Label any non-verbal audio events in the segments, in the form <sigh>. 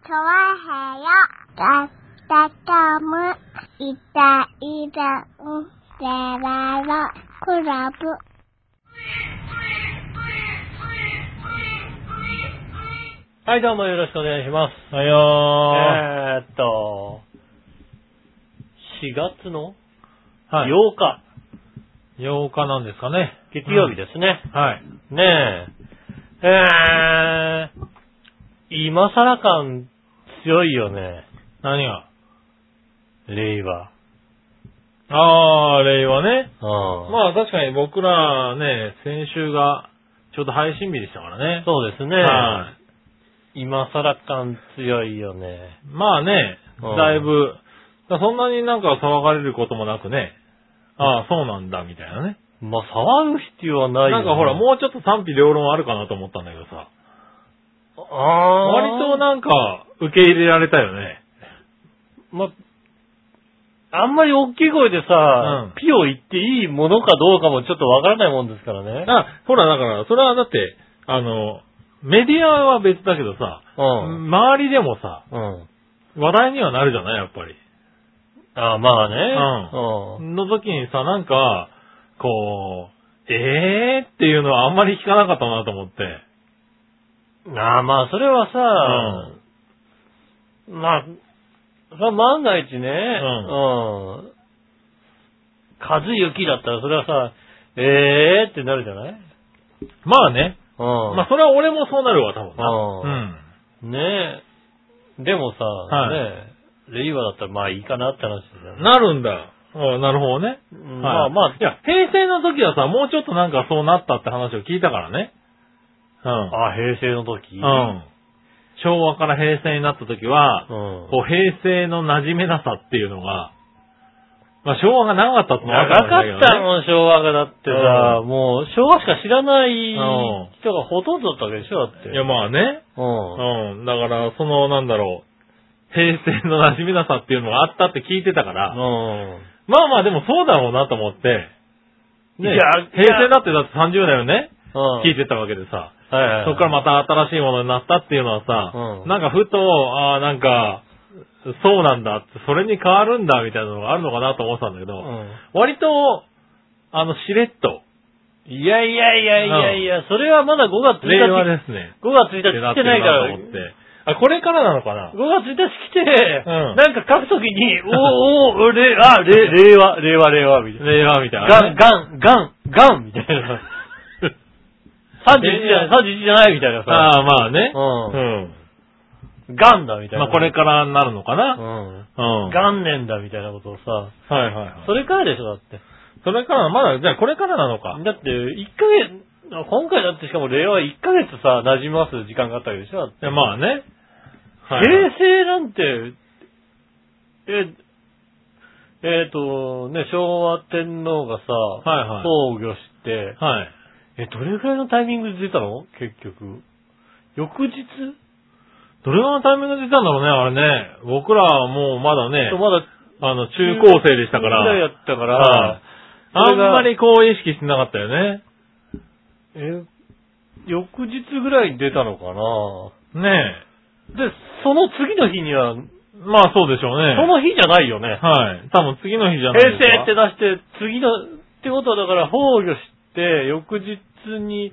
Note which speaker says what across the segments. Speaker 1: 좋아해요따뜻함을이따이따운데라로클럽
Speaker 2: はい、どうもよろしくお願いします。
Speaker 3: はいよ
Speaker 2: えーっと、4月の
Speaker 3: ー。
Speaker 2: 8
Speaker 3: はい。
Speaker 2: 日、
Speaker 3: 8日なんですかね。
Speaker 2: 月曜日ですね。
Speaker 3: はい。
Speaker 2: ねえ、えー、今更感強いよね、
Speaker 3: 何が
Speaker 2: 令和。
Speaker 3: あー、令和ね。
Speaker 2: うん。
Speaker 3: まあ確かに僕らね、先週がちょうど配信日でしたからね。
Speaker 2: そうですね。
Speaker 3: は
Speaker 2: 今更感強いよね。
Speaker 3: まあね、
Speaker 2: うん
Speaker 3: だいぶ、だそんなになんか騒がれることもなくね、ああ、そうなんだ、みたいなね。
Speaker 2: まあ、騒ぐ必要はないよ、
Speaker 3: な
Speaker 2: ね。
Speaker 3: んかほら、もうちょっと賛否両論あるかなと思ったんだけどさ、
Speaker 2: う、あー
Speaker 3: 割と、なんか受け入れられたよね。
Speaker 2: まあ、あんまり大きい声でさ、
Speaker 3: うん
Speaker 2: ピを言っていいものかどうかもちょっとわからないもんですからね。
Speaker 3: あ、ほら、だから、それはだって、あの、メディアは別だけどさ、
Speaker 2: うん。
Speaker 3: 周りでもさ、
Speaker 2: うん。
Speaker 3: 話題にはなるじゃない、やっぱり。
Speaker 2: あまあね。うん。
Speaker 3: の時にさ、なんか、こう、えーっていうのはあんまり聞かなかったなと思って。
Speaker 2: ああまあ、それはさ、まあ、それは万が一ね、うんん。和幸だったら、それはさ、ええーってなるじゃない
Speaker 3: まあね。
Speaker 2: うん。
Speaker 3: まあ、それは俺もそうなるわ、多分な。
Speaker 2: ねえ。でもさ、
Speaker 3: はい
Speaker 2: ねえ、令和だったらまあいいかなって話だよ
Speaker 3: うん。
Speaker 2: ね。
Speaker 3: なるんだ。あなるほどね。
Speaker 2: う
Speaker 3: はい
Speaker 2: んまあまあ、
Speaker 3: いや、平成の時はさ、もうちょっとなんかそうなったって話を聞いたからね。うん。
Speaker 2: あ、平成の時
Speaker 3: うん。昭和から平成になった時は、
Speaker 2: うん。
Speaker 3: こう平成の馴染めなさっていうのが、まあ昭和が長かったってのはある
Speaker 2: 長か
Speaker 3: もしれないけどね
Speaker 2: ったもん、昭和が。だってさ、
Speaker 3: う
Speaker 2: もう昭和しか知らない
Speaker 3: うん
Speaker 2: 人がほとんどだったわけでしょ、だって。
Speaker 3: いや、まあね。
Speaker 2: う
Speaker 3: う
Speaker 2: ん。
Speaker 3: ん。だから、その、なんだろう、平成の馴染みなさっていうのがあったって聞いてたから、
Speaker 2: うん。
Speaker 3: まあまあでもそうだろうなと思って、ね
Speaker 2: いや、
Speaker 3: 平成だってだって30年をね、
Speaker 2: うん。
Speaker 3: 聞いてたわけでさ、
Speaker 2: はいはいはい。
Speaker 3: そこからまた新しいものになったっていうのは
Speaker 2: う
Speaker 3: さ、
Speaker 2: ん
Speaker 3: なんかふと、ああ、なんか、そうなんだって、それに変わるんだみたいなのがあるのかなと思ってたんだけど、
Speaker 2: う
Speaker 3: 割と、あの、しれっと、
Speaker 2: ん。いやいやいやいやいや、それはまだ5月1
Speaker 3: 令和
Speaker 2: 日。
Speaker 3: ですね。
Speaker 2: 5月1日
Speaker 3: ってな
Speaker 2: 来
Speaker 3: って
Speaker 2: て
Speaker 3: るな
Speaker 2: ないから。
Speaker 3: と思って。あ、これからなのかな
Speaker 2: 5月1日来て、
Speaker 3: うん
Speaker 2: なんか書くときに、お
Speaker 3: <laughs>
Speaker 2: ーおー、れ、あ、れ、令和、令和、令和、みたい
Speaker 3: 令和みたい
Speaker 2: な。
Speaker 3: なね。
Speaker 2: ガン、ガン、ガン、ガン、みたいな。31じゃない、31じゃない、みたいなさ。
Speaker 3: <laughs> ああ、まあね。
Speaker 2: う
Speaker 3: うん。
Speaker 2: ん。ガンだ、みたいな。
Speaker 3: まあこれからになるのか
Speaker 2: う
Speaker 3: な。
Speaker 2: ん。
Speaker 3: うん。はい
Speaker 2: 元年だ、みたいなことをさ。
Speaker 3: はいはい。
Speaker 2: それからでしょ、だって。
Speaker 3: それから、まだ、じゃあこれからなのか。
Speaker 2: だって、1ヶ月、今回だってしかも令和1ヶ月さ、馴染ます時間があったわけでしょ、だっ
Speaker 3: い
Speaker 2: て
Speaker 3: やまあね。
Speaker 2: 平成なんて、え、えっ、と、ね、昭和天皇がさ、
Speaker 3: はいはい
Speaker 2: 崩御して、
Speaker 3: はい。
Speaker 2: え、どれくらいのタイミングで出たの結局。翌日、
Speaker 3: どれぐらいのタイミングで出たんだろうね、あれね。僕らはもうまだね
Speaker 2: と、まだ
Speaker 3: あの、中高生でしたか
Speaker 2: 中ぐら
Speaker 3: ら
Speaker 2: い、だったか
Speaker 3: は
Speaker 2: ら
Speaker 3: い、
Speaker 2: そ
Speaker 3: あん
Speaker 2: れが
Speaker 3: まりこう意識してなかったよね。
Speaker 2: え、翌日ぐらいに出たのか
Speaker 3: ね
Speaker 2: なで、その次の日には、
Speaker 3: え。まあそうでしょうね。
Speaker 2: その日じゃないよね。
Speaker 3: はい。多分次の日じゃない
Speaker 2: 平
Speaker 3: ですか。
Speaker 2: 成って出して、次の、ってことはだから、崩御して、翌日に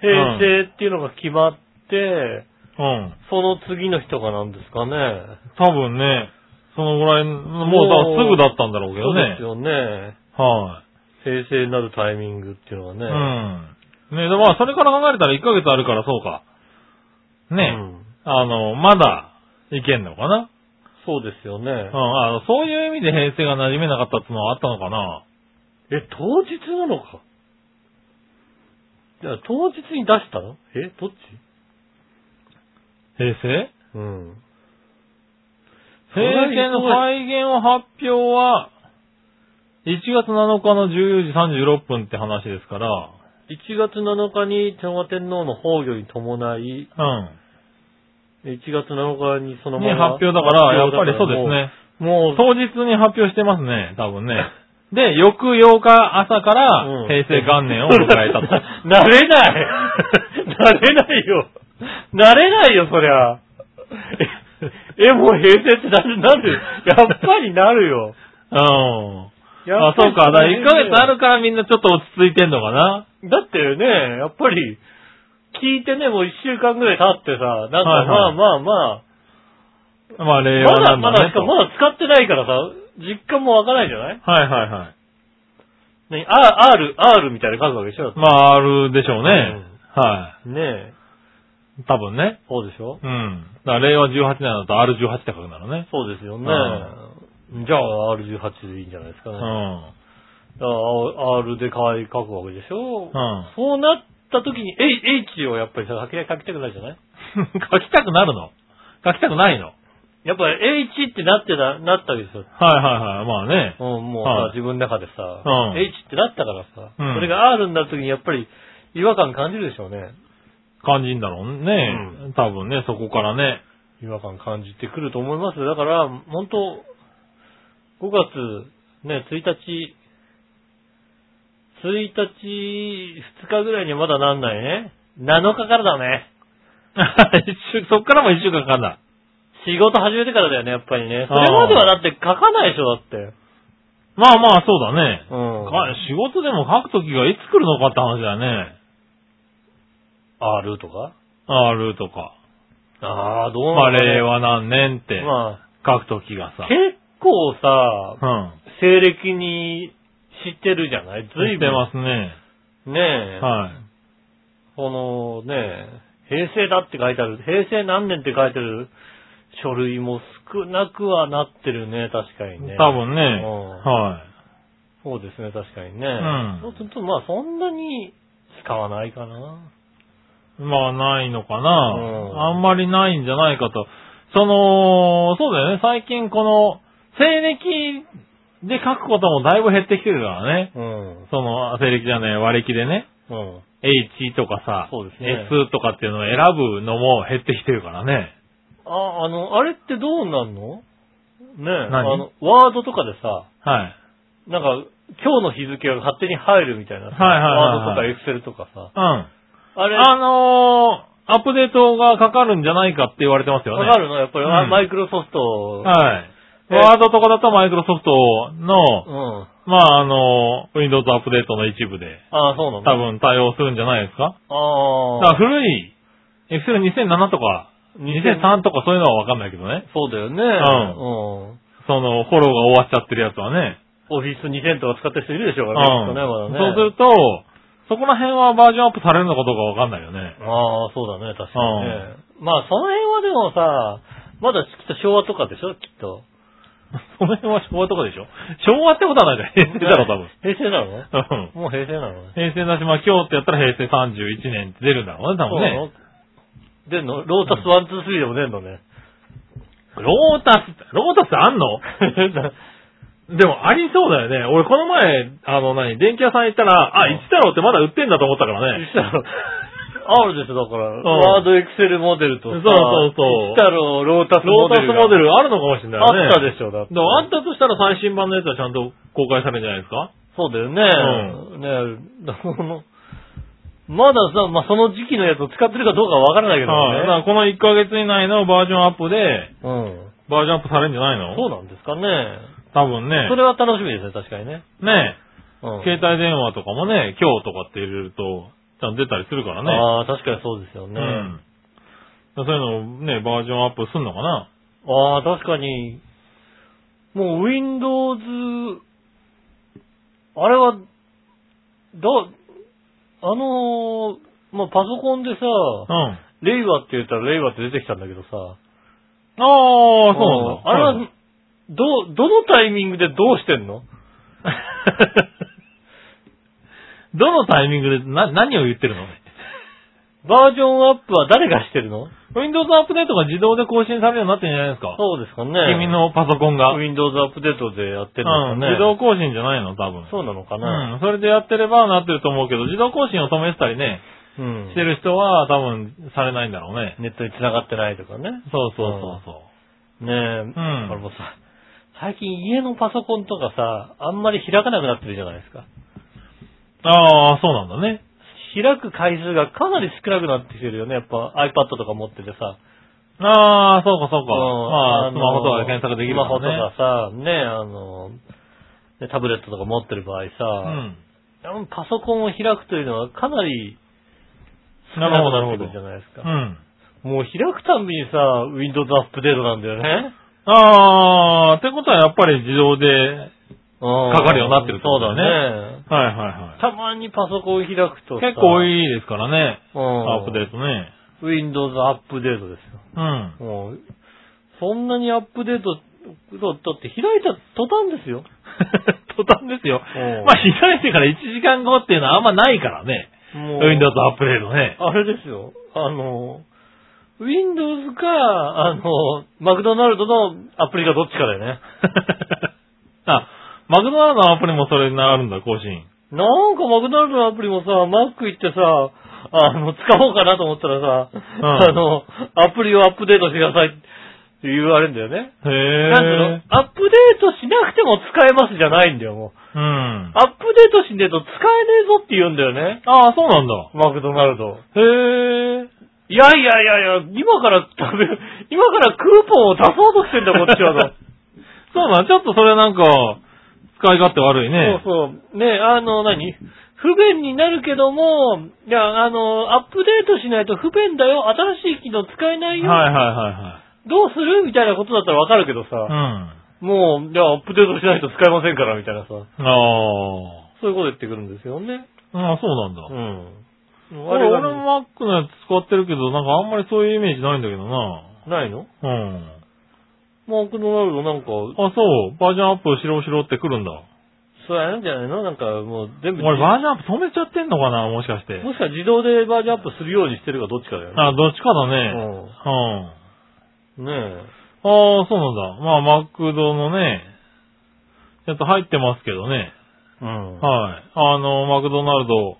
Speaker 2: 平成っていうのが決まって、
Speaker 3: うん。
Speaker 2: その次の日とかなんですかね。
Speaker 3: 多分ね、そのぐらい、もうだからすぐだったんだろうけ
Speaker 2: そ
Speaker 3: ど
Speaker 2: う
Speaker 3: ね
Speaker 2: です。よね。
Speaker 3: はい。
Speaker 2: 平成になるタイミングっていうのはね。
Speaker 3: うん。ねでまあ、それから考えたら1ヶ月あるからそうか。ね、
Speaker 2: うん
Speaker 3: あの、まだ、いけんのかな
Speaker 2: そうですよね。
Speaker 3: うん、あの、そういう意味で平成が馴染めなかったってのはあったのかな
Speaker 2: え、当日なのか。じゃあ、当日に出したのえ、どっち
Speaker 3: 平成
Speaker 2: うん。
Speaker 3: 平成の改元を発表は、1月7日の14時36分って話ですから、
Speaker 2: 1月7日に昭和天皇の崩御に伴い、1月7日にその
Speaker 3: うん。
Speaker 2: ま
Speaker 3: に
Speaker 2: ま
Speaker 3: 発表だから、やっぱりそうです。ね。
Speaker 2: もう、
Speaker 3: 当日に発表してますね、多分ね。で、翌8日朝から
Speaker 2: うん
Speaker 3: 平成元年を迎えたと。
Speaker 2: <laughs> 慣れない。 <laughs> 慣れないよ。慣れないよ、そりゃ。え、もう平成ってなる、なる。やっぱりなるよ。
Speaker 3: うん。
Speaker 2: や
Speaker 3: あ
Speaker 2: っ、ぱ
Speaker 3: そ
Speaker 2: り
Speaker 3: うか。だから1ヶ
Speaker 2: なよ
Speaker 3: 月あるからみんなちょっと落ち着いてんのかな。
Speaker 2: だってね、やっぱり、聞いてね、もう一週間ぐらい経ってさ、なんか
Speaker 3: はい
Speaker 2: ま
Speaker 3: は
Speaker 2: あ
Speaker 3: い
Speaker 2: まあまあ、
Speaker 3: まあ、令
Speaker 2: ま
Speaker 3: 和な
Speaker 2: だ
Speaker 3: ん
Speaker 2: ま
Speaker 3: だ
Speaker 2: だ、
Speaker 3: ね
Speaker 2: しか
Speaker 3: と。
Speaker 2: もまだ使ってないからさ、実感もわかないじゃない
Speaker 3: はいはいはい。
Speaker 2: ね、あ R、R みたいな数わけでしょ
Speaker 3: まあ、あるでしょうね。は
Speaker 2: ねえ、
Speaker 3: い。多分ね。
Speaker 2: そうでしょ
Speaker 3: うん。だから令和18年だと R18 って書くんだろうね。
Speaker 2: そうですよね
Speaker 3: う。
Speaker 2: じゃあ R18 でいいんじゃないですか
Speaker 3: う
Speaker 2: ね。
Speaker 3: ん。
Speaker 2: だから R で書い書くわけでしょ
Speaker 3: うん。 <laughs>
Speaker 2: そうなった時に、え H をやっぱりさ、書き書きたくないじゃない
Speaker 3: 書きたくなるの書きたくないのはい
Speaker 2: やっぱり H ってなってな、なったわけですよ。
Speaker 3: はいはい、まあね。
Speaker 2: うん、もう
Speaker 3: は
Speaker 2: さ
Speaker 3: い、
Speaker 2: 自分の中でさ、
Speaker 3: うん
Speaker 2: H ってなったからさ、
Speaker 3: うん
Speaker 2: それが R になった時にやっぱり違和感感じるでしょうね。
Speaker 3: 感じんだろうね。多分ね、そこからね。 <laughs>
Speaker 2: 違和感感じてくると思いますよだから、本当5月、ね、1日、1日、2日ぐらいにはまだなんないね。7日からだね。
Speaker 3: 一週そっからも一週間かかんない。
Speaker 2: 仕事始めてからだよね、やっぱりね。それまではだって書かないでしょ、だって。
Speaker 3: まあまあ、そうだね。
Speaker 2: うん。
Speaker 3: か仕事でも書くときがいつ来るのかって話だよね。
Speaker 2: R とか
Speaker 3: R とか。
Speaker 2: ああ、どう
Speaker 3: まあ、
Speaker 2: のかね
Speaker 3: 令和何年って
Speaker 2: ま
Speaker 3: 書くときが
Speaker 2: あ
Speaker 3: さ、。
Speaker 2: 結構さ、
Speaker 3: うん。
Speaker 2: 西暦に知ってるじゃない
Speaker 3: 言
Speaker 2: 随分。
Speaker 3: ってますね。
Speaker 2: ねえ。
Speaker 3: はい。
Speaker 2: このねえ、平成だって書いてある、平成何年って書いてる書類も少なくはなってるね、確かにね。
Speaker 3: 多分ね。
Speaker 2: うん
Speaker 3: は
Speaker 2: そうですね、確かにね。
Speaker 3: ん
Speaker 2: そうすると、まあそんなに使わないかな。
Speaker 3: い。まあ、ないのかな。
Speaker 2: うん
Speaker 3: あんまりないんじゃないかと。その、そうだよね。最近この、西暦で書くこともだいぶ減ってきてるからね。
Speaker 2: うん。
Speaker 3: その、西暦じゃねえ、割り切でね。
Speaker 2: うん。
Speaker 3: H とかさ、
Speaker 2: そうですね
Speaker 3: S とかっていうのを選ぶのも減ってきてるからね。
Speaker 2: あ、あの、あれってどうなんのねえ、あ
Speaker 3: 何
Speaker 2: の、ワードとかでさ、
Speaker 3: はい。
Speaker 2: なんか、今日の日付が勝手に入るみたいなさ、
Speaker 3: はいはいはいはい
Speaker 2: ワードとかエクセルとかさ、
Speaker 3: うん。あ
Speaker 2: あれ、
Speaker 3: のー、アップデートがかかるんじゃないかって言われてますよね。
Speaker 2: わかるのやっぱり、あ
Speaker 3: うん
Speaker 2: マイクロソフト、
Speaker 3: はい。
Speaker 2: え
Speaker 3: ワードとかだとマイクロソフトの、
Speaker 2: うん。
Speaker 3: まあ、あの、Windows アップデートの一部で、
Speaker 2: ああ、そうなん
Speaker 3: 多
Speaker 2: だ。
Speaker 3: 分対応するんじゃないですか。だか
Speaker 2: あ
Speaker 3: ら古い、Excel 2007とか、2003とかそういうのはわかんないけどね。
Speaker 2: あ、そうだよね。
Speaker 3: ん
Speaker 2: うん。
Speaker 3: その、フォローが終わっちゃってるやつはね。
Speaker 2: オフィス2000とか使ってる人いるでしょ
Speaker 3: う
Speaker 2: うんからね、きっとね、まだね。
Speaker 3: そうすると、そこら辺はバージョンアップされるのかどうかわかんないよね。 <laughs>
Speaker 2: ああ、そうだね、確かにね。まあ、その辺はでもさ、まだきっと昭和とかでしょ、きっと。
Speaker 3: その辺は昭和とかでしょ昭和ってことはないじゃん。平成だろ、多分。
Speaker 2: 平成なの
Speaker 3: うん
Speaker 2: もう平成なのね。
Speaker 3: 平成だし、まあ今日ってやったら平成31年って出るんだろうね、多分ね。
Speaker 2: そうなの出んのロータス1、2、3でも出んのね。
Speaker 3: ロータス、ロータスあんの <laughs> でもありそうだよね。俺この前、あの何、電気屋さん行ったら、あ、
Speaker 2: うん
Speaker 3: 一太郎ってまだ売ってんだと思ったからね。
Speaker 2: したら、あるでしょ、だから。
Speaker 3: ん
Speaker 2: ワードエクセルモデルと
Speaker 3: そ
Speaker 2: さ。
Speaker 3: うそうそう
Speaker 2: したらロータス
Speaker 3: ロー
Speaker 2: モデ
Speaker 3: タス
Speaker 2: ルが。
Speaker 3: モデルあるのかもしれないよね。
Speaker 2: あったでしょ、だって。
Speaker 3: だからあったとしたら最新版のやつはちゃんと公開されるんじゃないですか
Speaker 2: そうだよね。ねえ、この、 <laughs> まださ、まあ、その時期のやつを使ってるかどうかはわからないけど
Speaker 3: はい。だから
Speaker 2: ね。
Speaker 3: この1ヶ月以内のバージョンアップで、
Speaker 2: うん。
Speaker 3: バージョンアップされるんじゃないの
Speaker 2: そうなんですかね。
Speaker 3: 多分ね。
Speaker 2: それは楽しみですね、確かにね。
Speaker 3: ね、
Speaker 2: うん。
Speaker 3: 携帯電話とかもね、今日とかって入れると、ちゃんと出たりするからね。
Speaker 2: ああ、確かにそうですよ
Speaker 3: う
Speaker 2: ね。
Speaker 3: ん。だからそういうのをね、バージョンアップすんのかな
Speaker 2: ああ、確かに、もう Windows、あれは、だ、あのーまあ、パソコンでさ、
Speaker 3: うん。
Speaker 2: 令和って言ったら令和って出てきたんだけどさ、
Speaker 3: ああ、そうなんだ。
Speaker 2: あれは
Speaker 3: はい、
Speaker 2: どう、どのタイミングでどうしてんの
Speaker 3: <laughs> どのタイミングで、な、何を言ってるの
Speaker 2: バージョンアップは誰がしてるの
Speaker 3: ?Windows アップデートが自動で更新されるようになってんじゃないですか
Speaker 2: そうですかね。
Speaker 3: 君のパソコンが。
Speaker 2: Windows アップデートでやってる
Speaker 3: うんん
Speaker 2: です
Speaker 3: 自
Speaker 2: かね。
Speaker 3: 動更新じゃないの多分。
Speaker 2: そうなのかな。
Speaker 3: うん。それでやってればなってると思うけど、自動更新を止めてたりね、
Speaker 2: うん
Speaker 3: してる人は多分されないんだろうね。
Speaker 2: ネットに繋がってないとかね。
Speaker 3: そうそうそうそう。
Speaker 2: ねえ。うん
Speaker 3: ん
Speaker 2: これもさ、最近家のパソコンとかさ、あんまり開かなくなってるじゃないですか。
Speaker 3: ああ、そうなんだね。
Speaker 2: 開く回数がかなり少なくなってきてるよね。やっぱ iPad とか持っててさ。
Speaker 3: ああ、そうかそうか。
Speaker 2: うん
Speaker 3: まあ、
Speaker 2: の
Speaker 3: スマホとかで検索できる
Speaker 2: ス
Speaker 3: か
Speaker 2: マホと
Speaker 3: らね。
Speaker 2: かさ、ね、あの、ねタブレットとか持ってる場合さ、
Speaker 3: うん。
Speaker 2: あのパソコンを開くというのはかなり少
Speaker 3: な
Speaker 2: な
Speaker 3: る
Speaker 2: く
Speaker 3: ほど、な
Speaker 2: なって
Speaker 3: るほ
Speaker 2: くるじゃ
Speaker 3: ど。
Speaker 2: ないです
Speaker 3: う
Speaker 2: か。
Speaker 3: ん。
Speaker 2: もう開くたんびにさ、Windows アップデートなんだよね。
Speaker 3: ああ、ってことはやっぱり自動で、
Speaker 2: うん
Speaker 3: かかるようになってるって
Speaker 2: そ
Speaker 3: こ
Speaker 2: う
Speaker 3: とだ
Speaker 2: だ
Speaker 3: よね
Speaker 2: ね。
Speaker 3: はいはいは
Speaker 2: たまにパソコンを開くと
Speaker 3: い。結構多
Speaker 2: い、
Speaker 3: いですからね、アップデート
Speaker 2: ト。
Speaker 3: ね。
Speaker 2: Windows アップデートですよ。
Speaker 3: うん。 <laughs>
Speaker 2: もう、そんなにアップデート、だって開いた途端ですよ。
Speaker 3: 途端ですよ
Speaker 2: うん。
Speaker 3: まあ、開いてから1時間後っていうのはあんまないからね。
Speaker 2: もう
Speaker 3: Windows アップデートね。
Speaker 2: あれですよ。あの、Windows か、あの、マクドナルドのアプリがどっちかだよね。
Speaker 3: あ、マクドナルドのアプリもそれになるんだ、更新。
Speaker 2: なんかマクドナルドのアプリもさ、Mac 行ってさ、あの、使おうかなと思ったらさ、
Speaker 3: ん
Speaker 2: あの、アプリをアップデートしてくださいって言われるんだよね。
Speaker 3: へ
Speaker 2: なんていう
Speaker 3: え。
Speaker 2: のアップデートしなくても使えますじゃないんだよ、もう。
Speaker 3: うん。
Speaker 2: アップデートしねえと使えねえぞって言うんだよね。
Speaker 3: ああ、そうなんだ。
Speaker 2: マクドナルド。
Speaker 3: へえ。
Speaker 2: いやいやいやいや、今から食べ、 <laughs> 今からクーポンを出そうとしてんだ、こっちは <laughs> と。
Speaker 3: そうなんちょっとそれなんか、使い勝手悪いね。
Speaker 2: そうそう。ねあの、何不便になるけども、いや、あの、アップデートしないと不便だよ、新しい機能使えないよ、
Speaker 3: はいはいは
Speaker 2: どうするみたいなことだったらわかるけどさ、
Speaker 3: いはい。
Speaker 2: もう、いや、アップデートしないと使えませんから、みたいなさ、そ
Speaker 3: うん。あ
Speaker 2: ういうこと言ってくるんですよね。
Speaker 3: あ。ああ、そうなんだ
Speaker 2: う。ん。あ
Speaker 3: 俺
Speaker 2: れ
Speaker 3: 俺
Speaker 2: は、
Speaker 3: も Mac のやつ使ってるけど、なんかあんまりそういうイメージないんだけどな。
Speaker 2: ないの
Speaker 3: うん。
Speaker 2: マクドナルドなんか、
Speaker 3: あ、そう。バージョンアップしろしろって来るんだ。
Speaker 2: そうやるんじゃないのなんかもう全部、
Speaker 3: 俺バージョンアップ止めちゃってんのかなもしかして。
Speaker 2: もしかしたら自動でバージョンアップするようにしてるかどっちかだよね。
Speaker 3: あ、どっちかだね。うん。
Speaker 2: うん。ね
Speaker 3: ああ、そうなんだ。まあ、マクドのね、やっと入ってますけどね。
Speaker 2: え。うん
Speaker 3: はい。あの、マクドナルド、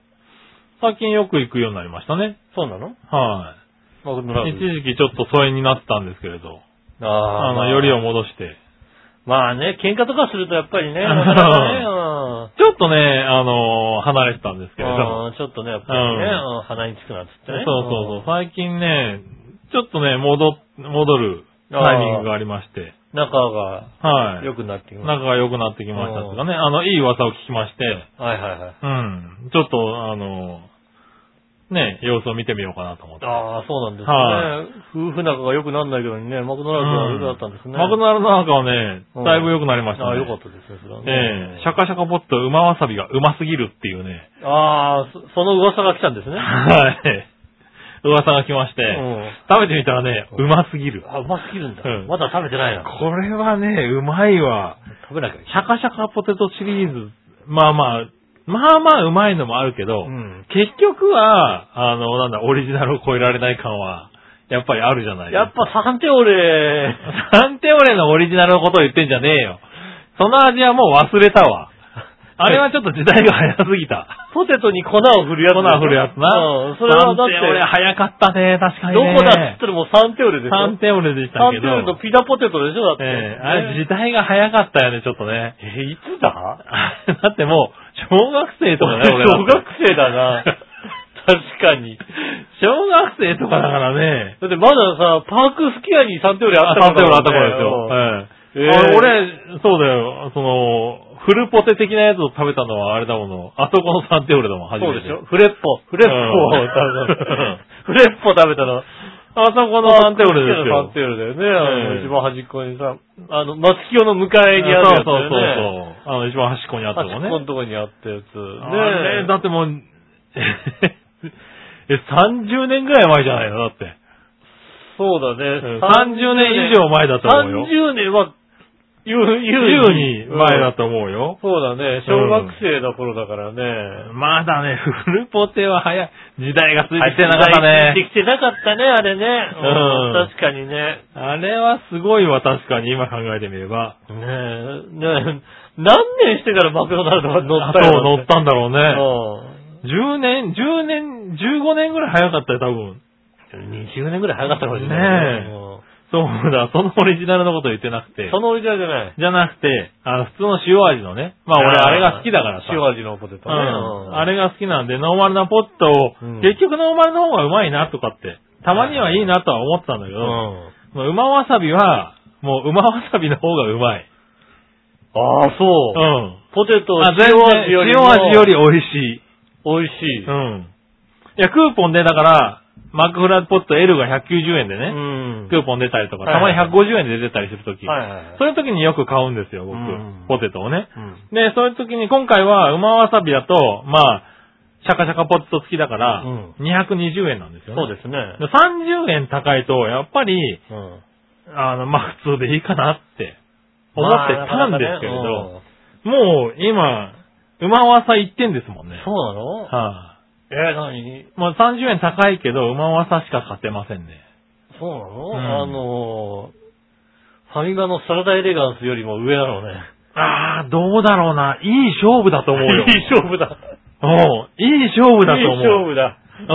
Speaker 3: 最近よく行くようになりましたね。
Speaker 2: そうなの
Speaker 3: は
Speaker 2: マクドナ
Speaker 3: い。
Speaker 2: ル
Speaker 3: 一
Speaker 2: ド。
Speaker 3: 時期ちょっと疎遠になってたんですけれど、
Speaker 2: ああ
Speaker 3: あ
Speaker 2: ま
Speaker 3: の、よりを戻して。
Speaker 2: まあね、喧嘩とかするとやっぱり
Speaker 3: う
Speaker 2: ね、
Speaker 3: ん
Speaker 2: なかなかね、うん
Speaker 3: ちょっとね、あの、離れてたんですけれども。
Speaker 2: うんちょっとね、やっぱりね、
Speaker 3: うん
Speaker 2: うん鼻につくなっつって
Speaker 3: そう
Speaker 2: ね。
Speaker 3: そうそう。最近ね、ちょっとね、戻、戻るタイミングがありまして。
Speaker 2: うん。仲が
Speaker 3: はい。
Speaker 2: 良くなってきま
Speaker 3: 仲が良くなってきましたとかね、あの、いい噂を聞きまして、
Speaker 2: す。はいはいはい。
Speaker 3: うん。ちょっと、あの、ね、様子を見てみようかなと思って。
Speaker 2: ああ、そうなんです
Speaker 3: は
Speaker 2: ね。夫婦仲が良くなんないけどね、マクドナルドは良くなったんですね。
Speaker 3: マクドナルドなんかはね、
Speaker 2: うん
Speaker 3: だいぶ良くなりましたね。
Speaker 2: ああ、良かったですね、それは
Speaker 3: ええ
Speaker 2: ね。
Speaker 3: シャカシャカポット、うまわさびがうますぎるっていうね、
Speaker 2: ああ、そその噂が来たん
Speaker 3: <laughs>
Speaker 2: ですね。
Speaker 3: はい。噂が来まして、
Speaker 2: うん
Speaker 3: 食べてみたらね、うますぎる。
Speaker 2: あ、うますぎるんだ。
Speaker 3: うん
Speaker 2: まだ食べてないな。
Speaker 3: これはね、うまいわ。
Speaker 2: 食べなきゃいけ
Speaker 3: シャカシャカポテトシリーズ、まあまあ、まあまあうまいのもあるけど、
Speaker 2: ない。ん。
Speaker 3: 結局は、あの、なんだ、オリジナルを超えられない感は、やっぱりあるじゃない
Speaker 2: やっぱサンテオレ、
Speaker 3: サンテオレのオリジナルのことを言ってんじゃねえよ。その味はもう忘れたわ。あれはちょっと時代が早すぎた。
Speaker 2: ポテトに粉を振るやつ。
Speaker 3: 粉を振るやつな。
Speaker 2: うん。それはだっ
Speaker 3: サンテオレ
Speaker 2: て、
Speaker 3: 早かったね、確かに、ね。
Speaker 2: どこだっつったらもうサンテオレでしょ。
Speaker 3: サンテオレでした
Speaker 2: サン
Speaker 3: け
Speaker 2: テオレの
Speaker 3: ど。
Speaker 2: ピザポテトでしょ、だって。
Speaker 3: ええあれ時代が早かったよね、ちょっとね。
Speaker 2: えいつだ
Speaker 3: <laughs> だってもう、小学生とかね、俺だ
Speaker 2: 小
Speaker 3: って
Speaker 2: 学生だな。確かに。
Speaker 3: <laughs> 小学生とかだからね。
Speaker 2: だってまださ、パークスキアにサンテオレあった
Speaker 3: サンテオレあった
Speaker 2: か
Speaker 3: 頃で
Speaker 2: ら
Speaker 3: すよ。
Speaker 2: ね。
Speaker 3: ええ
Speaker 2: ええ
Speaker 3: あ俺、そうだよ、その、フルポテ的なやつを食べたのはあれだもの、あそこのサンテオレだもん、初
Speaker 2: そ
Speaker 3: め
Speaker 2: うで
Speaker 3: て。
Speaker 2: しょフレッポ。フレッポを食べた
Speaker 3: うん <laughs>
Speaker 2: の。フレッポ食べたの。
Speaker 3: あそこのサンテオレです
Speaker 2: サン
Speaker 3: よ。
Speaker 2: テオレだよ
Speaker 3: え
Speaker 2: ね。
Speaker 3: え
Speaker 2: あの一番端っこにさ、あの、松清の向かいにある
Speaker 3: そう
Speaker 2: やつ
Speaker 3: そうそう
Speaker 2: だよね。
Speaker 3: そう。あの、一番端っこにあった
Speaker 2: 端
Speaker 3: とこ
Speaker 2: っ
Speaker 3: ね
Speaker 2: こ。のとこにあったやつ。ね
Speaker 3: あれだってもう、 <laughs> え、30年ぐらい前じゃないのだって。
Speaker 2: そうだね。
Speaker 3: 30年以上前だと思うよ。
Speaker 2: 30年は、言う、言う
Speaker 3: 10に前だと思うよ。
Speaker 2: そうだね。小学生の頃だからね。
Speaker 3: まだね、 <laughs> フルポテは早い。時代がついてきて
Speaker 2: て
Speaker 3: なかった
Speaker 2: で
Speaker 3: ね。
Speaker 2: きてなかったね、あれね。
Speaker 3: うん
Speaker 2: 確かにね。
Speaker 3: あれはすごいわ、確かに、今考えてみれば。
Speaker 2: ねえ、ねえ、何年してからマクドナルドが乗
Speaker 3: あ
Speaker 2: ったよ
Speaker 3: そう、乗ったんだろうね。
Speaker 2: う
Speaker 3: 10年、10年、15年ぐらい早かったよ、多分。
Speaker 2: ん。20年ぐらい早かったかもしれない。
Speaker 3: ねえ
Speaker 2: うん
Speaker 3: そうだ、そのオリジナルのこと言ってなくて
Speaker 2: そ。のオリジナルじゃない。
Speaker 3: じゃなくて、あの、普通の塩味のね。まあ、俺、あれが好きだからさ。
Speaker 2: 塩味のポテトね。
Speaker 3: うんあ
Speaker 2: れ
Speaker 3: れが好きなんで、ノーマルなポットを、
Speaker 2: うん
Speaker 3: 結局ノーマルの方がうまいなとかってたまにはいいなとは思ってたんだけ
Speaker 2: う
Speaker 3: ど、
Speaker 2: ん。
Speaker 3: まあ馬わさびは、もう馬わさびの方がうまい。
Speaker 2: ああ、そうう。
Speaker 3: ん。
Speaker 2: ポテト
Speaker 3: あ、全然
Speaker 2: 塩味よりも。
Speaker 3: 塩味より美味しい。
Speaker 2: 美味しい。
Speaker 3: うん。いや、クーポンで、だから、マックフライドポット L が190円で
Speaker 2: う
Speaker 3: ね、
Speaker 2: ん。
Speaker 3: クーポン出たりとか、
Speaker 2: はい
Speaker 3: た
Speaker 2: は
Speaker 3: ま
Speaker 2: い
Speaker 3: に150円で出たりするとき、
Speaker 2: はいはいはい
Speaker 3: そういうときによく買うんですよ、僕
Speaker 2: うん、
Speaker 3: ポテトをね。
Speaker 2: うん。
Speaker 3: で、そういうときに、今回は、馬わさびだと、まあ、シャカシャカポテト付きだから
Speaker 2: うん、
Speaker 3: 220円なんですよね。
Speaker 2: そうですね。
Speaker 3: で30円高いと、やっぱり、
Speaker 2: うん。
Speaker 3: あの、まあ普通でいいかなって思ってたんですけれど、
Speaker 2: まあなかなかね
Speaker 3: もう今、馬わさ1点ですもんね
Speaker 2: うん。そうなの
Speaker 3: は
Speaker 2: えー、何
Speaker 3: い。もう30円高いけど、馬わさしか勝てませんね。
Speaker 2: そうなの、
Speaker 3: うん
Speaker 2: あのー、ファミマのサラダエレガンスよりも上なのね。
Speaker 3: ああ、どうだろうな。い <laughs> い勝負だと思うよ。
Speaker 2: いい勝負だ。
Speaker 3: おういい勝負だと
Speaker 2: いい勝
Speaker 3: 思う。
Speaker 2: 負だ。
Speaker 3: うん。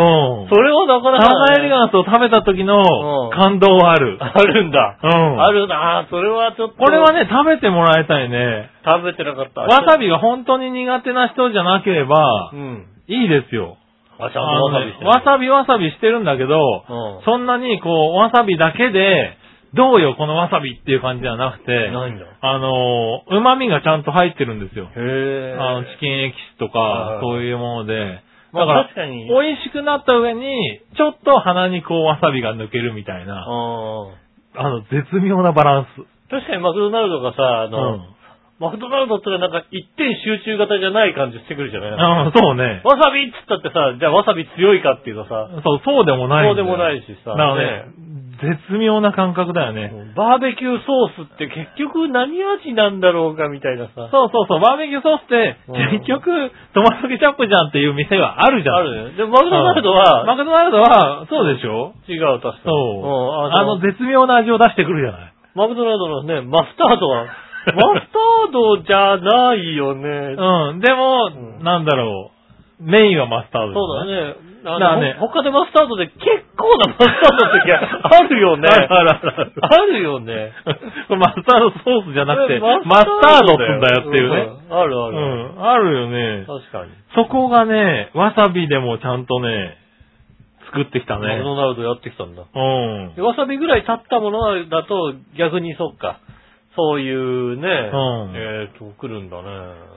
Speaker 2: それはなかな
Speaker 3: サ
Speaker 2: か、
Speaker 3: ラダエレガンスを食べた時
Speaker 2: うん
Speaker 3: の感動はある。
Speaker 2: あるんだ。
Speaker 3: うん。
Speaker 2: あるなぁ。それはちょっと。
Speaker 3: これはね、食べてもらいたいね。
Speaker 2: 食べてなかった。
Speaker 3: わさびが本当に苦手な人じゃなければ
Speaker 2: う、ん。
Speaker 3: いいですよ。
Speaker 2: あ、ちゃんと
Speaker 3: あ
Speaker 2: わさ
Speaker 3: の
Speaker 2: びして
Speaker 3: ね
Speaker 2: る。
Speaker 3: わさびわさびしてるんだけど、
Speaker 2: うん。
Speaker 3: そんなに、こう、わさびだけで、どうよ、このわさびっていう感じじゃなくて、
Speaker 2: ないんだ。へ
Speaker 3: あのー、旨味がちゃんと入ってるんですよ。あ
Speaker 2: え。
Speaker 3: の、チキンエキスと
Speaker 2: は
Speaker 3: か
Speaker 2: い、
Speaker 3: そういうもので。
Speaker 2: まあ
Speaker 3: だから
Speaker 2: 確かに。
Speaker 3: 美味しくなった上に、ちょっと鼻にこう、わさびが抜けるみたいな、
Speaker 2: うん
Speaker 3: あの、絶妙なバランス。
Speaker 2: 確かにマクドナルドがさ、あ
Speaker 3: う
Speaker 2: の、
Speaker 3: ん。
Speaker 2: マクドナルドってのはなんか一点集中型じゃない感じしてくるじゃない
Speaker 3: あーそうね。
Speaker 2: わさびっつったってさ、じゃあわさび強いかっていうとさ、
Speaker 3: そう、そうでもない
Speaker 2: そうん
Speaker 3: だ
Speaker 2: で
Speaker 3: よ
Speaker 2: もないしさ、
Speaker 3: だからね、絶妙な感覚だよね。
Speaker 2: ねバーベキューソースって結局何味なんだろうかみたいなさ、
Speaker 3: そうそうそう、バーベキューソースって
Speaker 2: うん、
Speaker 3: 結局、トマトケチャップじゃんっていう店はあるじゃん。
Speaker 2: あるね。で、マクドナルドは、
Speaker 3: マクドナルドは、そうでしょ
Speaker 2: 違う、確かに。
Speaker 3: そう
Speaker 2: うんあの
Speaker 3: あの、絶妙な味を出してくるじゃない。
Speaker 2: マクドナルドのね、マスタード
Speaker 3: <laughs>
Speaker 2: は、マスタードじゃないよね。
Speaker 3: うん。でも、
Speaker 2: うん
Speaker 3: なんだろう。メインはマスタード
Speaker 2: そうだ
Speaker 3: ね。
Speaker 2: ね。
Speaker 3: だからね
Speaker 2: あのほ他でマスタードで結構なマスター
Speaker 3: <laughs>
Speaker 2: ドの時はあるよね。
Speaker 3: あるあるある
Speaker 2: あるよね。
Speaker 3: <laughs> マスタードソースじゃなくて、マスタードってんだよっていうね。
Speaker 2: うん。あるあ
Speaker 3: う
Speaker 2: る。
Speaker 3: ん。あるよね。
Speaker 2: 確かに。
Speaker 3: そこがね、わさびでもちゃんとね、作ってきた
Speaker 2: マ
Speaker 3: ね
Speaker 2: ク。ドナルドやってきたんだ。
Speaker 3: うん。
Speaker 2: でわさびぐらい経ったものだと逆にそっか。そういうね、
Speaker 3: うん
Speaker 2: えっ、と、来るんだね。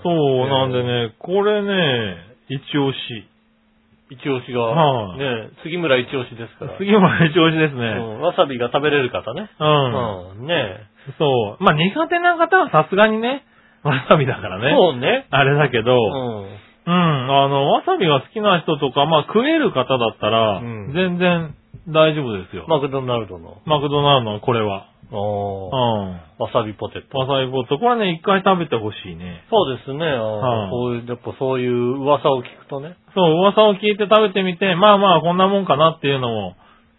Speaker 3: そう、なんで
Speaker 2: ね。
Speaker 3: ね、これね、一押し。
Speaker 2: 一押しが、
Speaker 3: はい
Speaker 2: ね、杉村一押しですから。
Speaker 3: 次も一押しです
Speaker 2: う
Speaker 3: ね。
Speaker 2: ん、わさびが食べれる方ね。
Speaker 3: うん。
Speaker 2: うん、ね
Speaker 3: そう。まあ、苦手な方はさすがにね、わさびだからね。
Speaker 2: そうね。
Speaker 3: あれだけど、
Speaker 2: う
Speaker 3: うん、
Speaker 2: ん。
Speaker 3: あの、わさびが好きな人とか、まあ、食える方だったら、
Speaker 2: うん
Speaker 3: 全然大丈夫ですよ。
Speaker 2: マクドナルドの。
Speaker 3: マクドナルドのこれは。う
Speaker 2: お
Speaker 3: ん。
Speaker 2: ーわさびポテト。
Speaker 3: わさびポット。これね、一回食べてほしいね。
Speaker 2: そうですね。
Speaker 3: は
Speaker 2: あー
Speaker 3: い
Speaker 2: こういう、やっぱそういう噂を聞くとね。
Speaker 3: そう、噂を聞いて食べてみて、まあまあ、こんなもんかなっていうのも、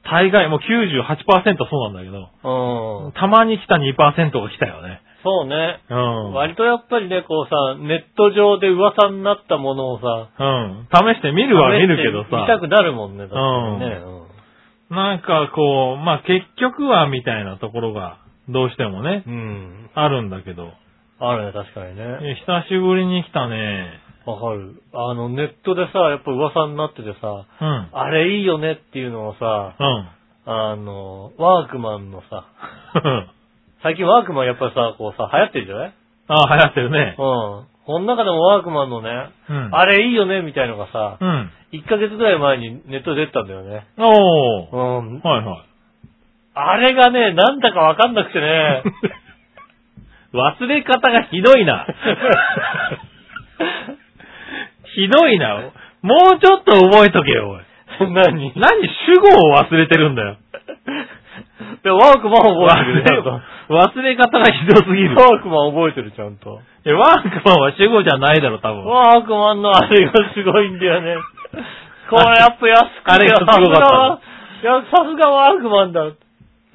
Speaker 3: 大概、もう98%そうなんだけど、
Speaker 2: うん。
Speaker 3: たまに来た2%が来たよね。
Speaker 2: そうね。
Speaker 3: うん。
Speaker 2: 割とやっぱりね、こうさ、ネット上で噂になったものをさ、
Speaker 3: うん。試してみるは見るけど
Speaker 2: 見た
Speaker 3: さ、
Speaker 2: くなるもんね、確かにね。うん
Speaker 3: なんかこう、まあ結局はみたいなところが、どうしてもね、
Speaker 2: うん。
Speaker 3: あるんだけど、
Speaker 2: あるね、確かに
Speaker 3: い
Speaker 2: ね。
Speaker 3: や久しぶりに来たね。
Speaker 2: わかる。あの、ネットでさ、やっぱ噂になっててさ、
Speaker 3: うん。
Speaker 2: あれいいよねっていうのをさ、
Speaker 3: うん。 <laughs>
Speaker 2: あの、ワークマンのさ、
Speaker 3: あ
Speaker 2: 最近ワークマンやっぱさ、こうさ、流行ってるじゃない
Speaker 3: あ、流行ってるね。
Speaker 2: うん。この中でもワークマンのね、
Speaker 3: うん。
Speaker 2: あれいいよねみたいのがさ、
Speaker 3: うん。
Speaker 2: 1ヶ月ぐらい前にネットで出たんだよね。
Speaker 3: おー。
Speaker 2: うん。
Speaker 3: はいはい。
Speaker 2: あれがね、なんだかわかんなく
Speaker 3: <laughs>
Speaker 2: てね。
Speaker 3: 忘れ方がひどい
Speaker 2: <laughs>
Speaker 3: な。ひどいな。もうちょっと覚えとけよ、おい。
Speaker 2: 何
Speaker 3: 何主語を忘れてるんだよ。
Speaker 2: で、ワークマン
Speaker 3: 忘
Speaker 2: 覚えてる、ちゃ
Speaker 3: れ
Speaker 2: んと。
Speaker 3: 忘れ方がひどすぎ
Speaker 2: <laughs>
Speaker 3: る。
Speaker 2: ワークマン覚えてる、ちゃんと。
Speaker 3: え、ワークマンは主語じゃないだろ、多分。
Speaker 2: ワークマンのあれがすごいんだ
Speaker 3: <laughs>
Speaker 2: よね。これやっぱ安くて
Speaker 3: あれがすごか
Speaker 2: いや、さすがワークマンだっ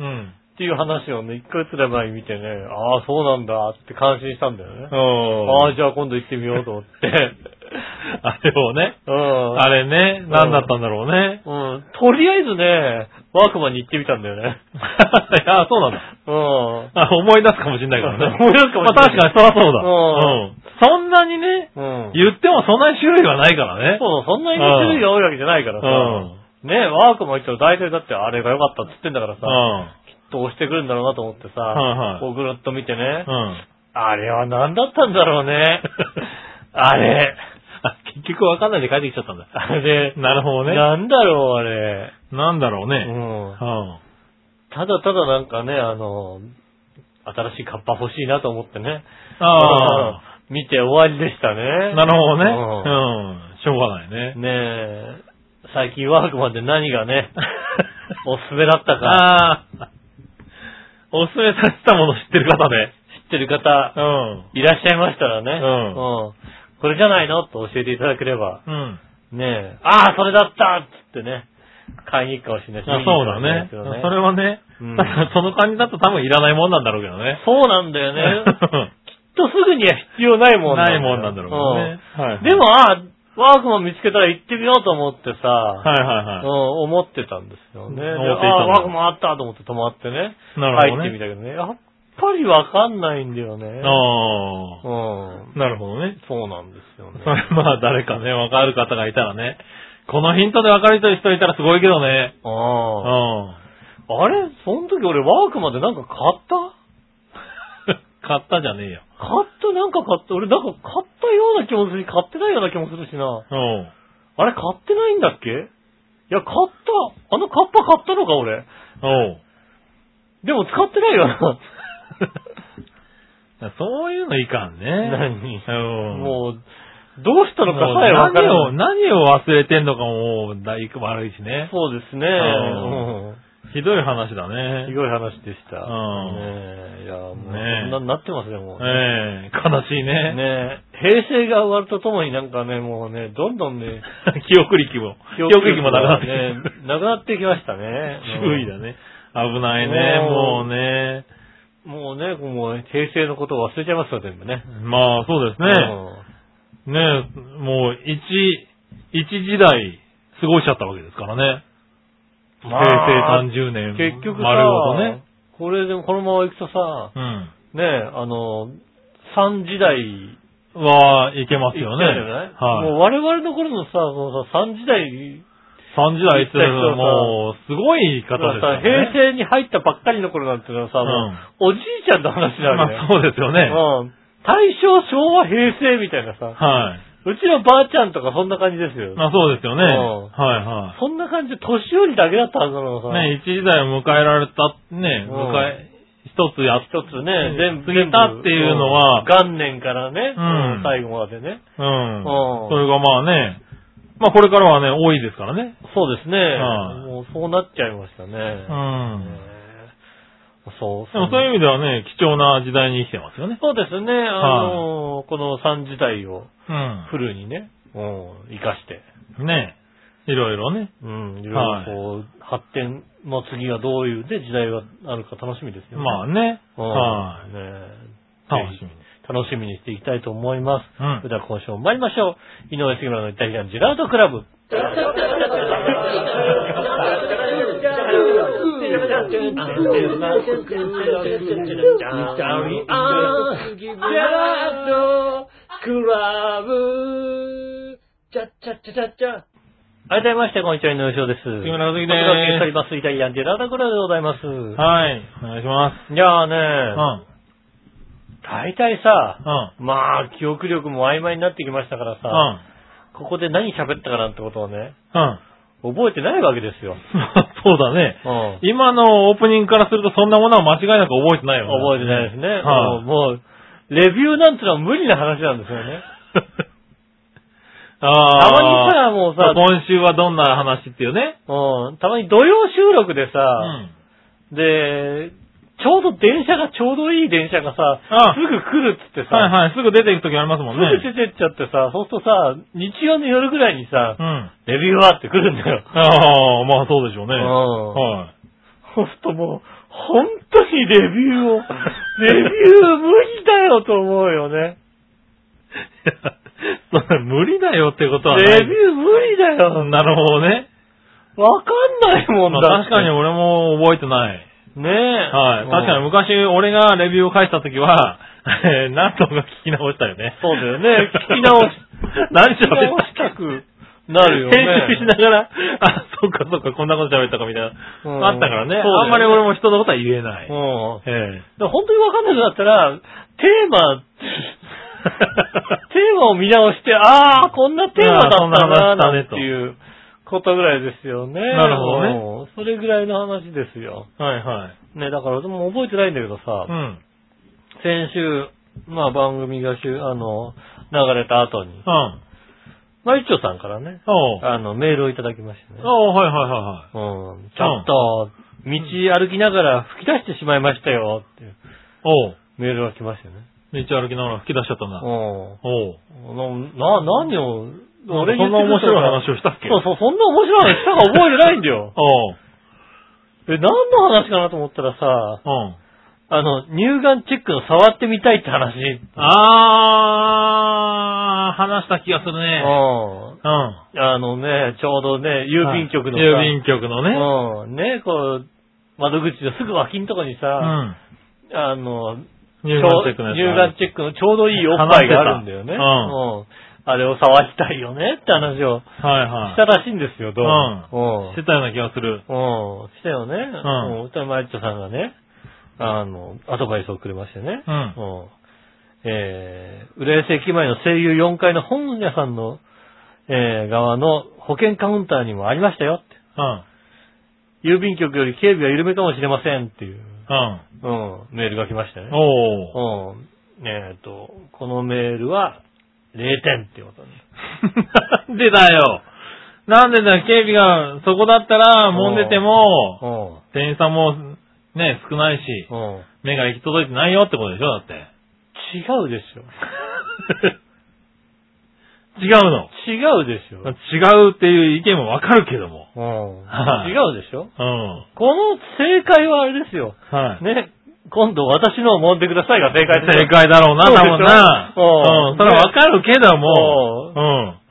Speaker 3: うん。
Speaker 2: ていう話をね、1ヶ月ぐらい前に見てね、ああ、そうなんだって感心したんだよね。あ
Speaker 3: お
Speaker 2: あ、じゃあ今度行ってみようと思って。
Speaker 3: <laughs> あれをね。
Speaker 2: うん。
Speaker 3: あれね、何だったんだろうね。
Speaker 2: うん。とりあえずね、ワークマンに行ってみたんだよ <laughs> ね。
Speaker 3: <laughs> あそうなんだ。
Speaker 2: うん。
Speaker 3: あ思い出すかもしれないからね。
Speaker 2: <laughs> 思い出すかもしれない
Speaker 3: まあ確かにそらそうだ。
Speaker 2: うん
Speaker 3: うん。そんなにね、
Speaker 2: うん。
Speaker 3: 言ってもそんなに種類はないからね。
Speaker 2: そう、そんなに種類が多いわけじゃないからさ。
Speaker 3: うん。
Speaker 2: ねえ、ワークマン行ったら大体だってあれが良かったっつってんだから
Speaker 3: う
Speaker 2: さ、
Speaker 3: ん。は
Speaker 2: きっと押してくるんだろうなと思ってさ、
Speaker 3: いはい
Speaker 2: こうぐるっと見てね、
Speaker 3: うん。
Speaker 2: あれは何だったんだろうね。あれ。
Speaker 3: あ、結局わかんないで帰ってきちゃったんだ。
Speaker 2: あれ、
Speaker 3: なるほどね。
Speaker 2: なんだろう、あれ。
Speaker 3: なんだろう
Speaker 2: う
Speaker 3: ね。
Speaker 2: ん。
Speaker 3: うん。
Speaker 2: ただただなんかね、あの、新しいカッパ欲しいなと思ってね。
Speaker 3: ああ、
Speaker 2: うん見て終わりでしたね。
Speaker 3: なるほどね。う
Speaker 2: う
Speaker 3: ん。しょうがないね。
Speaker 2: ねえ、最近ワークマンで何
Speaker 3: <laughs>
Speaker 2: がね、おすすめだったか
Speaker 3: <laughs> ああ、おすすめされてたもの知ってる方で。
Speaker 2: 知ってる方
Speaker 3: う
Speaker 2: いらっしゃいましたらね、
Speaker 3: うん
Speaker 2: うんこれじゃないのと教えていただければ、
Speaker 3: ん。うん。
Speaker 2: ねえ、ああ、それだったっつってね、買いに行くかもしれないし、
Speaker 3: あそうだね。
Speaker 2: 見に行くかもしれないですけど
Speaker 3: それはね、
Speaker 2: うん
Speaker 3: だからその感じだと多分いらないもんなんだろうけどね。
Speaker 2: そうなんだよね。きっとすぐには必要ないも
Speaker 3: <laughs>
Speaker 2: ん
Speaker 3: ないもんなんだろうけどね。はい
Speaker 2: うんでも、ああ、ワークマン見つけたら行ってみようと思ってさ、
Speaker 3: はいはい
Speaker 2: うん
Speaker 3: は
Speaker 2: 思ってたんですよね。で
Speaker 3: 思っていたんだ
Speaker 2: ああ、ワークマンあったと思って止まってね。
Speaker 3: い。なるほど
Speaker 2: 入っ
Speaker 3: ね。
Speaker 2: てみたけどね。やっぱりわかんないんだよね。
Speaker 3: あ
Speaker 2: う
Speaker 3: あ、
Speaker 2: ん。
Speaker 3: なるほどね。
Speaker 2: そうなんですよね
Speaker 3: そ。れまあ誰かね、わかる方がいたらね。このヒントでわかる人いたらすごいけどね。う
Speaker 2: ああ。
Speaker 3: ん。
Speaker 2: あれその時俺ワークマンでなんか買った
Speaker 3: 買ったじゃねえよ。
Speaker 2: 買ったなんか買った俺なんか買ったような気もするし、買ってないような気もするしな。
Speaker 3: うん。
Speaker 2: あれ買ってないんだっけいや、買った。あのカッパ買ったのか俺。
Speaker 3: おう。
Speaker 2: でも使ってないよな。
Speaker 3: そういうのいかんね。
Speaker 2: 何
Speaker 3: うん。
Speaker 2: もう、どうしたのか
Speaker 3: もう
Speaker 2: さえわからない。
Speaker 3: 何を、何を忘れてんのかも、だいく悪いしね。
Speaker 2: そうですね。
Speaker 3: ん
Speaker 2: うん
Speaker 3: ひどい話だね
Speaker 2: ひ。どい話でした。
Speaker 3: うん
Speaker 2: ねえいや、もう、そん
Speaker 3: ねえ
Speaker 2: なになってますね、もう。
Speaker 3: ええ悲しいね。
Speaker 2: ねえ平成が終わるとともになんかね、もうね、どんどんね、
Speaker 3: 記憶力も、 <laughs> 記憶力もなくなってき
Speaker 2: ね
Speaker 3: てる。、
Speaker 2: なくなってきましたね。
Speaker 3: 注意だね。危ないね、
Speaker 2: も
Speaker 3: も
Speaker 2: う
Speaker 3: うね。
Speaker 2: うん。もうね、もう平成のことを忘れちゃいますよ、全部ね。
Speaker 3: まあ、そうですね。ねえ、もう、一、一時代、過ごしちゃったわけですからね。
Speaker 2: うん
Speaker 3: 平成30
Speaker 2: まあ
Speaker 3: 年。
Speaker 2: 結局さ、
Speaker 3: 丸ごとね。
Speaker 2: これでもこのまま行くとさ、
Speaker 3: うん。
Speaker 2: ねえ、あの、3時代
Speaker 3: は、いけます
Speaker 2: 行
Speaker 3: よ
Speaker 2: っ
Speaker 3: ね。
Speaker 2: たじゃない、も
Speaker 3: は
Speaker 2: う我々の頃のさ、このさ、3時代
Speaker 3: い。3時代っていうのはもう、すごい
Speaker 2: だ
Speaker 3: 方
Speaker 2: か
Speaker 3: で
Speaker 2: ら
Speaker 3: すから
Speaker 2: さ、
Speaker 3: ね。
Speaker 2: 平成に入ったばっかりの頃なんてのはさ、もう、おじいちゃんの話だよね。
Speaker 3: まあ、そうですよね。
Speaker 2: うん。大正、昭和、平成みたいなさ、
Speaker 3: はい。
Speaker 2: うちのばあちゃんとかそんな感じですよ。
Speaker 3: まあ、そうですよね。
Speaker 2: う
Speaker 3: は
Speaker 2: ん
Speaker 3: いは
Speaker 2: そんな感じで、年寄りだけだったはずなのがさ、
Speaker 3: い。ね、一時代を迎えられた、ね、
Speaker 2: うん
Speaker 3: 迎え、一つやっ
Speaker 2: 一つね、全部。
Speaker 3: 過ぎたっていうのは
Speaker 2: ん元年からね、
Speaker 3: うん
Speaker 2: うん最後までね。
Speaker 3: うん。
Speaker 2: うん
Speaker 3: それがまあね、まあこれからはね、多いですからね。
Speaker 2: そうですね。
Speaker 3: はい
Speaker 2: もうそうなっちゃいましたね。
Speaker 3: うん。
Speaker 2: ねそう、
Speaker 3: でもそういう意味ではね、貴重な時代に生きてますよね。
Speaker 2: そうですね、あのこの3時代をフ
Speaker 3: う
Speaker 2: ルにね、うん、生かして。
Speaker 3: ん。ねいろいろね。
Speaker 2: うん、いろいろこう、発展の次はどういうね、時代があるか楽しみですよね。
Speaker 3: まあね。
Speaker 2: うん
Speaker 3: は
Speaker 2: ね
Speaker 3: い。楽しみに。
Speaker 2: 楽しみにしていきたいと思います。
Speaker 3: うん
Speaker 2: それでは今週も参りましょう。井上杉村のイタリアンジェラートクラブ。改めまして、こんにちは、井上翔です。杉
Speaker 3: 村和樹です
Speaker 2: お届けしております。イタリアンジェラートクラブでございます。
Speaker 3: はい。お願いします。
Speaker 2: いやーね
Speaker 3: うん。
Speaker 2: 大体さ、
Speaker 3: うん。
Speaker 2: まあ、記憶力も曖昧になってきましたから
Speaker 3: う
Speaker 2: さ、
Speaker 3: ん。
Speaker 2: ここで何喋ったかなんてことをね、
Speaker 3: うん。 <laughs>
Speaker 2: 覚えてないわけですよ。
Speaker 3: そうだね。
Speaker 2: うん
Speaker 3: 今のオープニングからするとそんなものは間違いなく覚えてないよね。
Speaker 2: 覚えてないですね。
Speaker 3: はい
Speaker 2: もう、もうレビューなんてのは無理な話なんですよ
Speaker 3: <laughs>
Speaker 2: ね。
Speaker 3: あ
Speaker 2: た
Speaker 3: あ。
Speaker 2: まにさ、もうさ、
Speaker 3: 今週はどんな話っていうね。
Speaker 2: うん、たまに土曜収録で
Speaker 3: う
Speaker 2: さ、
Speaker 3: ん。
Speaker 2: で、ちょうど電車がちょうどいい電車がさ、
Speaker 3: あ
Speaker 2: すぐ来るっつってさ、
Speaker 3: はいはい。すぐ出ていくときありますもんね。
Speaker 2: すぐ出てっちゃってさ、そうするとさ、日曜の夜ぐらいにさ
Speaker 3: う、ん。
Speaker 2: レビューはって来るんだよ。
Speaker 3: ああ、まあそうでしょうね。
Speaker 2: うん
Speaker 3: はい。
Speaker 2: そうするともう、本当にレビュー <laughs> を、レビュー無理だよと思うよね。
Speaker 3: <laughs> それ無理だよってことはない。
Speaker 2: レビュー無理だよ。
Speaker 3: なるほどね。
Speaker 2: わかんないもん
Speaker 3: ま
Speaker 2: だ
Speaker 3: あ
Speaker 2: って。
Speaker 3: 確かに俺も覚えてない。
Speaker 2: ねえ。
Speaker 3: はい。確かに
Speaker 2: うん。
Speaker 3: 昔俺がレビューを返したときは、 <laughs> えー何度か聞き直したよね。 <laughs>
Speaker 2: <laughs> そうだよね。聞き直し。
Speaker 3: 何喋っ
Speaker 2: 聞き直したく
Speaker 3: なるよね
Speaker 2: 編集しながら。
Speaker 3: あ、そっかそっか、こんなこと喋ったかみたいな。
Speaker 2: うん
Speaker 3: あったからね。
Speaker 2: そうだよね
Speaker 3: あんまり俺も人のことは言えない。
Speaker 2: うん。
Speaker 3: ええ
Speaker 2: でも本当にわかんなくなったら、テー <laughs> マ、テーマを見直して、ああ、こんなテーマだったな、なんていうことぐらいですよね。
Speaker 3: なるほ
Speaker 2: どね。それぐらいの話ですよ。
Speaker 3: はいはい。
Speaker 2: ね、だから、でも覚えてないんだけどさ、
Speaker 3: うん。
Speaker 2: 先週、まあ番組がしゅ、あの、流れた後に、
Speaker 3: うん。
Speaker 2: まあ一丁さんからね、
Speaker 3: おう。
Speaker 2: あの、メールをいただきましてね。
Speaker 3: おう、はいはいはいはい。
Speaker 2: うん、ちょっと、道歩きながら吹き出してしまいましたよ、っていう
Speaker 3: おう。
Speaker 2: メールが来ましたよね。
Speaker 3: 道歩きながら吹き出しちゃったな。
Speaker 2: うん。
Speaker 3: おう。
Speaker 2: な、な、何を、
Speaker 3: そんな面白い話をしたっけ。
Speaker 2: そうそう、そんな面白い話したか覚えてないんだよ
Speaker 3: <laughs> おう。
Speaker 2: え、何の話かなと思ったら
Speaker 3: う
Speaker 2: さ、
Speaker 3: ん。
Speaker 2: あの、乳がんチェックの触ってみたいって話。
Speaker 3: あー、話した気がする
Speaker 2: う
Speaker 3: ね。
Speaker 2: ん。
Speaker 3: うん。
Speaker 2: あのね、ちょうどね、郵便局のさ、
Speaker 3: はい郵便局のね。
Speaker 2: うん。ね、こう、窓口のすぐ脇のとこに
Speaker 3: う
Speaker 2: さ、
Speaker 3: ん。
Speaker 2: あの、
Speaker 3: 乳がんチェックのやつ。
Speaker 2: 乳がんチェックのちょうどいいおっぱいがあるんだよ
Speaker 3: 話して
Speaker 2: ね。
Speaker 3: た
Speaker 2: うん。あれを触りたいよねって話を
Speaker 3: はい
Speaker 2: し
Speaker 3: は
Speaker 2: たらしいんですよ、どうも。う
Speaker 3: い。
Speaker 2: ん
Speaker 3: してたような気がする。
Speaker 2: うん、したよね。
Speaker 3: ん
Speaker 2: うん。歌マリッチョさんがね、あの、アドバイスをくれましてね。
Speaker 3: うん
Speaker 2: うん。えー、浦安駅前の声優4階の本屋さんの、えー、側の保険カウンターにもありましたよって。
Speaker 3: うん。
Speaker 2: 郵便局より警備は緩めかもしれませんっていう、
Speaker 3: うん。
Speaker 2: うん、メールが来ましたね。
Speaker 3: おー。
Speaker 2: うん。えっ、と、このメールは0点っていうことね。
Speaker 3: なんでだよ。なんでだよ、警備が、そこだったら、揉んでても、
Speaker 2: う
Speaker 3: 店員さんも、ね、少ないし、
Speaker 2: ん。うん。
Speaker 3: 目が行き届いてないよってことでしょ、だって。 <laughs>
Speaker 2: 違うでしょ。
Speaker 3: 違うの。
Speaker 2: 違うでしょ。
Speaker 3: 違うっていう意見もわかるけども。
Speaker 2: うん
Speaker 3: はい
Speaker 2: 違うでし
Speaker 3: う
Speaker 2: ょ
Speaker 3: ん。
Speaker 2: この正解はあれですよ。
Speaker 3: はい。
Speaker 2: ね。今度私のを揉んでくださいが正解です
Speaker 3: 正
Speaker 2: よ。
Speaker 3: 解だろうな、
Speaker 2: そうで
Speaker 3: 多
Speaker 2: しょ
Speaker 3: 分な。
Speaker 2: うん
Speaker 3: うん。それはわかるけども。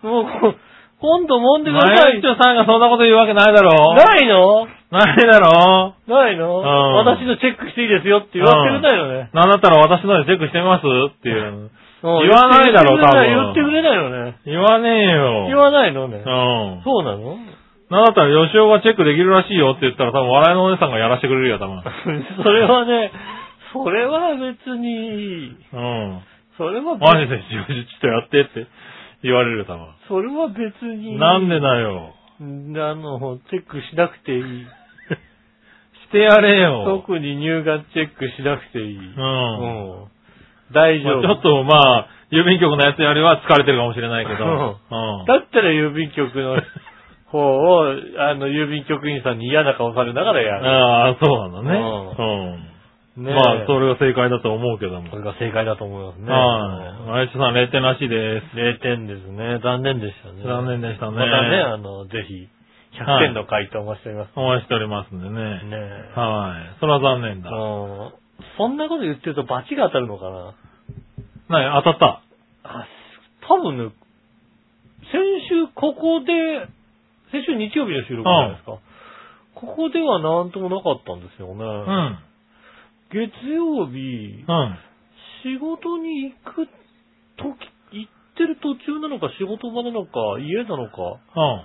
Speaker 3: うん。
Speaker 2: もうこ、今度揉んでくだ
Speaker 3: マ
Speaker 2: さ
Speaker 3: ヤ
Speaker 2: い。
Speaker 3: チョさんがそんなこと言うわけないだろう。
Speaker 2: ないの
Speaker 3: ないだろう。
Speaker 2: ないの
Speaker 3: ん
Speaker 2: 私のチェックしていいですよって言わせてくれないのね。
Speaker 3: なんだったら私のでチェックしてみますっていう。
Speaker 2: うん
Speaker 3: 言わないだろう
Speaker 2: 言ってくれない言って
Speaker 3: 言わねえ
Speaker 2: くれないよね。言
Speaker 3: よ。
Speaker 2: わないのね
Speaker 3: う。ん。
Speaker 2: そうなの <laughs>
Speaker 3: なんだったら吉尾がチェックできるらしいよって言ったら多分笑いのお姉さんがやらしてくれるよ、多分。
Speaker 2: それはね、それは別に、
Speaker 3: うん。
Speaker 2: それは別
Speaker 3: マジで、ちょっとやってって言われる、多分。
Speaker 2: それは別に、
Speaker 3: なんでだよ。
Speaker 2: んあの、チェックしなくていい。
Speaker 3: してやれよ。
Speaker 2: 特に乳がんチェックしなくていい。
Speaker 3: うん。
Speaker 2: うん大丈
Speaker 3: まあ
Speaker 2: 夫。
Speaker 3: ちょっとまあ、郵便局のやつよりは疲れてるかもしれないけど。
Speaker 2: う
Speaker 3: うんん。
Speaker 2: だったら郵便局の方を、あの、郵便局員さんに嫌な顔されながらやる。
Speaker 3: ああ、そうなんだね。
Speaker 2: う
Speaker 3: うん。
Speaker 2: ねえ
Speaker 3: まあ、それが正解だと思うけども。
Speaker 2: これが正解だと思いますね。
Speaker 3: はい。マイチさん0点らしいで
Speaker 2: 0点ですね。残念でしたね。
Speaker 3: 残念でしたね。
Speaker 2: またね、あの、ぜひ、100点の回答をしております
Speaker 3: お会いしておりますんでね。
Speaker 2: す。ねえ。
Speaker 3: はい。それは残念だ。
Speaker 2: うんそんなこと言ってると罰が当たるのかな
Speaker 3: なに、当たった
Speaker 2: あ、多分ね、先週ここで、先週日曜日の収録じゃないですか。ここではなんともなかったんですよ
Speaker 3: う
Speaker 2: ね。
Speaker 3: ん。
Speaker 2: 月曜日、
Speaker 3: うん。
Speaker 2: 仕事に行くとき、行ってる途中なのか仕事場なのか家なのか、
Speaker 3: うん。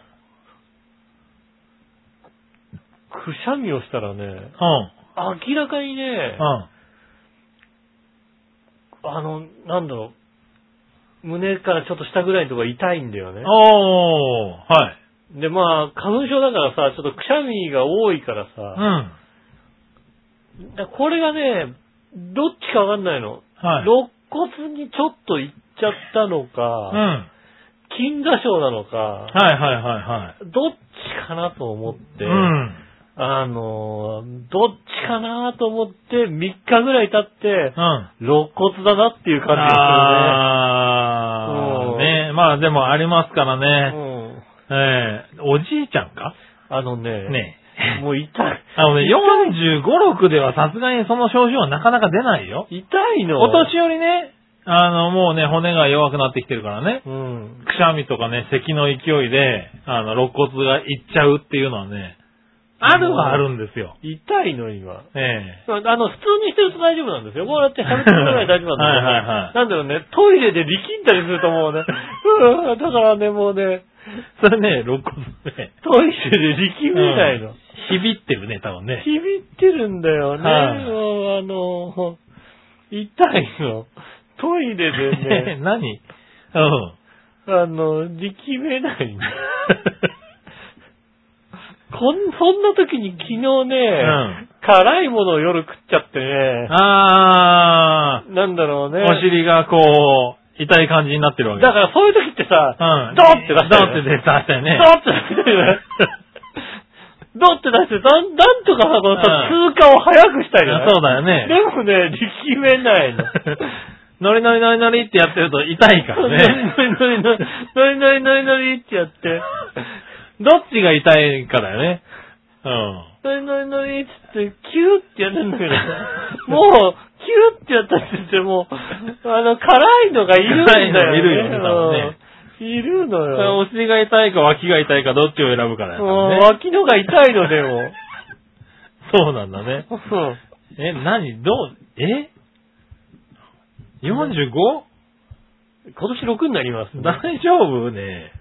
Speaker 2: くしゃみをしたら
Speaker 3: うん。
Speaker 2: ね、明らかにね、
Speaker 3: うん。
Speaker 2: あの、なんだろう、胸からちょっと下ぐらいのところが痛いんだよね。
Speaker 3: おー。はい。
Speaker 2: で、まあ、花粉症だからさ、ちょっとくしゃみが多いから
Speaker 3: う
Speaker 2: さ、
Speaker 3: ん。
Speaker 2: だからこれがね、どっちかわかんないの。
Speaker 3: はい。
Speaker 2: 肋骨にちょっと行っちゃったの
Speaker 3: う
Speaker 2: か、
Speaker 3: ん。
Speaker 2: 金座症なのか、
Speaker 3: はいはいはいは
Speaker 2: どっちかなと思っ
Speaker 3: い。
Speaker 2: て、
Speaker 3: うん。
Speaker 2: あのー、どっちかなと思って、3日ぐらい経って、
Speaker 3: うん。
Speaker 2: 肋骨だなっていう感じが
Speaker 3: あー。
Speaker 2: うん
Speaker 3: ねまあでもありますから
Speaker 2: す
Speaker 3: ね。
Speaker 2: るね。うん。
Speaker 3: ええおじいちゃんか
Speaker 2: あのね、
Speaker 3: ねえ。
Speaker 2: もう痛い。
Speaker 3: あのね、45、6ではさすがにその症状はなかなか出ないよ。
Speaker 2: 痛いの。
Speaker 3: お年寄りね、あの、もうね、骨が弱くなってきてるからね。
Speaker 2: うん。
Speaker 3: くしゃみとかね、咳の勢いで、あの、肋骨がいっちゃうっていうのはね、あるはあるんですよ。
Speaker 2: 痛いの、今。
Speaker 3: ええ
Speaker 2: あの、普通にしてると大丈夫なんですよ。こうやって喋ってるぐらい大丈
Speaker 3: <laughs>
Speaker 2: 夫なんだけど。
Speaker 3: はいはいはい
Speaker 2: <laughs> なんだろうね、トイレで力んだりするともうね、うんだからね、もうね、
Speaker 3: それね、肋骨ね。
Speaker 2: トイレで力みたいの。
Speaker 3: ひびってるね、多分ね。
Speaker 2: ひびってるんだよね。
Speaker 3: はい、
Speaker 2: もうあの、痛いの。トイレで
Speaker 3: <laughs>
Speaker 2: ね
Speaker 3: 何
Speaker 2: <laughs>
Speaker 3: うん。
Speaker 2: あの、力めないの。こん、そんな時に昨日ね、
Speaker 3: うん
Speaker 2: 辛いものを夜食っちゃってね、
Speaker 3: あ
Speaker 2: なんだろう
Speaker 3: ー、
Speaker 2: ね。
Speaker 3: お尻がこう、痛い感じになってるわけ
Speaker 2: だからそういう時ってさ、
Speaker 3: らうん。
Speaker 2: ドーって出した
Speaker 3: ド
Speaker 2: よね
Speaker 3: ーって出したよね。
Speaker 2: ドーって出してねドーって出して、なん、なんとかさ、このさ、
Speaker 3: う
Speaker 2: 通過を早くしたい
Speaker 3: あ
Speaker 2: よね。
Speaker 3: そうだよね。
Speaker 2: でもね、力めないの。
Speaker 3: ノリノリノリノリってやってると痛いからね。
Speaker 2: ノリノリノリノリノリノリノリってやって、
Speaker 3: どっちが痛いからよね。うん。
Speaker 2: ノリノリノリっつって、キューってやってんだけどさ、もう、キューってやったって言ってもう、あの、辛いのがいるんだよ、ね。
Speaker 3: 辛いのいるよね多分ね
Speaker 2: うんいるの
Speaker 3: それ
Speaker 2: よ。
Speaker 3: お尻が痛いか脇が痛いかどっちを選ぶからやか
Speaker 2: うん
Speaker 3: らね。
Speaker 2: 脇のが痛いのでも。
Speaker 3: そうなんだね。
Speaker 2: うん
Speaker 3: え、何どう、え ?45?
Speaker 2: 今年6になりますね、
Speaker 3: 大丈夫
Speaker 2: <laughs>
Speaker 3: ね。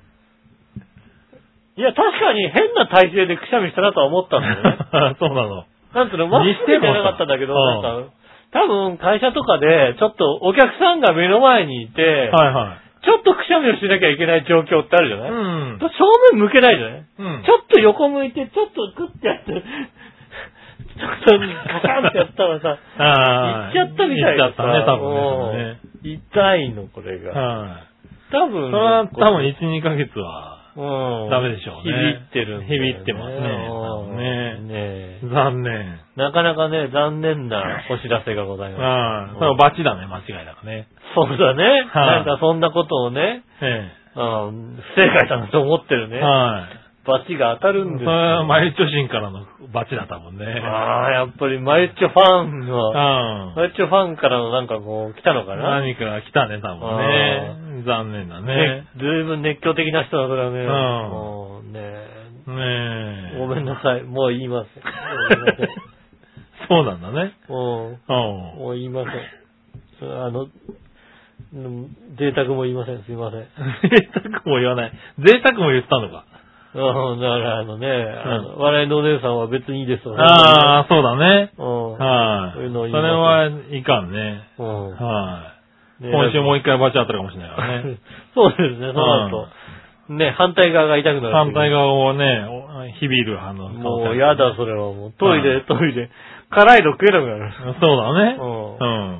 Speaker 2: いや、確かに変な体勢でくしゃみしたなとは思ったんだよ
Speaker 3: <laughs>
Speaker 2: ね。
Speaker 3: そうなの。
Speaker 2: なんつうの、まっすぐじゃなかったんだけど、
Speaker 3: うん
Speaker 2: なんか、多分会社とかで、ちょっとお客さんが目の前にいて、
Speaker 3: はいはい。
Speaker 2: ちょっとくしゃみをしなきゃいけない状況ってあるじゃない、
Speaker 3: うん。
Speaker 2: 正面向けないじゃな
Speaker 3: う
Speaker 2: い、
Speaker 3: ん
Speaker 2: ちょっと横向いて、ちょっとグッてやって、ちょっとガシャンってやったらさ、行
Speaker 3: あ
Speaker 2: っ
Speaker 3: あ。
Speaker 2: ちゃったみたい
Speaker 3: 行
Speaker 2: な
Speaker 3: っち
Speaker 2: さ
Speaker 3: ゃったね、多分ね。
Speaker 2: うん痛いの、これ
Speaker 3: 多分ね
Speaker 2: が。
Speaker 3: はい。そ
Speaker 2: 多分、
Speaker 3: れは多分1、2ヶ月は
Speaker 2: うん
Speaker 3: ダメでしょうね
Speaker 2: 響ってるんだよね。
Speaker 3: 響ってますね多分
Speaker 2: ねねえ
Speaker 3: 残念。
Speaker 2: なかなかね、残念なお知らせがございます。
Speaker 3: ああ。それはバチだね、間違いなくね。
Speaker 2: そうだね。
Speaker 3: は
Speaker 2: ないんかそんなことをね、
Speaker 3: え
Speaker 2: うん不正解だなと思ってる
Speaker 3: え。
Speaker 2: ね。
Speaker 3: はい。
Speaker 2: バチが当たる
Speaker 3: そ
Speaker 2: んで
Speaker 3: れ
Speaker 2: すよ。
Speaker 3: はマユッチョ人からのバチだったもんね。
Speaker 2: ああ、やっぱりマユッチョファン
Speaker 3: う
Speaker 2: の、
Speaker 3: ん。
Speaker 2: マユッチョファンからのなんかこう、来たのかな。
Speaker 3: 何か来たね、多分ね。残念だね。
Speaker 2: ずいぶん熱狂的な人だからね。
Speaker 3: うん
Speaker 2: もうね
Speaker 3: ねえ。
Speaker 2: ごめんな
Speaker 3: さい。
Speaker 2: さい。もう言いません。ごめんなさい
Speaker 3: <laughs> そうなんだね。
Speaker 2: うん
Speaker 3: うん。
Speaker 2: もう言いません。それあの、うん贅沢も言いません。すいません。
Speaker 3: 贅沢も言わない。贅沢も言ったのか。
Speaker 2: うん、だからあのね、あの笑いのお姉さんは別にいいですわ。
Speaker 3: ああ、そうだね。
Speaker 2: うん。
Speaker 3: はい。
Speaker 2: そういうのを言い
Speaker 3: そ
Speaker 2: ます
Speaker 3: れはいかんね。
Speaker 2: うん。
Speaker 3: はい。
Speaker 2: ね
Speaker 3: 今週もう一回バチ当たるかもしれないからね。
Speaker 2: <laughs> そうですね、その後。ね、反対側が痛くなる。
Speaker 3: 反対。側をね、お響いる反応。
Speaker 2: もうやだ、。それはもう。トイ
Speaker 3: う
Speaker 2: レ
Speaker 3: ん、
Speaker 2: トイレ。辛いの食えなくなる。
Speaker 3: そうだね。うん。
Speaker 2: うん。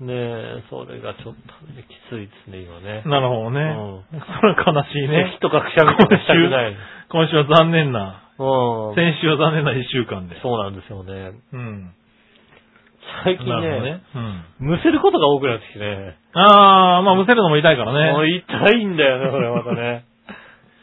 Speaker 2: ねえ、それがちょっとね、きついですね、今ね。
Speaker 3: なるほどね。
Speaker 2: う
Speaker 3: それは悲しいね
Speaker 2: 咳。とかくしゃみとかしたくない。
Speaker 3: 今週は残念な、
Speaker 2: うん。
Speaker 3: 先週は残念な一週間で。
Speaker 2: そうなんですよね。
Speaker 3: うん。
Speaker 2: 最近
Speaker 3: なるほど
Speaker 2: ね
Speaker 3: ね、。うん。
Speaker 2: むせることが多くなってきてね。
Speaker 3: あー、まあ、むせるのも痛いから
Speaker 2: もう
Speaker 3: ね。
Speaker 2: 痛いんだよね、それまたね。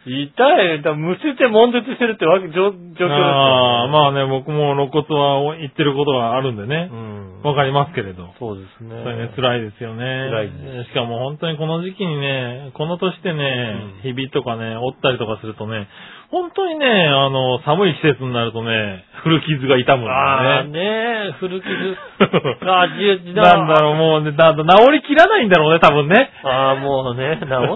Speaker 2: 痛い、だからむせて悶絶してるってわけ、状状況ですよ、ね。
Speaker 3: あー、まあね、僕も肋骨は言ってることがあるんでね
Speaker 2: う。ん。
Speaker 3: わかりますけれど。
Speaker 2: そうですね。
Speaker 3: それね、辛いですよね。
Speaker 2: 辛いで
Speaker 3: しかも本当にこの時期にね、この年でね、
Speaker 2: う
Speaker 3: ひびとかね、折ったりとかするとね、本当にね、あの、寒い季節になるとね、古傷が痛むんだ
Speaker 2: あ
Speaker 3: よ
Speaker 2: あ
Speaker 3: ね。
Speaker 2: ねえ、 <laughs> 古傷。あ
Speaker 3: あ <laughs>
Speaker 2: あ、じだ。
Speaker 3: なんだろう、もうね、だだ治りきらないんだろうね、多分ね。
Speaker 2: ああ、もうね、治んない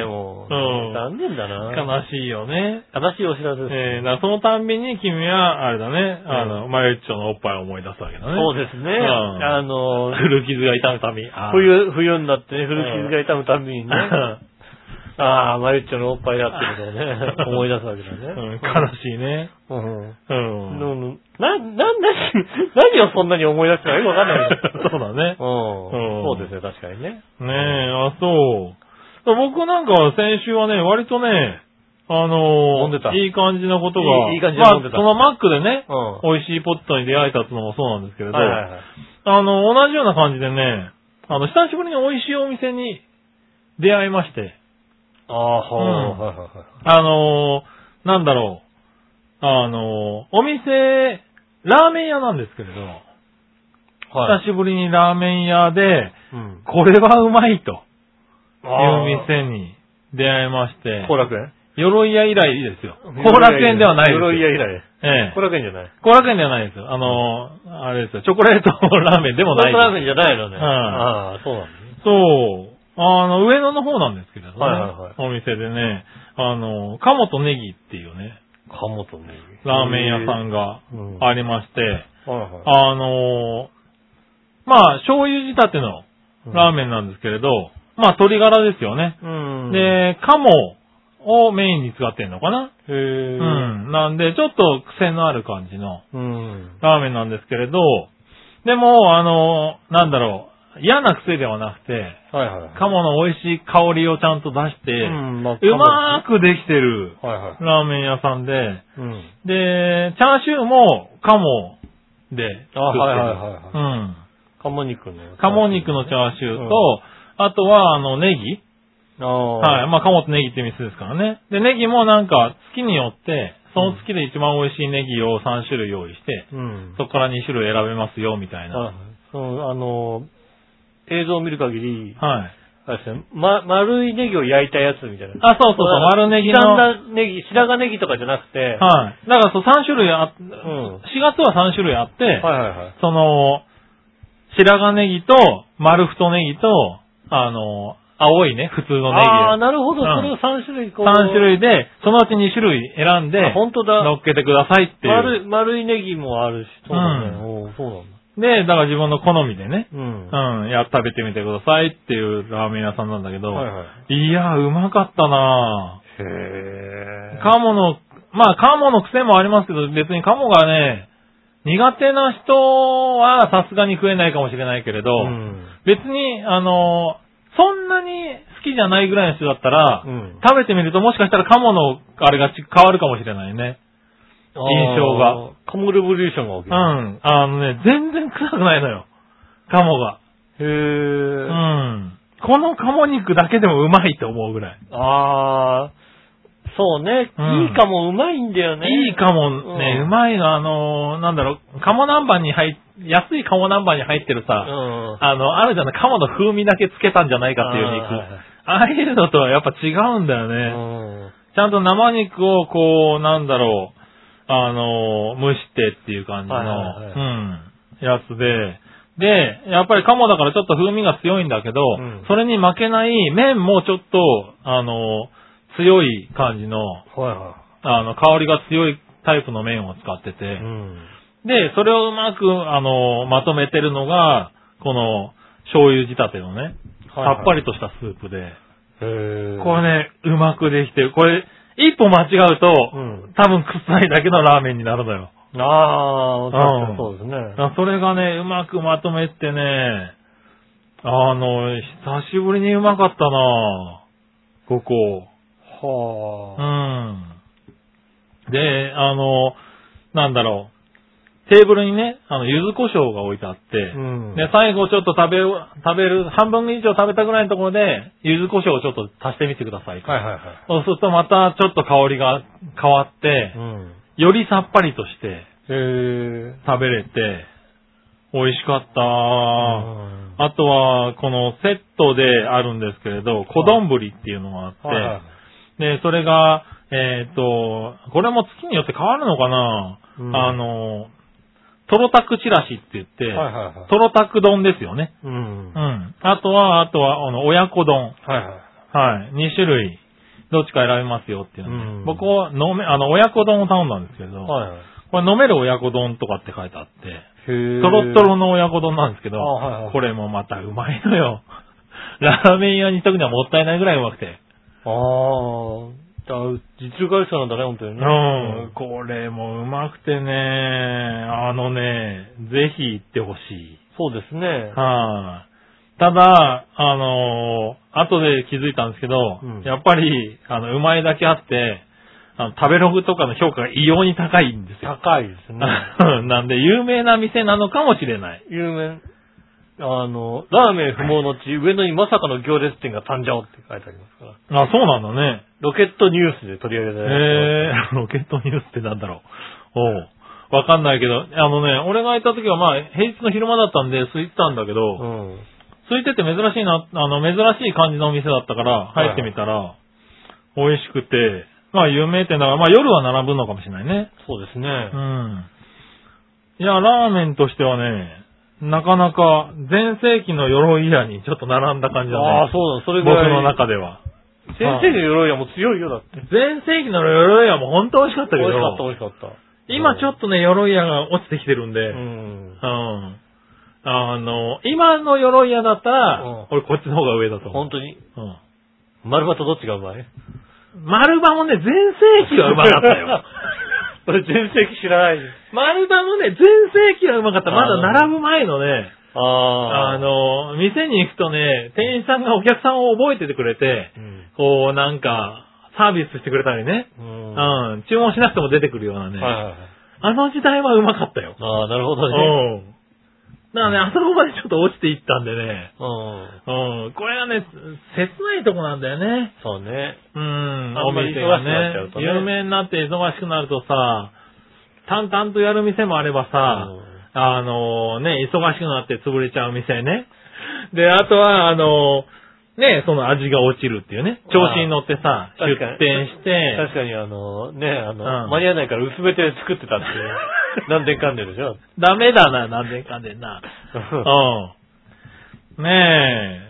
Speaker 2: でも <laughs> う。
Speaker 3: うん
Speaker 2: 残念だな。
Speaker 3: 悲しいよね。
Speaker 2: 悲しいお知らせです。
Speaker 3: えー、だからそのたんびに君は、あれだね、あの、マユッチョのおっぱいを思い出すわけだね。
Speaker 2: そうですね。
Speaker 3: うん
Speaker 2: あの、
Speaker 3: 古傷が痛むたび。あー。
Speaker 2: 冬、冬になってね、古傷が痛むたび
Speaker 3: <laughs>
Speaker 2: にね。ああ、マユッチョのおっぱいだってことをね、思い出すわけだ
Speaker 3: う
Speaker 2: ね
Speaker 3: ん、。悲しいね。
Speaker 2: うん。
Speaker 3: うん。
Speaker 2: うんな、な、な、何をそんなに思い出したのかよくわかんないけ
Speaker 3: <laughs>
Speaker 2: ど。<laughs>
Speaker 3: そうだね。
Speaker 2: うん。
Speaker 3: う
Speaker 2: そ
Speaker 3: ん
Speaker 2: うですね、確かにね。
Speaker 3: ねえ、あ、そう。僕なんかは先週はね、割とね、あの
Speaker 2: 飲んでた
Speaker 3: ー、いい感じのこと
Speaker 2: い
Speaker 3: が、
Speaker 2: いいい感じで飲んでた
Speaker 3: まあ、そのマックでね
Speaker 2: う、ん。
Speaker 3: 美味しいポットに出会えたってのもそうなんですけれど、
Speaker 2: はいはいはい。
Speaker 3: あの、同じような感じでね、あの、久しぶりに美味しいお店に出会いまして、
Speaker 2: ああ、は
Speaker 3: うん
Speaker 2: いはいはいはい。
Speaker 3: あのー、なんだろう、あのー、お店、ラーメン屋なんですけれど、
Speaker 2: はい。
Speaker 3: 久しぶりにラーメン屋で、
Speaker 2: うん。
Speaker 3: これはうまいという
Speaker 2: あー
Speaker 3: 店に出会いまして、
Speaker 2: 後楽園
Speaker 3: 鎧屋以来ですよ。後楽園ではないですよ。
Speaker 2: 鎧屋以来。
Speaker 3: ええ
Speaker 2: 後楽園じゃない。
Speaker 3: 後楽園ではないですよ。あの、あれですよ。チョコレートラーメンでもない
Speaker 2: 後楽
Speaker 3: です。
Speaker 2: 園じゃないのね。
Speaker 3: うん
Speaker 2: ああ、そうなんだね。
Speaker 3: そう。あの、上野の方なんですけれどね。
Speaker 2: はいはいはい
Speaker 3: お店でね、あの、鴨とネギっていうね、
Speaker 2: 鴨とね。
Speaker 3: ラーメン屋さんが
Speaker 2: うん
Speaker 3: ありまして、
Speaker 2: ん。はいはい。
Speaker 3: あの、まあ、醤油仕立てのラーメンなんですけれど、まあ、鶏ガラですよね。
Speaker 2: うん。
Speaker 3: で、鴨をメインに使ってんのかな、
Speaker 2: へ
Speaker 3: う
Speaker 2: ぇ
Speaker 3: ん。なんで、ちょっと癖のある感じの
Speaker 2: うん。
Speaker 3: ラーメンなんですけれど、でも、あの、なんだろう、嫌な癖ではなくて、
Speaker 2: はいはいはい。
Speaker 3: 鴨の美味しい香りをちゃんと出して、
Speaker 2: う、
Speaker 3: うん
Speaker 2: まあ
Speaker 3: まーくできてる
Speaker 2: 鴨はいはい。
Speaker 3: ラーメン屋さんで、
Speaker 2: うん。
Speaker 3: で、チャーシューも鴨で作ってる。
Speaker 2: あはいはいはいはい
Speaker 3: うん。
Speaker 2: 鴨肉の。
Speaker 3: 鴨肉のチャーシューと、
Speaker 2: うん
Speaker 3: あとは、あの、ネギ。
Speaker 2: ああ。
Speaker 3: はい。まあ、鴨とネギって店ですからね。で、ネギもなんか、月によって、その月で一番美味しいネギを3種類用意して、
Speaker 2: うん。
Speaker 3: そこから2種類選べますよ、みたいな。
Speaker 2: はいはいそのあの、映像を見る限り、
Speaker 3: はい。
Speaker 2: あれですね、ま、丸いネギを焼いたやつみたいな。
Speaker 3: あ、そうそうそう、丸ネギの。はい。
Speaker 2: 刻んだネギ、白髪ネギとかじゃなくて、
Speaker 3: だからそう3種類あ、4
Speaker 2: ん
Speaker 3: 月は3種類あって、
Speaker 2: はいはいはい。
Speaker 3: その、白髪ネギと、丸太ネギと、あの、青いね、普通のネギ。
Speaker 2: ああ、なるほど。
Speaker 3: うん
Speaker 2: それを3種類こう。
Speaker 3: 3種類で、そのうち2種類選んで
Speaker 2: あ、本当だ
Speaker 3: 乗っけてくださいっていう。
Speaker 2: 丸い、丸いネギもあるし、そうだね。
Speaker 3: う
Speaker 2: おーそうなん
Speaker 3: で、
Speaker 2: だ。
Speaker 3: だから自分の好みでね、
Speaker 2: うん。
Speaker 3: うん、や、食べてみてくださいっていうラーメン屋さんなんだけど、
Speaker 2: はいはい。
Speaker 3: いや、うまかったなぁ。
Speaker 2: へ
Speaker 3: カモの、まあ、カモの癖もありますけど、別にカモがね、苦手な人はさすがに食えないかもしれないけれど、
Speaker 2: うん。
Speaker 3: 別に、あの、そんなに好きじゃないぐらいの人だったら、
Speaker 2: うん
Speaker 3: 食べてみるともしかしたらカモのあれがち変わるかもしれないね。印象が。
Speaker 2: カモレボリューションが起き
Speaker 3: う
Speaker 2: る。
Speaker 3: ん。あのね、全然臭くないのよ。カモが。
Speaker 2: へ
Speaker 3: う
Speaker 2: ー
Speaker 3: ん。このカモ肉だけでもうまいと思うぐらい。
Speaker 2: ああ、そうね。
Speaker 3: うん
Speaker 2: いいかもうまいんだよね。
Speaker 3: いいカモね、
Speaker 2: う
Speaker 3: うんまいの、あの、なんだろう、カモ南蛮に入っ、安いカモ南蛮に入ってる
Speaker 2: う
Speaker 3: さ、
Speaker 2: ん。
Speaker 3: あの、あるじゃない、カモの風味だけつけたんじゃないかっていう肉。ああいうのとはやっぱ違うんだよね。
Speaker 2: うん。
Speaker 3: ちゃんと生肉をこう、なんだろう、あのー蒸してっていう感じの、
Speaker 2: はいはいはい
Speaker 3: うん、やつで、で、やっぱり鴨だからちょっと風味が強いんだけど、
Speaker 2: うん
Speaker 3: それに負けない麺もちょっと、あのー強い感じの、
Speaker 2: はいは
Speaker 3: あの、香りが強いタイプの麺を使ってて、
Speaker 2: い。うん。
Speaker 3: で、それをうまく、あのーまとめてるのが、この、醤油仕立てのね、さっぱりとしたスープで、
Speaker 2: へー
Speaker 3: これね、うまくできてる。これ、一歩間違うと、
Speaker 2: うん。
Speaker 3: 多分臭いだけのラーメンになるのよ。
Speaker 2: ああ、確かにそうですね。
Speaker 3: あそれがね、うまくまとめてね、あの、久しぶりにうまかったなぁここ。う
Speaker 2: はあ。
Speaker 3: ん。で、あの、なんだろう。テーブルにね、あの、柚子胡椒が置いてあって、
Speaker 2: うん
Speaker 3: で、最後ちょっと食べ、食べる、半分以上食べたぐらいのところで、柚子胡椒をちょっと足してみてください。
Speaker 2: はいはいはい。
Speaker 3: そうするとまたちょっと香りが変わって
Speaker 2: う、ん。
Speaker 3: よりさっぱりとして、
Speaker 2: へえ。
Speaker 3: 食べれて、美味しかった。
Speaker 2: うん
Speaker 3: あとは、このセットであるんですけれど、小丼っていうのがあって、
Speaker 2: はいはい
Speaker 3: で、それが、えっ、と、これも月によって変わるのかな、
Speaker 2: うん
Speaker 3: あの、トロタクチラシって言って、
Speaker 2: はいはいはい。
Speaker 3: トロタク丼ですよね。
Speaker 2: う
Speaker 3: う
Speaker 2: ん。はい
Speaker 3: ん。あとは、あとは、あの、親子丼。
Speaker 2: はい。
Speaker 3: はい。2種類、どっちか選べますよっていうので、
Speaker 2: うん
Speaker 3: 僕は飲め、あの、親子丼を頼んだんですけれど、
Speaker 2: はいはい。
Speaker 3: これ飲める親子丼とかって書いてあって、
Speaker 2: へー
Speaker 3: トロットロの親子丼なんですけど、
Speaker 2: あはいはい
Speaker 3: これもまたうまいのよ。ラーメン屋に行くにはもったいないぐらいうまくて。
Speaker 2: ああ、だ実力ある人なんだね、本当に
Speaker 3: う
Speaker 2: ね。
Speaker 3: ん。これもうまくてね、あのね、ぜひ行ってほしい。
Speaker 2: そうですね。
Speaker 3: はい、ただ、あのー後で気づいたんですけど、
Speaker 2: うん
Speaker 3: やっぱり、あの、うまいだけあって、あの食べログとかの評価が異様に高いんですよ。
Speaker 2: 高いですね。
Speaker 3: <laughs> なんで、有名な店なのかもしれない。
Speaker 2: 有名。あの、ラーメン不毛の地、上野にまさかの行列店が誕生って書いてありますから。
Speaker 3: あ、そうなんだね。
Speaker 2: ロケットニュースで取り上げられ
Speaker 3: えー、ロケットニュースってなんだろう。おう。わかんないけど、あのね、俺がいた時はまあ、平日の昼間だったんで、空いてたんだけど、
Speaker 2: てますうん。
Speaker 3: 空いてて珍しいな、あの、珍しい感じのお店だったから、入ってみたら、美味しくて、まあ、有名店だから、まあ、夜は並ぶのかもしれないね。
Speaker 2: そうですね。
Speaker 3: うん。いや、ラーメンとしてはね、なかなか、前世紀の鎧屋にちょっと並んだ感じだね。
Speaker 2: ああ、そうだ、それ
Speaker 3: 僕
Speaker 2: ぐらい。
Speaker 3: の中では。
Speaker 2: 先生の鎧はもう強いよ、だって。
Speaker 3: 前世紀の鎧屋も本当美味しかったけ
Speaker 2: 美
Speaker 3: ど、
Speaker 2: 味しかった、美味しかった。
Speaker 3: 今ちょっとね、鎧屋が落ちてきてるんで、
Speaker 2: う
Speaker 3: うん。
Speaker 2: ん。
Speaker 3: あの、今の鎧屋だったら、
Speaker 2: うん
Speaker 3: 俺こっちの方が上だと思う。
Speaker 2: 本当に
Speaker 3: うん
Speaker 2: 丸バとどっちがうまい
Speaker 3: 丸場もね、全盛期はうまかったよ。
Speaker 2: <laughs> 俺全盛期知らない。
Speaker 3: <laughs> 丸場もね、全盛期はうまかった。まだ並ぶ前のね、
Speaker 2: ああ。
Speaker 3: あ、の、店に行くとね、店員さんがお客さんを覚えててくれて、
Speaker 2: うん。
Speaker 3: こうなんか、サービスしてくれたりね、
Speaker 2: うん。は
Speaker 3: うん、注文しなくても出てくるようないね、
Speaker 2: はいはい。
Speaker 3: あの時代はうまかったよ。
Speaker 2: ああ、なるほ
Speaker 3: う
Speaker 2: どね。
Speaker 3: ん。だからね、あそこまでちょっと落ちていったんでね、
Speaker 2: うん。
Speaker 3: うん、これがね、切ないとこなんだよね。
Speaker 2: そうね。
Speaker 3: うん、
Speaker 2: あ
Speaker 3: お
Speaker 2: んまり
Speaker 3: 店が
Speaker 2: 忙しくなっちゃう
Speaker 3: ね、
Speaker 2: とね
Speaker 3: 有名になって忙しくなるとさ、淡々とやる店もあればさ、
Speaker 2: うん
Speaker 3: あのね、忙しくなって潰れちゃう店ね。で、あとは、あのね、その味が落ちるっていうね、調子に乗ってさ、
Speaker 2: ああ
Speaker 3: 出
Speaker 2: 確かに
Speaker 3: 店して、
Speaker 2: 確かにあの、ね、あの、
Speaker 3: うん
Speaker 2: 間に合わないから薄めて作ってた
Speaker 3: <laughs>
Speaker 2: っていう。何年かんでるでしょ。
Speaker 3: ダメだな、なんでかんでんな。
Speaker 2: <laughs>
Speaker 3: うん。ねえ。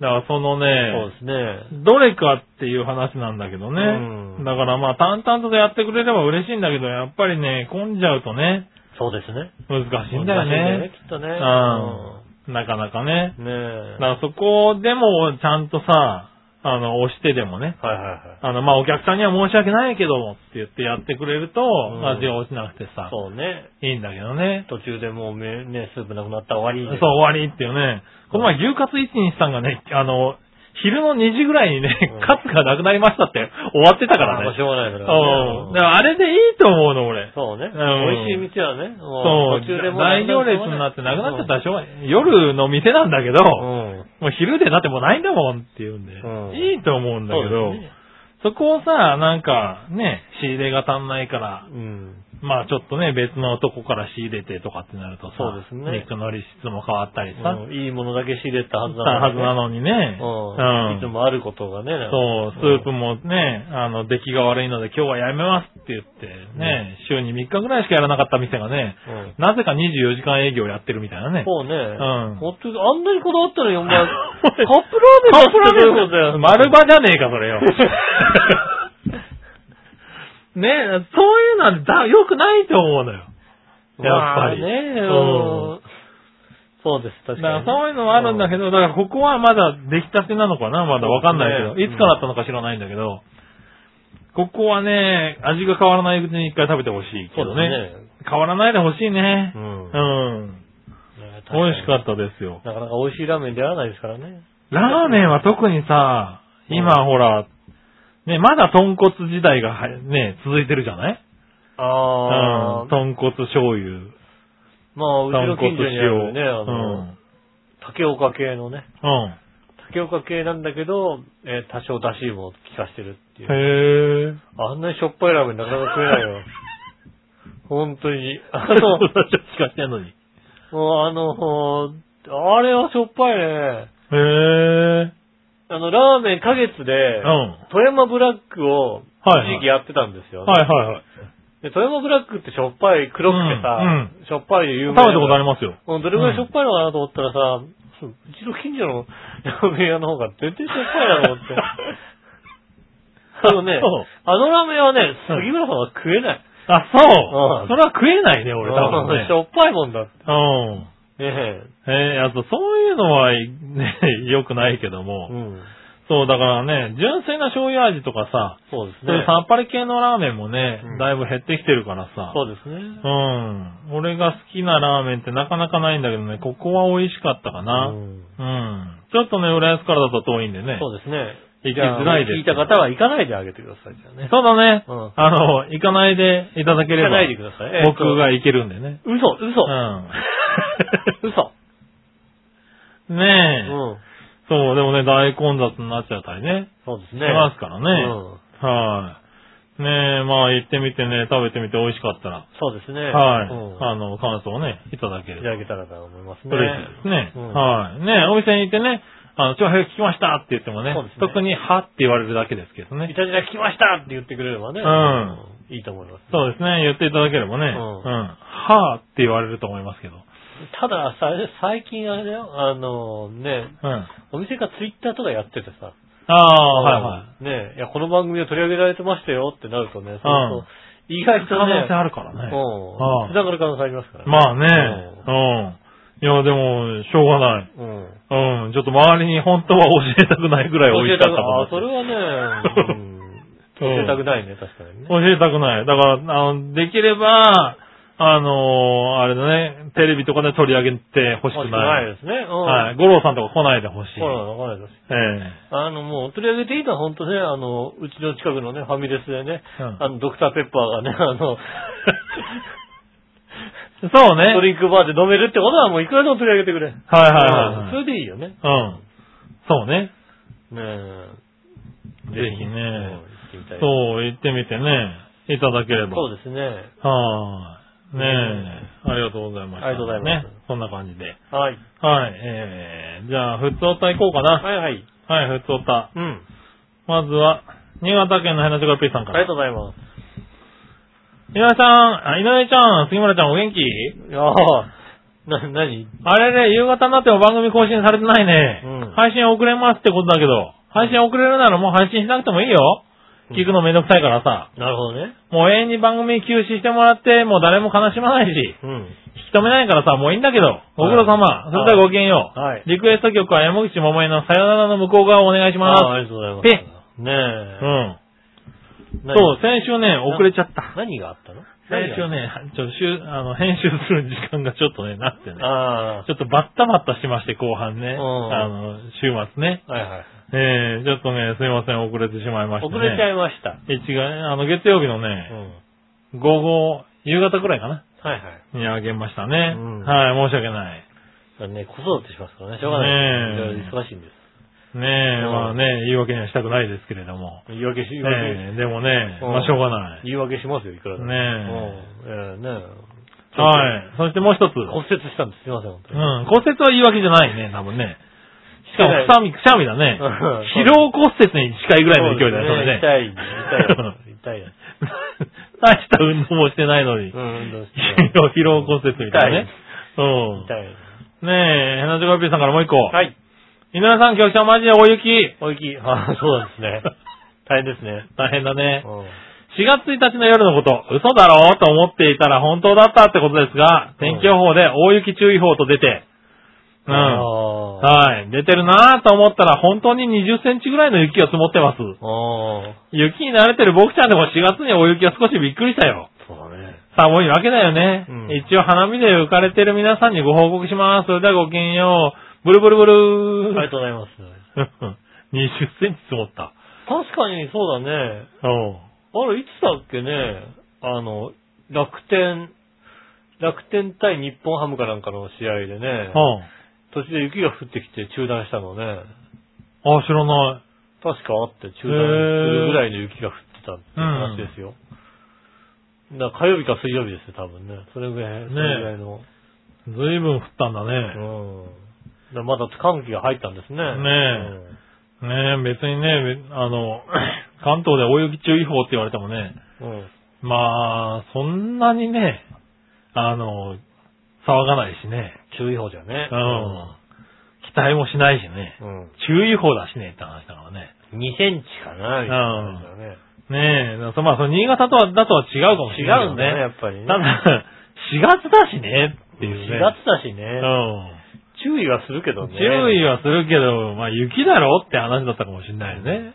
Speaker 3: だからその
Speaker 2: そう
Speaker 3: ね、
Speaker 2: ですね。
Speaker 3: どれかっていう話なんだけどね。
Speaker 2: うん
Speaker 3: だからまあ淡々とやってくれれば嬉しいんだけど、やっぱりね、混んじゃうとね、
Speaker 2: そうですね。
Speaker 3: 難しいんだよね。。
Speaker 2: きっとね。
Speaker 3: うん。なかなかね。
Speaker 2: うん。ね
Speaker 3: だ
Speaker 2: え。
Speaker 3: からそこでもちゃんとさ、あの、押してでもね、
Speaker 2: はいはいはい。
Speaker 3: あの、まあお客さんには申し訳ないけどもって言ってやってくれると、
Speaker 2: ん
Speaker 3: 味が落ちなくてさ、
Speaker 2: そうね。
Speaker 3: いいんだけどね。
Speaker 2: 途中でもうめね、スープなくなったら終
Speaker 3: そう
Speaker 2: わり、
Speaker 3: 終わ
Speaker 2: で。
Speaker 3: りっていうね。この前、牛カツ123がね、あの、昼の2時ぐらいにね
Speaker 2: うん、
Speaker 3: <laughs> カツがなくなりましたって終わってたから
Speaker 2: あまあ
Speaker 3: ね
Speaker 2: し。ょうがないから
Speaker 3: うん。だか
Speaker 2: ね。
Speaker 3: らあれでいいと思うの、俺。
Speaker 2: そうね。
Speaker 3: うん
Speaker 2: 美味しい店はね、
Speaker 3: そ
Speaker 2: も
Speaker 3: う
Speaker 2: う、途中でもう
Speaker 3: 大行列になってなくなっちゃったらしょうがない。夜の店なんだけど、
Speaker 2: うん。うん
Speaker 3: もう昼でだってもうないんだもんっていうんで、
Speaker 2: うん
Speaker 3: いいと思うんだけ
Speaker 2: そ
Speaker 3: ど
Speaker 2: うですね
Speaker 3: そこをさ、なんかね、仕入れが足んないから、
Speaker 2: うん。
Speaker 3: まあちょっとね、別のとこから仕入れてとかってなるとさ、
Speaker 2: そうですね
Speaker 3: 肉の利質も変わったりさ、
Speaker 2: うんいいものだけ仕入れたはず
Speaker 3: たはずな
Speaker 2: の
Speaker 3: のにね。
Speaker 2: うん。いつもあることがね。
Speaker 3: そう、スープもね、あの、出来が悪いので今日はやめますって言ってね、週に3日ぐらいしかやらなかった店がね、
Speaker 2: うん。
Speaker 3: なぜか24時間営業やってるみたいなね。
Speaker 2: そうね。
Speaker 3: ん
Speaker 2: ほんとにあんなにこだわったのに、お前、
Speaker 3: <laughs>
Speaker 2: カップラーメン
Speaker 3: カップラー
Speaker 2: だってどういう
Speaker 3: メ
Speaker 2: ことだよ。
Speaker 3: ン丸場じゃねえか、それ
Speaker 2: <laughs>
Speaker 3: よ。ねそういうのはだ良くないと思うのよ。やっぱり
Speaker 2: まあね、
Speaker 3: うん
Speaker 2: そうです、
Speaker 3: だか
Speaker 2: 確からに。
Speaker 3: そういうのはあるんだけど、だからここはまだ出来たてなのかなまだわかんないけ
Speaker 2: そ
Speaker 3: ど、
Speaker 2: うです
Speaker 3: い
Speaker 2: ね
Speaker 3: つからだったのか知らないんだけど、ここはね、味が変わらないうちに一回食べてほしいけ
Speaker 2: そう
Speaker 3: ど
Speaker 2: だ
Speaker 3: ね。
Speaker 2: ね。
Speaker 3: 変わらないでほしいね
Speaker 2: う。ん
Speaker 3: うん。美味しかったですよ。
Speaker 2: た。なかなか美味しいラーメン出会わないですからね。
Speaker 3: ラーメンは特にさ、今ほら、ね、まだ豚骨時代がはね、続いてるじゃない
Speaker 2: あ
Speaker 3: うん
Speaker 2: あ、
Speaker 3: 豚骨醤油。
Speaker 2: まあ、うち
Speaker 3: 豚
Speaker 2: の
Speaker 3: 骨
Speaker 2: 近所にある
Speaker 3: 塩。
Speaker 2: ね、あの、竹岡系のね、竹岡系なんだけど、えー多少出汁も効かしてるって
Speaker 3: うん。
Speaker 2: いう。
Speaker 3: へぇ
Speaker 2: あんなにしょっぱいラーメンなかなか食えないよ。 <laughs> 本当に。あ
Speaker 3: ー。
Speaker 2: <laughs> の、
Speaker 3: しかしてんのに。へ
Speaker 2: もうあの、あれはしょっぱいね。
Speaker 3: ぇー。
Speaker 2: あの、ラーメン花月で、
Speaker 3: うん。
Speaker 2: 富山ブラックを
Speaker 3: はいはい
Speaker 2: 一時期やってたんですよね、
Speaker 3: はいはいはい。
Speaker 2: で。富山ブラックってしょっぱい、黒くてさ、
Speaker 3: うん
Speaker 2: しょっぱいで有
Speaker 3: 食
Speaker 2: 名
Speaker 3: べたことあり
Speaker 2: ま
Speaker 3: ますよ。
Speaker 2: す。うんどれぐらいしょっぱいのかなと思ったらさ、うちの近所のラーメン屋の方が全然しょっぱいなと思って。 <laughs> あの
Speaker 3: <laughs>
Speaker 2: ね
Speaker 3: そう、
Speaker 2: あのラーメンはね、杉村さんは食えない。
Speaker 3: あ、そう
Speaker 2: うん
Speaker 3: それは食えないね、俺多分
Speaker 2: うんし
Speaker 3: ね。
Speaker 2: ょっぱいもんだって。
Speaker 3: うん。
Speaker 2: ね
Speaker 3: えー、あとそういうのは、ね、良くないけど
Speaker 2: え。
Speaker 3: も、
Speaker 2: うん。
Speaker 3: そう、だからね、純粋な醤油味とかさ、
Speaker 2: そうです
Speaker 3: そうい
Speaker 2: ね
Speaker 3: う。さっぱり系のラーメンもね、
Speaker 2: うん
Speaker 3: だいぶ減ってきてるからさ。
Speaker 2: そうですね。
Speaker 3: うん。俺が好きなラーメンってなかなかないんだけどね、ここは美味しかったかな。
Speaker 2: う
Speaker 3: うん。
Speaker 2: ん
Speaker 3: ちょっとね、浦安からだと遠いんでね。
Speaker 2: そうですね。
Speaker 3: 行きづらいです
Speaker 2: じゃあ聞いた方は行かないであげてください。じゃあね。
Speaker 3: そうだね。
Speaker 2: うん
Speaker 3: あの、行かないでいただけ
Speaker 2: 行
Speaker 3: れ
Speaker 2: か
Speaker 3: ば、
Speaker 2: ないでください。えーと
Speaker 3: 僕が行けるんでね。
Speaker 2: 嘘、嘘。
Speaker 3: うん。
Speaker 2: <laughs> 嘘。う
Speaker 3: ねえ、
Speaker 2: ん。
Speaker 3: そう、でもね、大混雑になっちゃったりね。
Speaker 2: そうです
Speaker 3: し
Speaker 2: ね。
Speaker 3: ますからね。
Speaker 2: うん。
Speaker 3: はい。ねえ、まあ行ってみてね、食べてみて美味しかったら、
Speaker 2: そうですね。
Speaker 3: はい、
Speaker 2: うん
Speaker 3: あの、感想をね、いただけ
Speaker 2: い
Speaker 3: れ
Speaker 2: た
Speaker 3: ば
Speaker 2: だけたらと思いますね。
Speaker 3: 嬉しいですね。
Speaker 2: うん
Speaker 3: はい。ねお店に行ってね、あの、長編聞きましたって言ってもね、
Speaker 2: そうですね
Speaker 3: 特にはって言われるだけですけど
Speaker 2: い
Speaker 3: ね。
Speaker 2: たじら聞きましたって言ってくれればね。
Speaker 3: う
Speaker 2: いいと思います。
Speaker 3: そうですね、言っていただければね、
Speaker 2: うん
Speaker 3: はって言われると思いますけど。
Speaker 2: ただ、さ最近あれだよ、あのね、
Speaker 3: うん。
Speaker 2: お店がツイッターとかやっててさ、
Speaker 3: ああ、はいはい。
Speaker 2: い。ねえいや、この番組を取り上げられてましたよってなるとね、そううそう意外と
Speaker 3: 可能
Speaker 2: ね、
Speaker 3: 性あるからね。
Speaker 2: うん。
Speaker 3: うん
Speaker 2: 繋がる可能性ありますから
Speaker 3: まあね、うん。いや、でも、しょうがない。
Speaker 2: うん。うん
Speaker 3: うん。ちょっと周りに本当は教えたくないぐらい美味しかった
Speaker 2: ああ、
Speaker 3: か
Speaker 2: それ
Speaker 3: ら。
Speaker 2: はね、うん教えたくないね、確かにね。
Speaker 3: 教えたくない。だから、あの、できれば、あのーあれだね、テレビとかで取り上げてほしくない。
Speaker 2: ですね。うん。
Speaker 3: はい。五郎さんとか来ないでほしい。
Speaker 2: そうなの、わかんないです。
Speaker 3: え
Speaker 2: あの、もう、取り上げていいのは本当ね、あの、うちの近くのね、ファミレスでね、
Speaker 3: うん
Speaker 2: あの、ドクターペッパーがね、あの、
Speaker 3: <laughs> えそうね。
Speaker 2: ドリンクバーで飲めるってことはもういくらでも取り上げてくれ。
Speaker 3: はいはいはい
Speaker 2: うんそれでいいよね。
Speaker 3: うん。そうね。
Speaker 2: ねえ。
Speaker 3: ぜひね
Speaker 2: うん行ってみたい
Speaker 3: そう、行ってみてね、いただければ。
Speaker 2: そうですね。
Speaker 3: はーい。ねえ
Speaker 2: う
Speaker 3: あり
Speaker 2: ん、
Speaker 3: がとうございました。
Speaker 2: ありがとうございます
Speaker 3: ね、そんな感じで。
Speaker 2: はい。
Speaker 3: はい、えー、じゃあ、ふつおた行こうかな。
Speaker 2: はいはい。
Speaker 3: はい、ふつおた。
Speaker 2: うん。
Speaker 3: まずは、新潟県のヘナチョコピーさん
Speaker 2: あ
Speaker 3: か
Speaker 2: りが
Speaker 3: ら。
Speaker 2: とうございま
Speaker 3: 井
Speaker 2: す。
Speaker 3: 上さん、あ井上ちゃん、杉村ちゃんお元気
Speaker 2: いやーな、なに
Speaker 3: あれね、夕方になっても番組更新されてないね。
Speaker 2: うん
Speaker 3: 配信遅れますってことだけど、配信遅れるならもう配信しなくてもいいよ。
Speaker 2: うん
Speaker 3: 聞くのめんどくさいからさ。
Speaker 2: なるほどね。
Speaker 3: もう永遠に番組休止してもらって、もう誰も悲しまないし。
Speaker 2: うん。
Speaker 3: 引き止めないからさ、もういいんだけど。ご苦労様。
Speaker 2: はい
Speaker 3: それではごきげんよう。
Speaker 2: はい
Speaker 3: リクエスト曲は山口百恵のさよならの向こう側をお願いします
Speaker 2: あーありがとうございます。
Speaker 3: ピうん。
Speaker 2: ねえ。何
Speaker 3: そう、先週ね、遅れちゃった。
Speaker 2: 何があったの
Speaker 3: 先週。ね、ちょ、しゅあの、編集する時間がちょっとね、なってね
Speaker 2: 何。があ
Speaker 3: ちょっとバッタバッタしまして、後半ね。
Speaker 2: うん
Speaker 3: あの、週末ね。
Speaker 2: あ。はいはい。
Speaker 3: えー、ちょっとね、すいません、遅れてしまいましたね。
Speaker 2: 遅れちゃいました。
Speaker 3: え違うね、あの、月曜日の
Speaker 2: う
Speaker 3: ね、
Speaker 2: ん。
Speaker 3: 午後、夕方くらいかな、
Speaker 2: はいはい。
Speaker 3: にあげましたね。
Speaker 2: うん
Speaker 3: はい、申し訳ない。
Speaker 2: だからね、子育てしますからね、しょうがないです。
Speaker 3: ねえ
Speaker 2: いろいろ忙しいんです。
Speaker 3: ねえ、まあ
Speaker 2: うん
Speaker 3: ね、言い訳にはしたくないですけれども。
Speaker 2: 言い訳し、言い訳、
Speaker 3: ええでもね、
Speaker 2: うん
Speaker 3: まあしょうがない。
Speaker 2: 言い訳しますよ、いくらでも。
Speaker 3: ね
Speaker 2: え。うん。ええねえ。
Speaker 3: はい。そしてもう一つ。
Speaker 2: 骨折したんです。すいません、
Speaker 3: う
Speaker 2: 本当に。
Speaker 3: ん、骨折は言い訳じゃないね、多分ね。しかも、くしゃみ、くしゃみだね
Speaker 2: うん。
Speaker 3: 疲労骨折に近いぐらいの勢いだね、そ
Speaker 2: そ
Speaker 3: れ
Speaker 2: うで
Speaker 3: ね。
Speaker 2: すね
Speaker 3: <laughs>
Speaker 2: 痛い、痛い、痛い。
Speaker 3: 大した運動もしてないのに。
Speaker 2: うん、どうし
Speaker 3: 疲労骨折みたいなね。うん。
Speaker 2: 痛い。
Speaker 3: ねえ、ヘナジョコピーさんからもう一個。
Speaker 2: はい。
Speaker 3: 井上さん、局長マジで大雪。
Speaker 2: お行き。 <laughs> ああ、そうなんですね。大変ですね。
Speaker 3: 大変だね。
Speaker 2: うん
Speaker 3: 4月1日の夜のこと、嘘だろうと思っていたら本当だったってことですが、天気予報で大雪注意報と出て、う
Speaker 2: あ
Speaker 3: ん。
Speaker 2: あ。
Speaker 3: はい。出てるなぁと思ったら本当に20センチぐらいの雪が積もってます。
Speaker 2: ああ。
Speaker 3: 雪に慣れてる僕ちゃんでも4月に大雪は少しびっくりしたよ。
Speaker 2: そうだね。
Speaker 3: 寒いわけだよね。
Speaker 2: うん
Speaker 3: 一応花見で浮かれてる皆さんにご報告します。それではごきげんよう。ブルブルブ
Speaker 2: あり
Speaker 3: ルー。 <laughs>
Speaker 2: がとうございます。
Speaker 3: 20センチ積もった。
Speaker 2: 確かにそうだね。
Speaker 3: うん。
Speaker 2: あれ、いつだっけね、あの、楽天、楽天対日本ハムかなんかの試合でね、
Speaker 3: うん。
Speaker 2: 途中で雪が降ってきて中断したのね、
Speaker 3: あ、知らない。
Speaker 2: 確かあって中断するぐらいの雪が降ってたっていう話ですよ。だから火曜日か水曜日ですよ、多分ね。それぐらい、
Speaker 3: ね
Speaker 2: それぐらいの。
Speaker 3: ずいぶん降ったんだね。
Speaker 2: うん。だからまだ寒気が入ったんですね。ね
Speaker 3: ねえ、別にね、べあの、 <coughs> 関東で大雪注意報って言われてもね、
Speaker 2: え。うん。
Speaker 3: まあ、そんなにね、あの、騒がないしね、
Speaker 2: 注意報じゃね。
Speaker 3: うん期待もしないしね、
Speaker 2: うん。うん。
Speaker 3: 注意報だしねって話だからね。
Speaker 2: 2センチかな、みたいな感じだね。
Speaker 3: ねえ、だからまあ、その新潟とは、だとは違うかもしれない
Speaker 2: 違う
Speaker 3: よ
Speaker 2: んだね、や
Speaker 3: ね。
Speaker 2: っぱりね。
Speaker 3: ただ、4月だしね、っていうね。
Speaker 2: 4月だしね。
Speaker 3: うん。
Speaker 2: 注意はするけどね。
Speaker 3: 注意はするけど、まあ、雪だろって話だったかもしれないよね。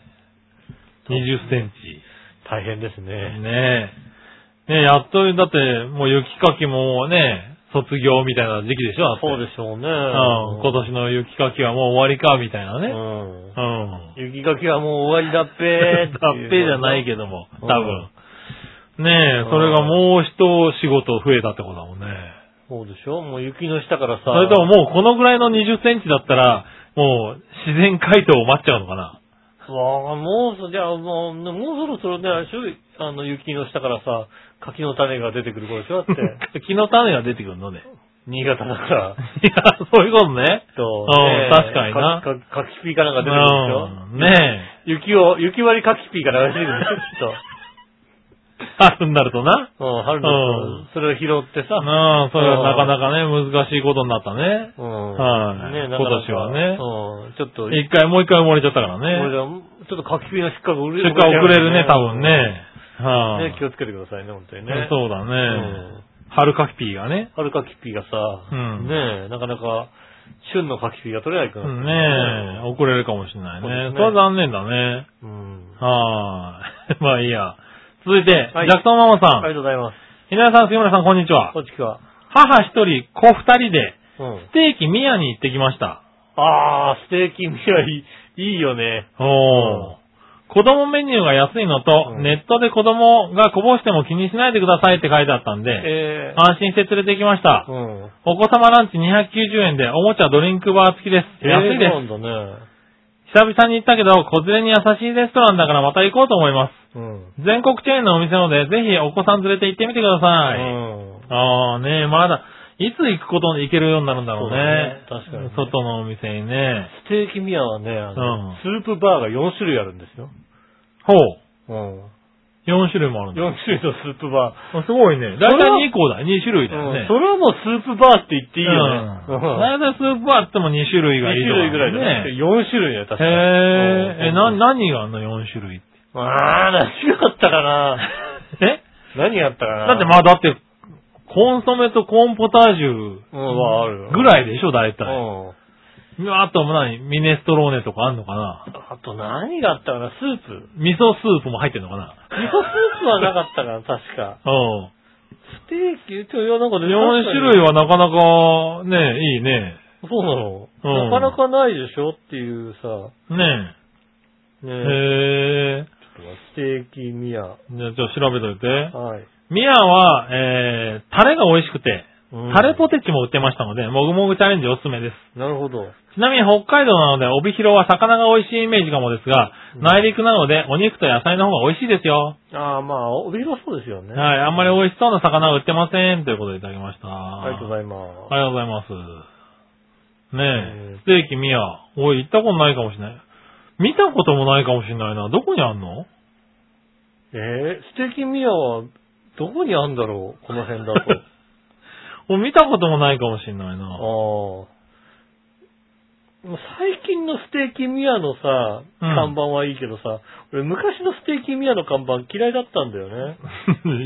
Speaker 3: 20センチ。
Speaker 2: 大変ですね。
Speaker 3: ねえ。ねえ、やっと、だって、もう雪かきもね、卒業みたいな時期でしょ
Speaker 2: そう
Speaker 3: す。
Speaker 2: でしょうね。
Speaker 3: うん。今年の雪かきはもう終わりか、みたいなね。
Speaker 2: ね。
Speaker 3: うん。
Speaker 2: うん。雪かきはもう終わりだっぺー
Speaker 3: だっぺじゃない
Speaker 2: ど。
Speaker 3: けども、多
Speaker 2: うん
Speaker 3: 分。ね
Speaker 2: う
Speaker 3: え、
Speaker 2: ん
Speaker 3: それがもう一仕事増えたってことだもんね。
Speaker 2: そうでしょもう雪の下からさ。
Speaker 3: それとももうこのぐらいの20センチだったら、もう自然解凍を待っちゃうのかな。
Speaker 2: わあもうそ、じゃあもう、もうそろそろね、注意あの、雪の下からさ、柿の種が出てくる頃でしょ
Speaker 3: <laughs>
Speaker 2: だって。
Speaker 3: 木の種が出てくるのね。 <laughs>
Speaker 2: 新潟だか
Speaker 3: いや、
Speaker 2: ら。
Speaker 3: そういうことね。
Speaker 2: と
Speaker 3: うん
Speaker 2: ね
Speaker 3: 確かにな
Speaker 2: かか柿ピーかなんか出てくるでしょ
Speaker 3: うん。ねえ。
Speaker 2: 雪を、雪割りかきピーが流れてくるんですよ、きっと。
Speaker 3: 春になると <laughs> な。
Speaker 2: うん、春
Speaker 3: う
Speaker 2: の、それを拾ってさ、
Speaker 3: なあ、それはなかなかね、難しいことになったね。
Speaker 2: うん。
Speaker 3: はい
Speaker 2: ね、なかな
Speaker 3: 今
Speaker 2: か
Speaker 3: 年はね
Speaker 2: うん、ちょっと、
Speaker 3: 一回、もう一回埋もれちゃったか
Speaker 2: 俺
Speaker 3: らね。
Speaker 2: らちょっと書き火の出荷が遅
Speaker 3: 出荷遅れるね、多分。ね。は
Speaker 2: ね
Speaker 3: い、
Speaker 2: 気をつけてくださいね、本当にね。う。
Speaker 3: そうだね。
Speaker 2: ん。
Speaker 3: 春かきピーがね。
Speaker 2: 春かきピーがさ、
Speaker 3: うん
Speaker 2: ねえ、なかなか、旬のかきピーが取れないうから。
Speaker 3: んねえ、遅れるかもしれない
Speaker 2: そうです
Speaker 3: ね。
Speaker 2: ね
Speaker 3: それは残念だね。
Speaker 2: うん。
Speaker 3: はーい。ま <laughs> あいいや。続いて、
Speaker 2: はい
Speaker 3: ジャクソンママさ
Speaker 2: ありが
Speaker 3: ん。
Speaker 2: とうございます。
Speaker 3: ひなさん、杉村さん、こんにちは
Speaker 2: こ。っちは。
Speaker 3: 母一人、子二人で、
Speaker 2: うん
Speaker 3: ス。テーキ宮に行ってきました。
Speaker 2: あー、ステーキミはいい、いいよね。
Speaker 3: おー。子供メニューが安いのと、
Speaker 2: うん
Speaker 3: ネットで子供がこぼしても気にしないでくださいって書いてあったんで、
Speaker 2: えー。
Speaker 3: 安心して連れて行きました
Speaker 2: う。ん。
Speaker 3: お子様ランチ290円で、おもちゃドリンクバー付きです。安いです。
Speaker 2: えーそうなんだね。
Speaker 3: 久々に行ったけど、子連れに優しいレストランだからまた行こうと思います。
Speaker 2: うん。
Speaker 3: 全国チェーンのお店なので、ぜひお子さん連れて行ってみてください。
Speaker 2: うん。
Speaker 3: ああね、まだ、いつ行くことに行けるようになるんだろうね。
Speaker 2: そうだね確かにね
Speaker 3: 外のお店にね。
Speaker 2: ステーキミアはね、あの
Speaker 3: うん
Speaker 2: スープバーが4種類あるんですよ。
Speaker 3: ほう。
Speaker 2: うん。
Speaker 3: 4種類もあるんだ。
Speaker 2: 4種類のスープバ
Speaker 3: あすごいね。だいたい2個だ。2種類
Speaker 2: ー。
Speaker 3: だよ
Speaker 2: うん
Speaker 3: ね。
Speaker 2: それはもうスープバーって言っていいよね。
Speaker 3: うんだいたいスープはあっても2種類
Speaker 2: 2
Speaker 3: がいいと
Speaker 2: 種類ぐらいだね。
Speaker 3: ね。
Speaker 2: 4種類だよ、確か
Speaker 3: へえ、え、
Speaker 2: に。
Speaker 3: な、
Speaker 2: な、
Speaker 3: 何があんの4種類っ
Speaker 2: <laughs>
Speaker 3: て。
Speaker 2: あー、何があったかな
Speaker 3: え
Speaker 2: <laughs> 何があったかな
Speaker 3: だってまあだって、コンソメとコーンポタージュ
Speaker 2: うん、はある。
Speaker 3: ぐらいでしょ、だいた
Speaker 2: う
Speaker 3: い。
Speaker 2: ん。
Speaker 3: あと何ミネストローネとかあんのかな
Speaker 2: あと何があったかなスープ。
Speaker 3: 味噌スープも入ってんのかな
Speaker 2: 味噌スープはなかったか <laughs> な、確か。
Speaker 3: うん。
Speaker 2: ステーキ、ちょ、いや、なんかね、
Speaker 3: 4種類は
Speaker 2: は。
Speaker 3: なかなか、ね、いいね。
Speaker 2: そうなの、
Speaker 3: うん
Speaker 2: なかなかないでしょっていうさ、
Speaker 3: ね
Speaker 2: ね
Speaker 3: え。へ
Speaker 2: え
Speaker 3: え。
Speaker 2: ステーキミ
Speaker 3: じ
Speaker 2: ア。
Speaker 3: ゃあ、ちょっと調べといて。
Speaker 2: はい。
Speaker 3: ミアは、えー、タレが美味しくて、タレポテチも売ってましたので、もぐもぐチャレンジおすすめです。
Speaker 2: なるほど。
Speaker 3: ちなみに北海道なので、帯広は魚が美味しいイメージかもですが、
Speaker 2: うん
Speaker 3: 内陸なので、お肉と野菜の方が美味しいですよ。
Speaker 2: ああ、まあ、帯広そうですよね。
Speaker 3: はい、あんまり
Speaker 2: り。
Speaker 3: 美味しそうな魚は売ってません。ということでいただきました。
Speaker 2: ありがとうご
Speaker 3: あ
Speaker 2: ざいます。
Speaker 3: りがとうございます。
Speaker 2: え
Speaker 3: ねえ
Speaker 2: ー、
Speaker 3: ステーキミア。おい、行ったことないかもしれない。見たこともないかもしれないな。どこにあんの
Speaker 2: えー、ステーキミアは、どこにあんだろうこの辺だ
Speaker 3: お見たこともないかもしれないな。
Speaker 2: と。ああ。もう最近のステーキミアの
Speaker 3: う
Speaker 2: さ、
Speaker 3: ん
Speaker 2: 看板はいいけどさ、俺昔のステーキミアの看板嫌いだったんだよ ね。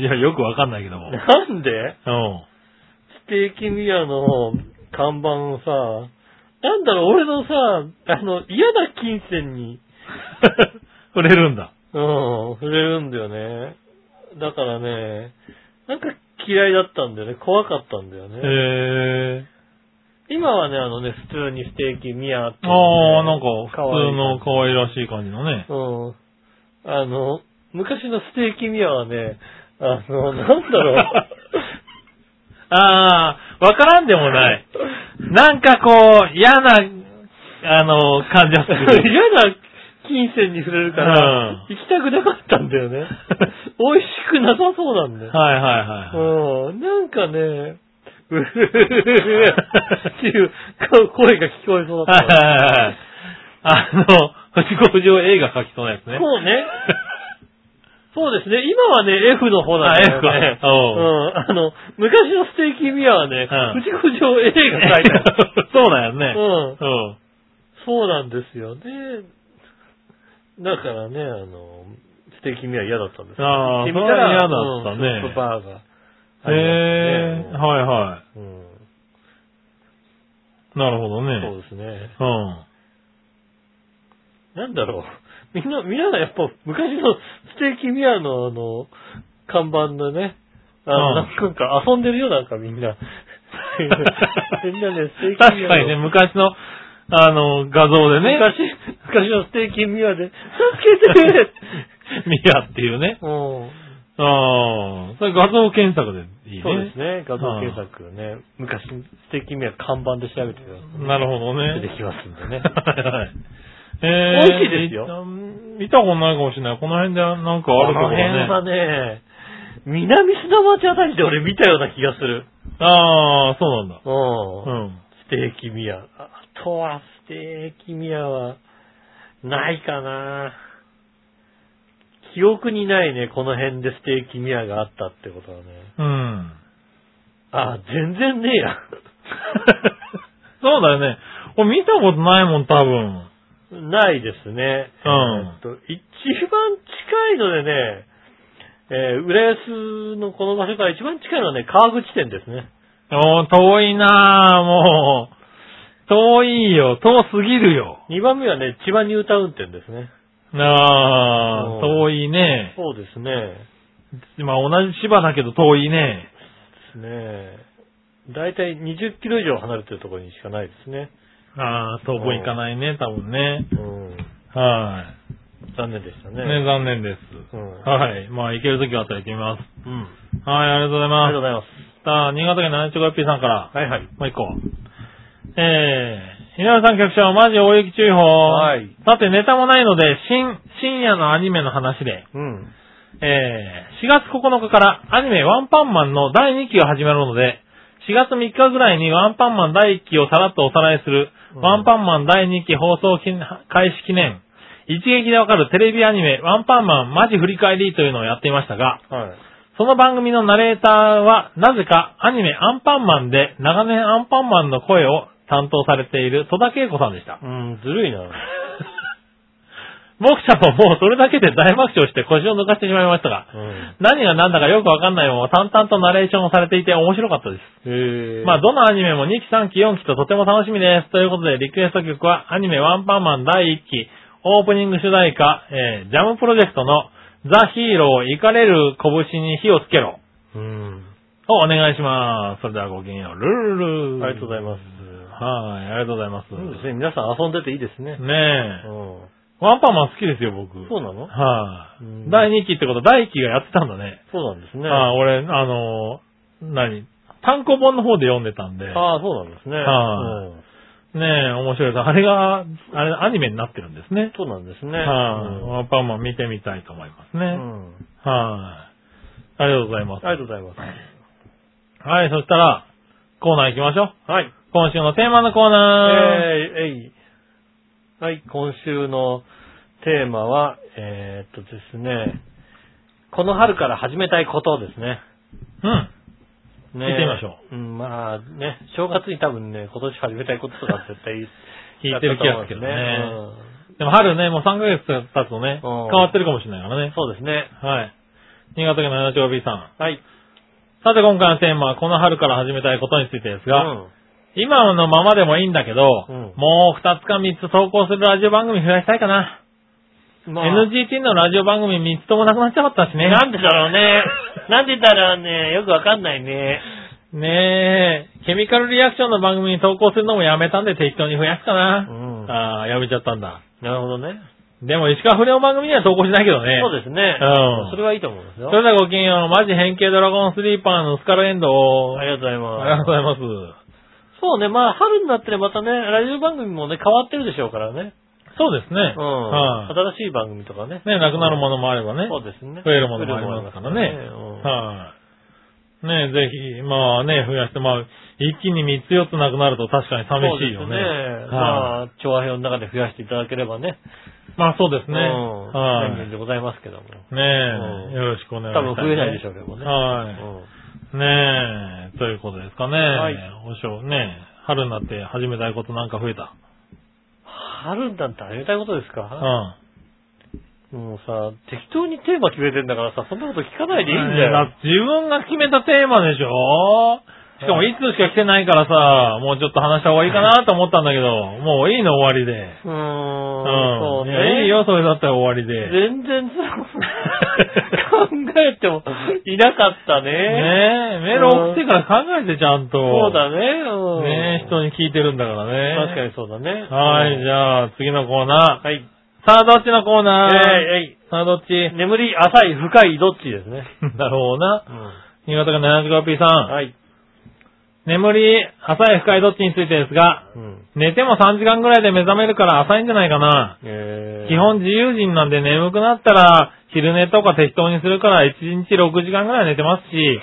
Speaker 3: <laughs> いや、よくわかんないけども。
Speaker 2: なんで
Speaker 3: うん。 <laughs>
Speaker 2: ステーキミアの看板をさ、なんだろう、俺のさ、あの、嫌な金銭に、
Speaker 3: 売れるんだ。
Speaker 2: うん、触れるんだよね。だからね、なんか嫌いだったんだよね。怖かったんだよ
Speaker 3: へ
Speaker 2: ね。
Speaker 3: え。
Speaker 2: 今はね、あのね、普通にステーキミアっていうね、
Speaker 3: ああ、なんか、普
Speaker 2: 可愛い
Speaker 3: 通の可愛らしい感じのね。
Speaker 2: うん。あの、昔のステーキミアはね、あの、なんだろ
Speaker 3: <laughs> ああ、わからんでもない。なんかこう、嫌な、あの、感じがす
Speaker 2: う、 <laughs>
Speaker 3: る。
Speaker 2: 嫌な金銭に触れるから、
Speaker 3: うん
Speaker 2: 行きたくなかったんだよね。美味しくなさそうなんだよ。
Speaker 3: はいはいはい。
Speaker 2: うん、なんかね、うるっていう声が聞こえそうだ
Speaker 3: は
Speaker 2: った
Speaker 3: い。はいはいはい。あの、星五条映画描きそうなやつね。
Speaker 2: そうね。そうですね。今はね、F の方なんだ
Speaker 3: あ
Speaker 2: よ
Speaker 3: F
Speaker 2: ね。
Speaker 3: かお
Speaker 2: うん。あの、昔のステーキミアはね、
Speaker 3: うん
Speaker 2: 藤子上映画書いてある。
Speaker 3: そうだよね。
Speaker 2: うん。
Speaker 3: うん。
Speaker 2: そうなんですよね。だからね、あの、ステーキミア嫌だったんですよ
Speaker 3: あ <laughs> あ、そ
Speaker 2: 君
Speaker 3: れは嫌だったね。
Speaker 2: うん、トップバーがあ
Speaker 3: へ
Speaker 2: り
Speaker 3: え、
Speaker 2: ましたね。
Speaker 3: はいは
Speaker 2: うん
Speaker 3: い。なるほど
Speaker 2: そう
Speaker 3: ね。
Speaker 2: ですね。
Speaker 3: うん。
Speaker 2: なんだろう。みんな、みんながやっぱ昔のステーキミアのあの、看板のね、あの、
Speaker 3: うん
Speaker 2: なんか遊んでるよ、なんかみんな。みんなね、ステーキミアの。
Speaker 3: <laughs> 確かにね、昔の、あの、画像でね、
Speaker 2: 昔、昔のステーキミアで、助
Speaker 3: <laughs>
Speaker 2: けて
Speaker 3: ミアっていうね。
Speaker 2: うん。
Speaker 3: ああ、それ画像検索でいいね。
Speaker 2: そうですね、画像検索ね。昔、ステーキミア看板で調べてください。
Speaker 3: なるほどね。
Speaker 2: 出てきますんでね
Speaker 3: はい <laughs> はい。えー
Speaker 2: 美味しいですよ。
Speaker 3: 見たことないかもしれない。この辺でなんかあ
Speaker 2: こ
Speaker 3: ると
Speaker 2: の
Speaker 3: こ
Speaker 2: 辺は
Speaker 3: ろね。
Speaker 2: ね、南砂町あたりで俺見たような気がする。
Speaker 3: ああ、そうなんだ。
Speaker 2: うん
Speaker 3: う。ん。
Speaker 2: ステーキミア。あとはステーキミアは、ないかな。記憶にないね、この辺でステーキミアがあったってことはね。
Speaker 3: うん。 <laughs>
Speaker 2: あ、全然ねえや。
Speaker 3: そうだよね。これ見たことないもん、多分。
Speaker 2: ないです
Speaker 3: う
Speaker 2: ね。
Speaker 3: ん
Speaker 2: えーっと一番近いのでね、えー、浦安のこの場所から一番近いのはね、川口店ですね。
Speaker 3: おー、遠いなぁ、もう。遠いよ、遠すぎるよ。
Speaker 2: 2番目はね、千葉ニュータウン店ですね。
Speaker 3: な
Speaker 2: う
Speaker 3: あ
Speaker 2: ん
Speaker 3: 遠いね。
Speaker 2: そうですね。
Speaker 3: まあ同じ千葉だけど遠いね。
Speaker 2: ですね。だいたい20キロ以上離れてるところにしかないですね。
Speaker 3: ああ、遠く行かないね、多分ね。
Speaker 2: うん。
Speaker 3: は
Speaker 2: 残念でした
Speaker 3: い。
Speaker 2: ね。
Speaker 3: ね、残念です。
Speaker 2: うん。
Speaker 3: はい。まあ行けるときはあったら行ってみます。
Speaker 2: うん。
Speaker 3: はい、ありがとうござい
Speaker 2: ありがと
Speaker 3: ま。
Speaker 2: うございます
Speaker 3: さあ、新潟県七丁ッピーさんから、
Speaker 2: す。はいはい。
Speaker 3: もう一個。えー、稲田さん局長、マジ大雪注意報。
Speaker 2: はい
Speaker 3: さて、ネタもないので、新、深夜のアニメの話で、
Speaker 2: うん。
Speaker 3: えー、4月9日からアニメワンパンマンの第2期が始まるので、4月3日ぐらいにワンパンマン第1期をさらっとおさらいする、
Speaker 2: うん
Speaker 3: ワンパンマン第2期放送記開始記念、一撃でわかるテレビアニメ、ワンパンマンマジ振り返りというのをやっていましたが、
Speaker 2: はい。
Speaker 3: その番組のナレーターは、なぜかアニメアンパンマンで長年アンパンマンの声を担当されている戸田恵子さんでした。
Speaker 2: うん、ずるいな。
Speaker 3: 僕ちゃんももうそれだけで大爆笑して腰を抜かしてしまいましたが、
Speaker 2: うん。
Speaker 3: 何が何だかよくわかんないまま淡々とナレーションをされていて面白かったです。
Speaker 2: へえ。
Speaker 3: まあ、どのアニメも2期、3期、4期ととても楽しみです。ということで、リクエスト曲は、アニメワンパンマン第1期、オープニング主題歌、えージャムプロジェクトの、ザ・ヒーロー、イカれる拳に火をつけろ。
Speaker 2: うん。
Speaker 3: をお願いします。それではごきげんよう。ルルル
Speaker 2: ありがとうございます。
Speaker 3: はい、ありがとうございます。
Speaker 2: そうですね。皆さん遊んでていいですね。
Speaker 3: ねえ。
Speaker 2: うん。
Speaker 3: ワンパンマン好きですよ、僕。
Speaker 2: そうなの
Speaker 3: は
Speaker 2: う
Speaker 3: い。
Speaker 2: ん
Speaker 3: 第2期ってこと、第1期がやってたんだね。
Speaker 2: そうなんですね。
Speaker 3: ああ、俺、あのー、何単行本の方で読んでたんで。ね
Speaker 2: ああ、そうなんですね。
Speaker 3: はい
Speaker 2: うん
Speaker 3: え、面白いです。あれが、あれ、アニメになってるんですね。
Speaker 2: そうなんですね。
Speaker 3: はい。ワンパンマン見てみたいと思います
Speaker 2: う
Speaker 3: ね。
Speaker 2: ん。うん
Speaker 3: はい。ありがとうございます。
Speaker 2: ありがとうございま
Speaker 3: はい、そしたら、コーナー行きましょう。
Speaker 2: す。はい。
Speaker 3: 今週のテーマのコーナー。
Speaker 2: えーえい。はい、今週のテーマは、えーっとですね、この春から始めたいことですね。
Speaker 3: うん。
Speaker 2: ね
Speaker 3: 聞いてみましょ
Speaker 2: う。ん、まあね、正月に多分ね、今年始めたいこととか絶
Speaker 3: <laughs>
Speaker 2: 対
Speaker 3: 聞いてる気がするけどね
Speaker 2: やったと思うんです
Speaker 3: でも春ね、もう3ヶ月経つとね、変
Speaker 2: うん
Speaker 3: わってるかもしれないから
Speaker 2: ねうん
Speaker 3: ね。
Speaker 2: そうですね。
Speaker 3: はい。新潟県の七丁 B さん。
Speaker 2: はい。
Speaker 3: さて今回のテーマはこの春から始めたいことについてですが、
Speaker 2: うん
Speaker 3: 今のままでもいいんだけど、
Speaker 2: うん
Speaker 3: もう2つか3つ投稿するラジオ番組増やしたいかな。
Speaker 2: まあ
Speaker 3: NGT のラジオ番組3つともなくなっちゃったしね。
Speaker 2: なんでだろうね。なんでだろうね。よくわかんな
Speaker 3: <laughs>
Speaker 2: いね。
Speaker 3: ねえ、ケミカルリアクションの番組に投稿するのもやめたんで適当に増やすか
Speaker 2: う
Speaker 3: な。
Speaker 2: ん。な
Speaker 3: ああ、やめちゃったんだ。
Speaker 2: るほどね。
Speaker 3: でも石川不良番組には投稿しないけどね。
Speaker 2: そうですね。
Speaker 3: うん
Speaker 2: それはいいと思うんですよ。
Speaker 3: それではごきげんよう。マジ変形ドラゴンスリーパーのスカルエンドを。
Speaker 2: あ
Speaker 3: あ
Speaker 2: り
Speaker 3: り
Speaker 2: がとうござい
Speaker 3: がと
Speaker 2: ま
Speaker 3: う
Speaker 2: す
Speaker 3: ご。ざいます。
Speaker 2: そうね、まあ春になってまたね、ラジオ番組もね、変わってるでしょうからね。
Speaker 3: そうですね。
Speaker 2: うん。
Speaker 3: はい。
Speaker 2: 新しい番組とかね。
Speaker 3: ね、なくなるものもあればね。
Speaker 2: そうですね。
Speaker 3: 増えるものもありますからね
Speaker 2: 増えるものもありますからね
Speaker 3: はい。ねぜひ、まあね、増やして、まあ、一気に3つ4つなくなると確かに
Speaker 2: うん
Speaker 3: 寂しいよね。
Speaker 2: そうで
Speaker 3: は
Speaker 2: すね。
Speaker 3: い
Speaker 2: まあ、調和表の中で増やしていただければね。
Speaker 3: まあそうです
Speaker 2: う
Speaker 3: ね。
Speaker 2: ん。
Speaker 3: は
Speaker 2: 便利
Speaker 3: い。
Speaker 2: でございますけども。
Speaker 3: ね
Speaker 2: うん
Speaker 3: よろしくお願いし
Speaker 2: 多
Speaker 3: ます、
Speaker 2: 分増えないでしょうけどもね。
Speaker 3: はい。
Speaker 2: うん
Speaker 3: ねえ、ということですかね。
Speaker 2: はい
Speaker 3: おしょう、ねえ春になって始めたいことなんか増えた。
Speaker 2: 春なんてありがたいことです
Speaker 3: う
Speaker 2: か
Speaker 3: ん。
Speaker 2: もうさ、適当にテーマ決めてんだからさ、そんなこと聞かないでいいんだ
Speaker 3: だ
Speaker 2: よ。
Speaker 3: って自分が決めたテーマでしょしかも
Speaker 2: はい
Speaker 3: いつしか来てないからさ、もうちょっと話した方がいいかなと思ったんだけど、もういいの終わりで。
Speaker 2: うー。
Speaker 3: うん
Speaker 2: そう
Speaker 3: いやい
Speaker 2: ね。
Speaker 3: いよ、それだったら終わりで。
Speaker 2: 全然そう、考えてもいなかったね。
Speaker 3: ねえ、メール送ってから考えてちゃんと。
Speaker 2: そうだね。
Speaker 3: ねえ、人
Speaker 2: に。
Speaker 3: に聞いてるんだからね。
Speaker 2: 確かにそうだね。
Speaker 3: はい、じ
Speaker 2: ゃ
Speaker 3: ゃあ次のコーナー。
Speaker 2: はい。
Speaker 3: さあ、どっちのコーナー
Speaker 2: えい、
Speaker 3: さあ、どっち
Speaker 2: えい。眠り、浅い、深い、どっちですね。
Speaker 3: だろうな。
Speaker 2: うん
Speaker 3: 新潟県 75P さん。
Speaker 2: はい。
Speaker 3: 眠り、浅い深いどっちについてですが、
Speaker 2: うん
Speaker 3: 寝ても3時間ぐらいで目覚めるから浅いんじゃないかな。
Speaker 2: えー
Speaker 3: 基本自由人なんで眠くなったら、昼寝とか適当にするから1日6時間ぐらい寝てます <laughs> し、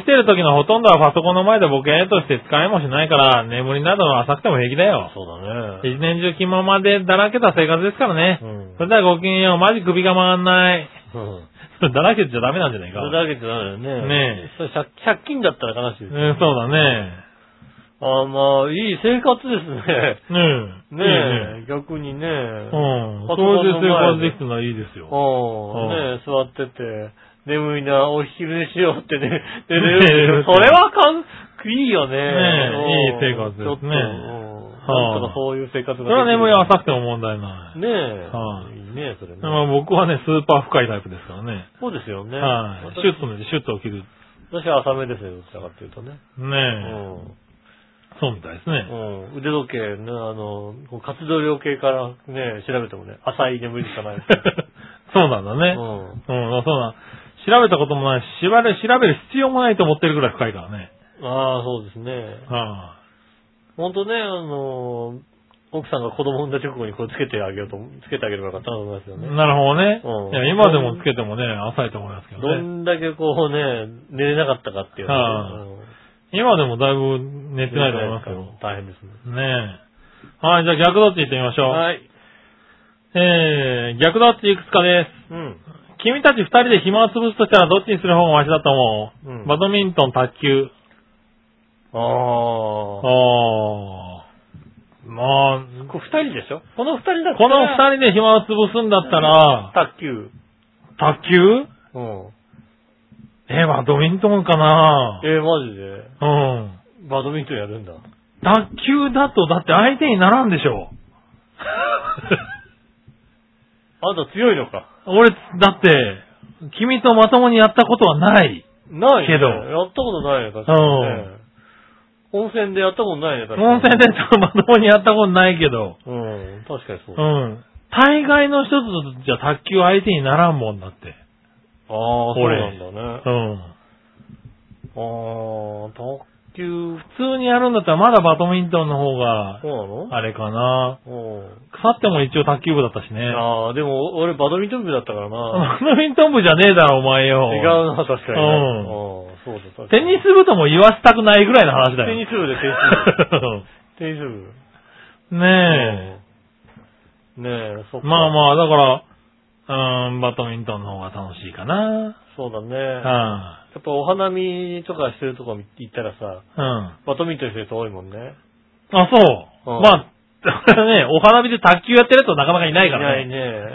Speaker 3: 起きてる時のほとんどはパソコンの前でボケーとして使いもしないから、眠りなどは浅くても平気だよ。
Speaker 2: そうだね。
Speaker 3: 一年中気ままでだらけた生活ですからね。
Speaker 2: うん
Speaker 3: それではごきげんよう、マジ首が回んない。
Speaker 2: うん。
Speaker 3: そ <laughs> れだらけじゃダメなんじゃない
Speaker 2: そ
Speaker 3: か。
Speaker 2: れだけじゃないよね。
Speaker 3: ねえ
Speaker 2: それ100、100均だったら悲しいです。
Speaker 3: うん、そうだね。
Speaker 2: あーまあ、いい生活ですね。
Speaker 3: うん。
Speaker 2: ね
Speaker 3: い
Speaker 2: え、
Speaker 3: いね
Speaker 2: 逆にね。
Speaker 3: うん。そ
Speaker 2: パソ
Speaker 3: う
Speaker 2: コ
Speaker 3: いう
Speaker 2: ンの前で
Speaker 3: 生活できたのはいいですよ。
Speaker 2: うん。
Speaker 3: うん
Speaker 2: ねえ、座ってて、眠いな、お昼寝しよ
Speaker 3: <laughs>
Speaker 2: うってね、で寝
Speaker 3: ねえ
Speaker 2: る。それはかん、いいよね。
Speaker 3: ねえ
Speaker 2: うん
Speaker 3: いい生活ですね
Speaker 2: ちょっと、うん
Speaker 3: は
Speaker 2: ないんとかそういう生活
Speaker 3: そ
Speaker 2: が
Speaker 3: れは眠り
Speaker 2: は
Speaker 3: は浅くても問題ない。
Speaker 2: ねえ。
Speaker 3: はい
Speaker 2: いいね、それね。
Speaker 3: まあ僕はね、スーパー深いタイプですからね。
Speaker 2: そうですよね。
Speaker 3: はい。シュッと寝て、シュッと起きる。
Speaker 2: 私は浅めですよ、どちらかっていうとね。う
Speaker 3: ねえ。
Speaker 2: ん。
Speaker 3: そうみたいですね。
Speaker 2: うん。腕時計ね、あの、こう活動量計からね、調べてもね、浅い眠りしかない。
Speaker 3: そうなんだ
Speaker 2: う
Speaker 3: <laughs> ね。
Speaker 2: ん。
Speaker 3: うん、そうなん。調べたこともないし、調べる、調べる必要もないと思ってるぐらい深いからね。
Speaker 2: ああ、そうですね。
Speaker 3: は
Speaker 2: ほんとね、あの、奥さんが子供産んだ直後にこれつけてあげようと、つけてあげればよかったなと思いますよ
Speaker 3: い。
Speaker 2: ね。
Speaker 3: なるほどね。
Speaker 2: うん
Speaker 3: いや今でもつけてもね、浅いと思いますけど
Speaker 2: ど
Speaker 3: ね。
Speaker 2: んだけこうね、寝れなかったかっていうね、
Speaker 3: はい
Speaker 2: うん
Speaker 3: 今でもだいぶ寝てないと思いますけど。
Speaker 2: 大変です
Speaker 3: ねえ。
Speaker 2: ね。
Speaker 3: はい、じゃあ逆どっち行ってみましょう。
Speaker 2: はい。
Speaker 3: えー、逆どっちいくつかです。
Speaker 2: うん。
Speaker 3: 君たち二人で暇を潰すとしたらどっちにする方がマシだと思う、
Speaker 2: うん
Speaker 3: バドミントン、卓球。
Speaker 2: ああ。
Speaker 3: あー。まあ、
Speaker 2: これ二人でしょこの二人だ
Speaker 3: この
Speaker 2: 人。
Speaker 3: 二人で暇を潰すんだったら、
Speaker 2: 卓球。
Speaker 3: 卓球
Speaker 2: うん。
Speaker 3: えー、バドミントンかな
Speaker 2: えー、マジで
Speaker 3: うん。
Speaker 2: バドミントンやる
Speaker 3: <laughs>
Speaker 2: んだ。
Speaker 3: 卓球だと、だって相手にならんでしょ。
Speaker 2: あんた強いのか。
Speaker 3: 俺、だって、君とまともにやったことはない。
Speaker 2: ない、ね。
Speaker 3: けど
Speaker 2: やったことないね、確かに、ね。温泉でやったことないね、確かに。
Speaker 3: 温泉でちょっとまともにやったことないけど。
Speaker 2: うん、確かにそうう。
Speaker 3: ん。大概の人とじゃ卓球相手にならんもんだって。
Speaker 2: ああ、そう
Speaker 3: 俺
Speaker 2: なんだね。あ
Speaker 3: うん。
Speaker 2: あ、卓球、
Speaker 3: 普通にやるんだったらまだバドミントンの方が
Speaker 2: そ、うなの
Speaker 3: あれかな。
Speaker 2: うん。
Speaker 3: 腐っても一応卓球部だったしね。
Speaker 2: ああ、でも俺バドミントン部だったからな。
Speaker 3: バ
Speaker 2: <laughs>
Speaker 3: ドミントン部じゃねえだろ、お前よ。
Speaker 2: 違うな、確かにな。
Speaker 3: うん
Speaker 2: あーそうだ、確かに
Speaker 3: テニス部とも言わせたくないぐらいの話だよ。
Speaker 2: テニス部でテテニス
Speaker 3: ス
Speaker 2: 部。
Speaker 3: 部。 <laughs> ねえ。
Speaker 2: え。ねえ、そっか。
Speaker 3: まあ
Speaker 2: あ。
Speaker 3: まあ、だから、うーん、バドミントンの方が楽しいかな。
Speaker 2: そうだね。
Speaker 3: は
Speaker 2: やっぱお花見とかしてるとこ行ったらさ、
Speaker 3: い。うん。あ、
Speaker 2: バドミントンしてる人多いもんね。
Speaker 3: そう。
Speaker 2: うん
Speaker 3: まあ、 <laughs> だからね、お花火で卓球やってるとなかなかいないからね。
Speaker 2: いないね。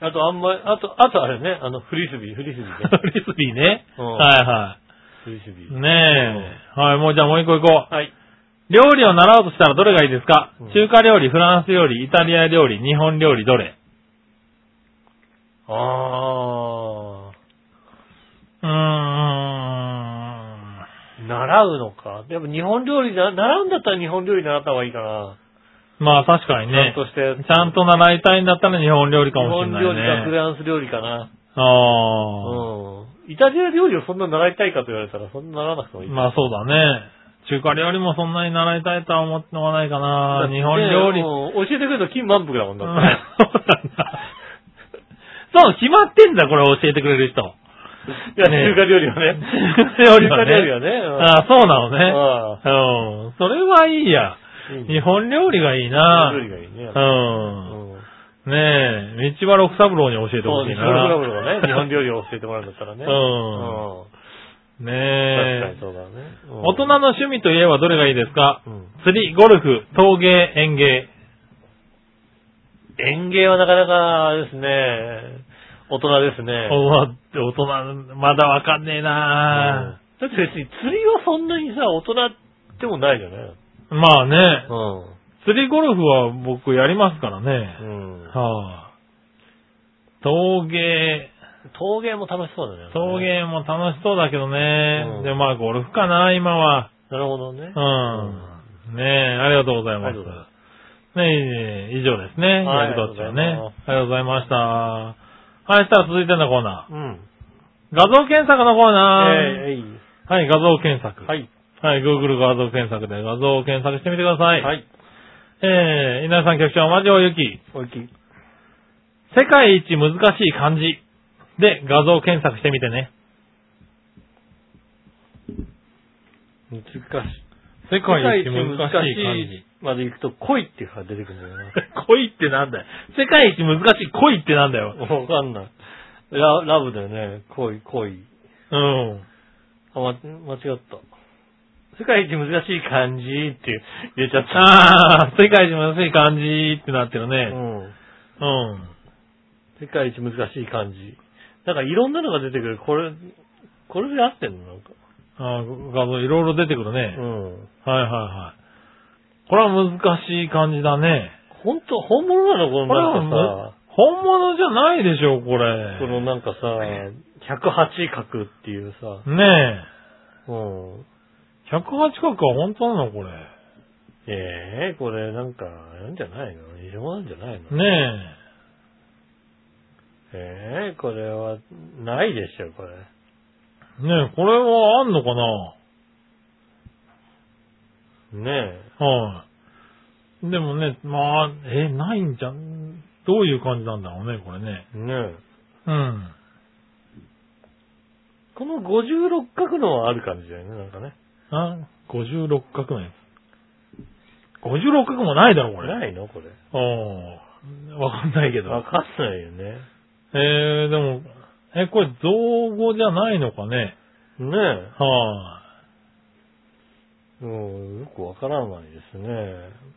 Speaker 3: うん。
Speaker 2: あとあんまり、あと、あとあれね、あの、フリスビー、フリ
Speaker 3: <laughs>
Speaker 2: スビーね。
Speaker 3: フリスビーね。
Speaker 2: うん
Speaker 3: はいは
Speaker 2: フリスビ
Speaker 3: い。
Speaker 2: ー。
Speaker 3: ねえ。はい、もうじゃあもう一個行こう。
Speaker 2: はい。
Speaker 3: 料理を習おうとしたらどれがいいですか、
Speaker 2: うん
Speaker 3: 中華料理、フランス料理、イタリア料理、日本料理、どれ
Speaker 2: あ
Speaker 3: うーん。
Speaker 2: ー、習うのか。でも日本料理な、習うんだったら日本料理習った方がいいかな。
Speaker 3: まあ確かにね。
Speaker 2: ちゃんとして
Speaker 3: ちゃんと習いたいんだったら日本料理かもしれないね。
Speaker 2: 日本料理かフランス料理かな。
Speaker 3: あ
Speaker 2: うん。イタリア料理をそんな習いたいかと言われたら、そんな習わなくても
Speaker 3: あ。
Speaker 2: いい。
Speaker 3: まあそうだね。中華料理もそんなに習いたいとは思ってもないか
Speaker 2: だ
Speaker 3: な
Speaker 2: っ。て
Speaker 3: 日本料理。
Speaker 2: もう教えてくれると金満腹だもん
Speaker 3: そ
Speaker 2: だ
Speaker 3: う
Speaker 2: ってね。
Speaker 3: なんだ。そう、決まってんだ、これ教えてくれる人。
Speaker 2: いや、中華料理はね。
Speaker 3: 中華料理はね
Speaker 2: 中華料理はねうん
Speaker 3: ああ、そうなのね。
Speaker 2: あ
Speaker 3: うん。それはいいや。
Speaker 2: あいいね
Speaker 3: 日本料理がいい
Speaker 2: 日
Speaker 3: な。
Speaker 2: 本料理がいいね。
Speaker 3: うん。
Speaker 2: うん
Speaker 3: ねえ、道場六三郎に教えて
Speaker 2: そ
Speaker 3: ほ
Speaker 2: う、
Speaker 3: しい
Speaker 2: 西
Speaker 3: な。
Speaker 2: 村クラブの
Speaker 3: <laughs>
Speaker 2: ね、日本料理を教えてもらうんだったらね。
Speaker 3: うん
Speaker 2: うん。
Speaker 3: ね
Speaker 2: 確かに
Speaker 3: え。
Speaker 2: そうだね。うん
Speaker 3: 大人の趣味といえばどれがいいですか
Speaker 2: うん
Speaker 3: 釣り、ゴルフ、陶芸、園芸。
Speaker 2: 園芸はなかなかあれですね、大人ですね。
Speaker 3: おわ大人、まだわかんねえな
Speaker 2: だって別に釣りはそんなにさ、大人でもないじゃない
Speaker 3: まあね、
Speaker 2: うん。
Speaker 3: 釣りゴルフは僕やりますからね。
Speaker 2: うん。
Speaker 3: はあ。陶芸、
Speaker 2: 陶芸も楽しそうだね。
Speaker 3: 陶。芸も楽しそうだけど
Speaker 2: う
Speaker 3: ね。
Speaker 2: ん
Speaker 3: で、まあゴルフかな、今は。
Speaker 2: なるほどね。
Speaker 3: うん。ねえ、ありがとうございま
Speaker 2: あ
Speaker 3: す
Speaker 2: りがとうございま。
Speaker 3: ねえ、以上ですね。
Speaker 2: はい
Speaker 3: やるどっちはね。あ
Speaker 2: あ
Speaker 3: りがとうございました。はい、したら続いてのコーナー。
Speaker 2: うん。
Speaker 3: 画像検索のコーナー。
Speaker 2: えい
Speaker 3: はい、画像検索。
Speaker 2: はい。
Speaker 3: はい、Google 画像検索で画像を検索してみてください。。
Speaker 2: はいい。
Speaker 3: えー、稲田さん局長、マジオユキ。
Speaker 2: おいき。
Speaker 3: 世界一難しい漢字で画像検索してみてね。
Speaker 2: 難しい。
Speaker 3: 世界一難しい漢字。
Speaker 2: まで行くと恋っていうのが <laughs> 出てくるんだよな。
Speaker 3: 恋ってなんだよ。世界一難しい恋ってなんだよ。
Speaker 2: わかんない。ララブだよね。恋、恋。
Speaker 3: うん。
Speaker 2: あ、ま、間違った。世界一難しい漢字って言えちゃった。
Speaker 3: ああ、世界一難しい感じってなってる
Speaker 2: う
Speaker 3: ね。
Speaker 2: ん。
Speaker 3: うん。
Speaker 2: 世界一難しい漢字。なんかいろんなのが出てくる。これ、これで合ってんのなんか。
Speaker 3: ああ、画像いろいろ出てくる
Speaker 2: う
Speaker 3: ね。
Speaker 2: ん。
Speaker 3: はいはいはい。これは難しい感じだね。
Speaker 2: 本当本物なのこ
Speaker 3: これは
Speaker 2: の
Speaker 3: む
Speaker 2: なんか
Speaker 3: 本物じゃないでしょ、こ
Speaker 2: さ、
Speaker 3: れ。
Speaker 2: このなんかさ、108角っていうさ、
Speaker 3: ね
Speaker 2: うん。
Speaker 3: え。108角は本当なの、これ。
Speaker 2: ええこれなんか、なんじゃないの異常なんじゃないの
Speaker 3: ね
Speaker 2: ええこれは、ないでしょ、これ。
Speaker 3: え。ねえ、これはあんのかな
Speaker 2: ね
Speaker 3: はい。でもね、まあ、え、ないんじゃん。どういう感じなんだろうね、これね。
Speaker 2: え。ねえ。
Speaker 3: うん。
Speaker 2: この56角のはある感じだよね、なんかね。
Speaker 3: あ、56角のやつ。56角もないだろ、これ。
Speaker 2: ないのこれ。
Speaker 3: うん。わかんないけど。
Speaker 2: わかんないよね。
Speaker 3: えー、でも、え、これ造語じゃないのかね
Speaker 2: ね
Speaker 3: は
Speaker 2: え。うん、よくわからないですね。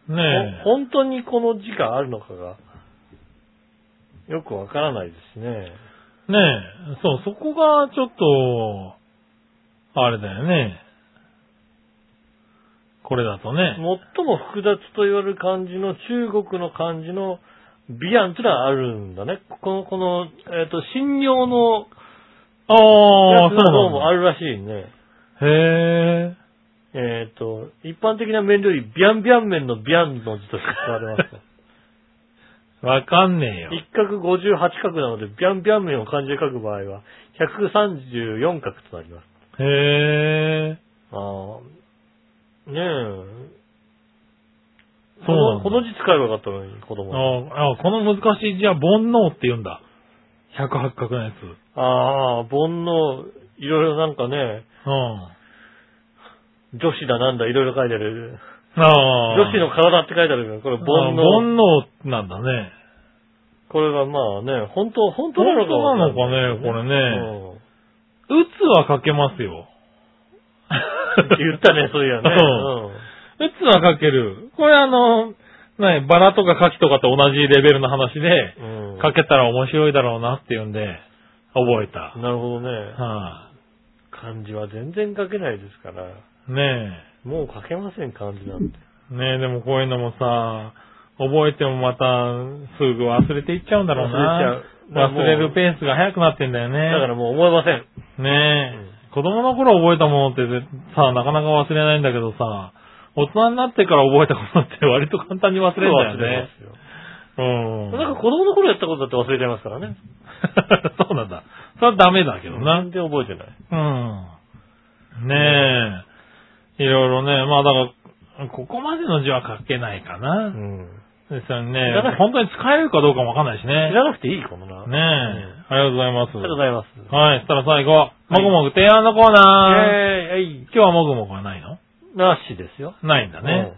Speaker 3: い、ねえ。
Speaker 2: ほ本当にこの字があるのかが、よくわからないですね。
Speaker 3: ねえ、そう、そこがちょっと、あれだよね。これだと
Speaker 2: 最
Speaker 3: ね。
Speaker 2: も複雑と言われる漢字の中国の漢字のビアンってのはあるんだね。この、この、えっ、と、信用の
Speaker 3: あ
Speaker 2: や
Speaker 3: あ、
Speaker 2: つ
Speaker 3: そう
Speaker 2: の方
Speaker 3: なん
Speaker 2: も
Speaker 3: だ
Speaker 2: あ。るらしいね。
Speaker 3: へえ。
Speaker 2: えっ、と、一般的な麺料理、ビャンビャン麺のビャンの字として使われます。
Speaker 3: わかんねえよ。
Speaker 2: 一角58角なので、ビャンビャン麺を漢字で書く場合は、134角となります。
Speaker 3: へえ。
Speaker 2: ああ、ねえ。
Speaker 3: そうなんだ
Speaker 2: このこの字使えばよかったのに、子供に。
Speaker 3: ああ、この難しい字は煩悩って言うんだ。108角のやつ。
Speaker 2: ああ、煩悩、いろいろなんかね、
Speaker 3: うん。
Speaker 2: 女子だなんだ、いろいろ書いてある。
Speaker 3: ああ。
Speaker 2: 女子の体って書いてあるけど、これ
Speaker 3: 煩悩。
Speaker 2: 煩悩。
Speaker 3: 煩悩なんだね。
Speaker 2: これがまあね、本当、本当なのかわんい
Speaker 3: 本当なのかねこれ
Speaker 2: うん
Speaker 3: うつは書けますよ。
Speaker 2: <laughs> 言ったね、そういや
Speaker 3: う
Speaker 2: ね。
Speaker 3: ん
Speaker 2: うん
Speaker 3: うつは書ける。これあの、なに、バラとか牡蠣とかと同じレベルの話で、
Speaker 2: うん
Speaker 3: 書けたら面白いだろうなっていうんで、覚えた。はい、
Speaker 2: なるほどね。漢字は全然書けないですから、
Speaker 3: ね
Speaker 2: もう書けません、漢字なんて。
Speaker 3: え。ねえ、でもこういうのもさ、覚えてもまた、すぐ忘れていっちゃうんだろうな。
Speaker 2: 忘
Speaker 3: 忘
Speaker 2: れちゃう
Speaker 3: れるペースが早くなってんだよ
Speaker 2: だか
Speaker 3: ね。
Speaker 2: らもう思いません。
Speaker 3: ねえ。子供の頃覚えたものってぜさ、なかなか忘れないんだけどさ、大人になってから覚えたことって <laughs> 割と簡単に忘れるんだよね。
Speaker 2: すよ。
Speaker 3: うん。
Speaker 2: なんか子供の頃やったことだって忘れちゃいますからね。
Speaker 3: そうなんだ。それはダメだけどな。
Speaker 2: なんで覚えてない。
Speaker 3: うん。ねえ。いろいろね、まあだから、ここまでの字は書けないかな。
Speaker 2: うん。
Speaker 3: ですよ
Speaker 2: 知らな
Speaker 3: ね。
Speaker 2: い
Speaker 3: 本当に使えるかどうかもわかんないし
Speaker 2: 知
Speaker 3: ね。
Speaker 2: らなくていい、このな。
Speaker 3: ねえ、ありがとうございます。
Speaker 2: ありがとうございます。
Speaker 3: はい、そしたら最後、もぐもぐ提案のコーナー。
Speaker 2: えー、えい、
Speaker 3: 今日はもぐもぐはないの
Speaker 2: なしですよ。
Speaker 3: ないんだね。うん。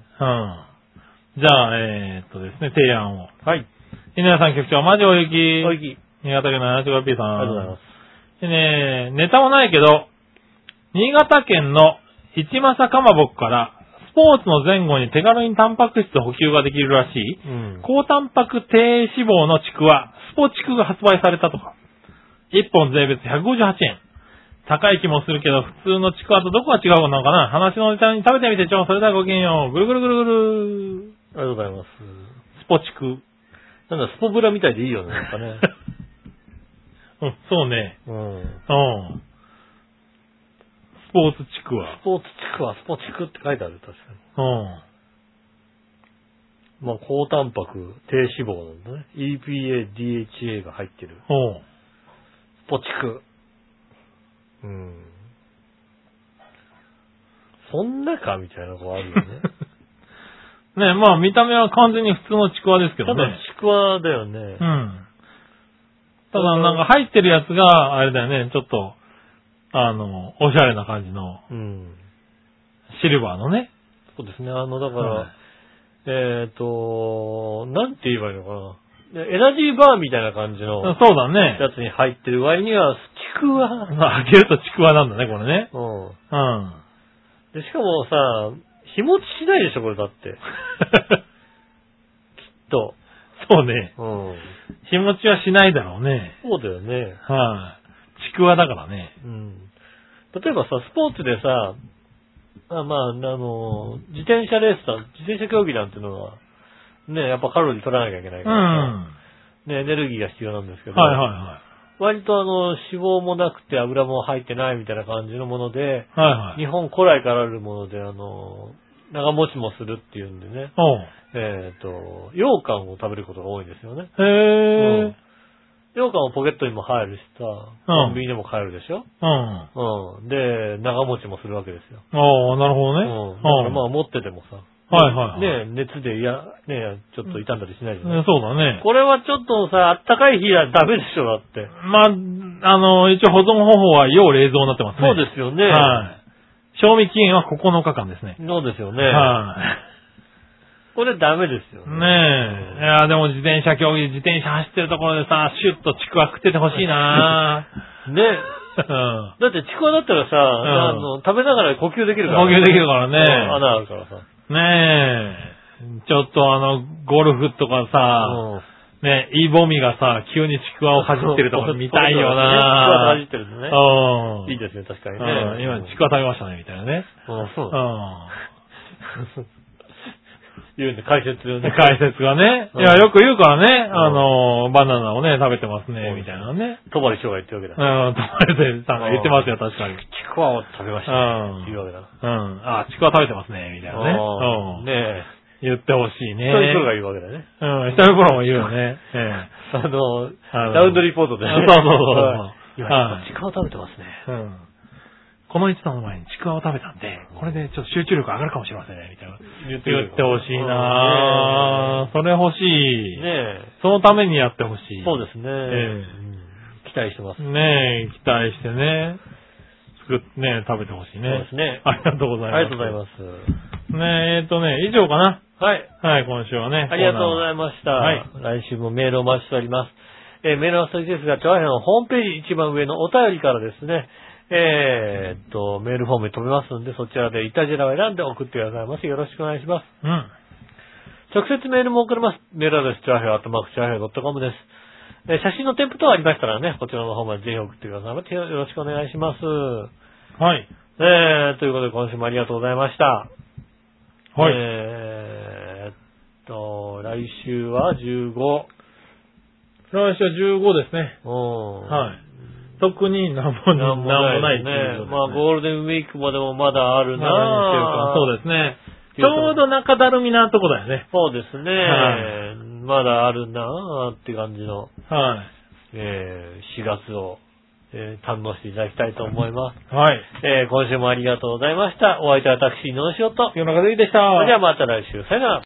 Speaker 3: じゃあ、えー、っとですね、提案を。
Speaker 2: はい。
Speaker 3: 稲田さん局長、マジおゆき。
Speaker 2: おいき。
Speaker 3: 新潟県の 75P さん。
Speaker 2: ありがとうございます。
Speaker 3: でね、ネタもないけど、新潟県の市政かまぼこから、スポーツの前後に手軽にタンパク質補給ができるらしい、
Speaker 2: うん。
Speaker 3: 高タンパク低脂肪のちくわ、スポチクが発売されたとか。1本税別158円。高い気もするけど、普通のちくわとどこが違うのかな話のネタに食べてみてちょう。それではごきげんよう。ぐるぐるぐるぐる。
Speaker 2: ありがとうございます。
Speaker 3: スポチク。
Speaker 2: なんだ、スポブラみたいでいいよね、なんか <laughs> ね。
Speaker 3: うん、そうね。
Speaker 2: うん。
Speaker 3: うん。スポーツちくわ
Speaker 2: ス。ポーツ地区はスポチクって書いてある、確かに。
Speaker 3: うん。
Speaker 2: まあ、高タンパク、低脂肪なんだね。EPA、DHA が入ってる。
Speaker 3: おう
Speaker 2: スポチク。うん。そんなかみたいなのがある <laughs> よね。
Speaker 3: ねえまあ見た目は完全に普通のちくわですけ
Speaker 2: た
Speaker 3: ど
Speaker 2: だ
Speaker 3: ね。、
Speaker 2: ちくわだよね
Speaker 3: う。ん。ただなんか入ってるやつが、あれだよね、ちょっと、あの、おしゃれな感じの、
Speaker 2: うん。
Speaker 3: シルバーのね。
Speaker 2: そうですね。あの、だから、
Speaker 3: はい
Speaker 2: えっ、と、なんて言えばいいのかな。でエナジーバーみたいな感じの
Speaker 3: そうだ
Speaker 2: や
Speaker 3: ね。
Speaker 2: つに入ってる割には、ちくわ。
Speaker 3: まあ、開けるとちくわなんだね、これね。
Speaker 2: うん。
Speaker 3: う
Speaker 2: <laughs>
Speaker 3: ん。
Speaker 2: で、しかもさ、日持ちしないでしょ、これだ <laughs> って。きっと。
Speaker 3: そうね。
Speaker 2: うん。
Speaker 3: 日持ちはしないだろうね。
Speaker 2: そうだよね。
Speaker 3: はい、ちくわだからね。
Speaker 2: うん。例えばさ、スポーツでさ、あまあ、あの、自転車レースだ、自転車競技なんてのは、ね、やっぱカロリー取らなきゃいけな
Speaker 3: う
Speaker 2: い
Speaker 3: ん。
Speaker 2: からさ、ね、エネルギーが必要なんですけど、
Speaker 3: はいは
Speaker 2: 割とあの、脂肪もなくて油も入ってないみたいな感じのもので、
Speaker 3: いはい。はいはい。
Speaker 2: 日本古来からあるもので、あの、長持ちもするっていうんでね、
Speaker 3: おう
Speaker 2: えっ、と、羊羹を食べることが多いですよね。
Speaker 3: へ
Speaker 2: う
Speaker 3: え
Speaker 2: ん。羊羹はポケットにも入るしさ、コンビニでも買えるでしょ
Speaker 3: うん。
Speaker 2: うん。で、長持ちもするわけですよ。
Speaker 3: ああ、なるほど
Speaker 2: う
Speaker 3: ね。
Speaker 2: ん。だか
Speaker 3: あ
Speaker 2: らまあ持っててもさ。
Speaker 3: はいはいはい。
Speaker 2: ね熱で、いや、ねちょっと傷んだりしないじゃない、
Speaker 3: ねそうだね。
Speaker 2: これはちょっとさ、あったかい日はダメでしょ、だって。
Speaker 3: まあ、あの、一応保存方法は要冷蔵になってますね。
Speaker 2: そうですよね。
Speaker 3: はい。賞味期限は9日間ですね。
Speaker 2: そうですよね。
Speaker 3: はい。
Speaker 2: これダメです
Speaker 3: ね
Speaker 2: よ
Speaker 3: え。いやでも自転車競技、自転車走ってるところでさ、シュッとちくわ食っててほしい
Speaker 2: <laughs>
Speaker 3: な
Speaker 2: ね
Speaker 3: うん。
Speaker 2: だってちくわだったらさ、
Speaker 3: ん
Speaker 2: あの、食べながら呼吸できるから、
Speaker 3: 呼吸できるからね
Speaker 2: うん穴あるからさ。
Speaker 3: ねえ。ちょっとあの、ゴルフとかさ、
Speaker 2: うん
Speaker 3: ねえ、イボミがさ、急にちくわをかじってるところ見たいよ
Speaker 2: ちくわ
Speaker 3: な
Speaker 2: かじってるのね。
Speaker 3: うん。
Speaker 2: いいですね、確かにね
Speaker 3: うん。。今、ちくわ食べましたね、みたいなね。
Speaker 2: うんそうう。言うんで、解説
Speaker 3: ん。で、。
Speaker 2: ね
Speaker 3: <laughs> 解説がね。
Speaker 2: う
Speaker 3: い
Speaker 2: ん
Speaker 3: や、よく言うからね、
Speaker 2: うん
Speaker 3: あの、バナナをね、食べてます
Speaker 2: う
Speaker 3: ね、
Speaker 2: ん
Speaker 3: みたいなね。
Speaker 2: 戸張翔が言ってるわ
Speaker 3: う
Speaker 2: け
Speaker 3: ん、
Speaker 2: だ。
Speaker 3: とまれさんが言ってますよ、確かに。
Speaker 2: ちくわを食べまし
Speaker 3: う
Speaker 2: た。
Speaker 3: ん。
Speaker 2: っていうわけだ。
Speaker 3: うん。あ、ちくわ食べてますね、みたいな
Speaker 2: あー
Speaker 3: ね。うん。
Speaker 2: ね
Speaker 3: 言ってほしい
Speaker 2: え。
Speaker 3: ね。
Speaker 2: そういう人が言うわけだね。
Speaker 3: うん、下心も言うよね。え
Speaker 2: <laughs>
Speaker 3: え。
Speaker 2: あの、
Speaker 3: あの
Speaker 2: ラウンドリポートでね。
Speaker 3: そうそうそうそう
Speaker 2: はい
Speaker 3: は
Speaker 2: 今、
Speaker 3: い
Speaker 2: ちくわを食べてますね。
Speaker 3: うんこの一段の前にちくわを食べたんで、これでちょっと集中力上がるかもしれませんね、みたいな。
Speaker 2: 言っ
Speaker 3: 言ってほしいなぁ。それ欲し
Speaker 2: ぁ
Speaker 3: い。
Speaker 2: ね
Speaker 3: そのためにやってほし
Speaker 2: え。
Speaker 3: い。
Speaker 2: そうですね。
Speaker 3: え
Speaker 2: うん期待してます。
Speaker 3: す。ねえ、期待してね。作っねえ、食べてほしい
Speaker 2: そうで
Speaker 3: ね
Speaker 2: す。ね。
Speaker 3: ありがとうございます。
Speaker 2: ありがとうござい
Speaker 3: す。
Speaker 2: ます。
Speaker 3: ねえ、えっとね、以上かな。
Speaker 2: はい。
Speaker 3: はい、今週はね。
Speaker 2: ありがとうござ
Speaker 3: い
Speaker 2: いました。
Speaker 3: はい
Speaker 2: 来週もメールをお待ちしております。えーメールの先ですが、長編のホームページ一番上のお便りからですね、えーっと、メールフォームに飛べますので、そちらでイタジェラを選んで送ってくださいませ。よろしくお願いします。
Speaker 3: ます。
Speaker 2: 直接メールも送れます。メールアドレス、チャーヘア、アットマークチャーヘア .com です。えー写真の添付等ありましたらね、こちらの方までぜひ送ってくださいませ。よろしくお願いします。
Speaker 3: うん。はい。
Speaker 2: えー、ということで今週もありがとうございました。
Speaker 3: はい。
Speaker 2: えーっと、来週は15。
Speaker 3: 来週は15ですね。
Speaker 2: うん。
Speaker 3: はい。特になんもな。
Speaker 2: ないんも
Speaker 3: なんも
Speaker 2: な
Speaker 3: ない
Speaker 2: い
Speaker 3: っ
Speaker 2: で
Speaker 3: て
Speaker 2: す
Speaker 3: いう状態で
Speaker 2: ね。
Speaker 3: すね
Speaker 2: まあ、ゴールデンウィークまでもまだあるな
Speaker 3: まあそう
Speaker 2: で
Speaker 3: ですね。
Speaker 2: って
Speaker 3: ち
Speaker 2: いうと
Speaker 3: ょうど中だるみなとこだよね。
Speaker 2: す。そうですね。
Speaker 3: は
Speaker 2: まだあるなぁって感じの、
Speaker 3: は
Speaker 2: えー4月を、えー堪能していただきたいと思います。
Speaker 3: い。はい。
Speaker 2: えー今週もありがとうございました。お相手は私、井上翔と。
Speaker 3: 世の中でいいでした。
Speaker 2: それではまた来週。さよなら。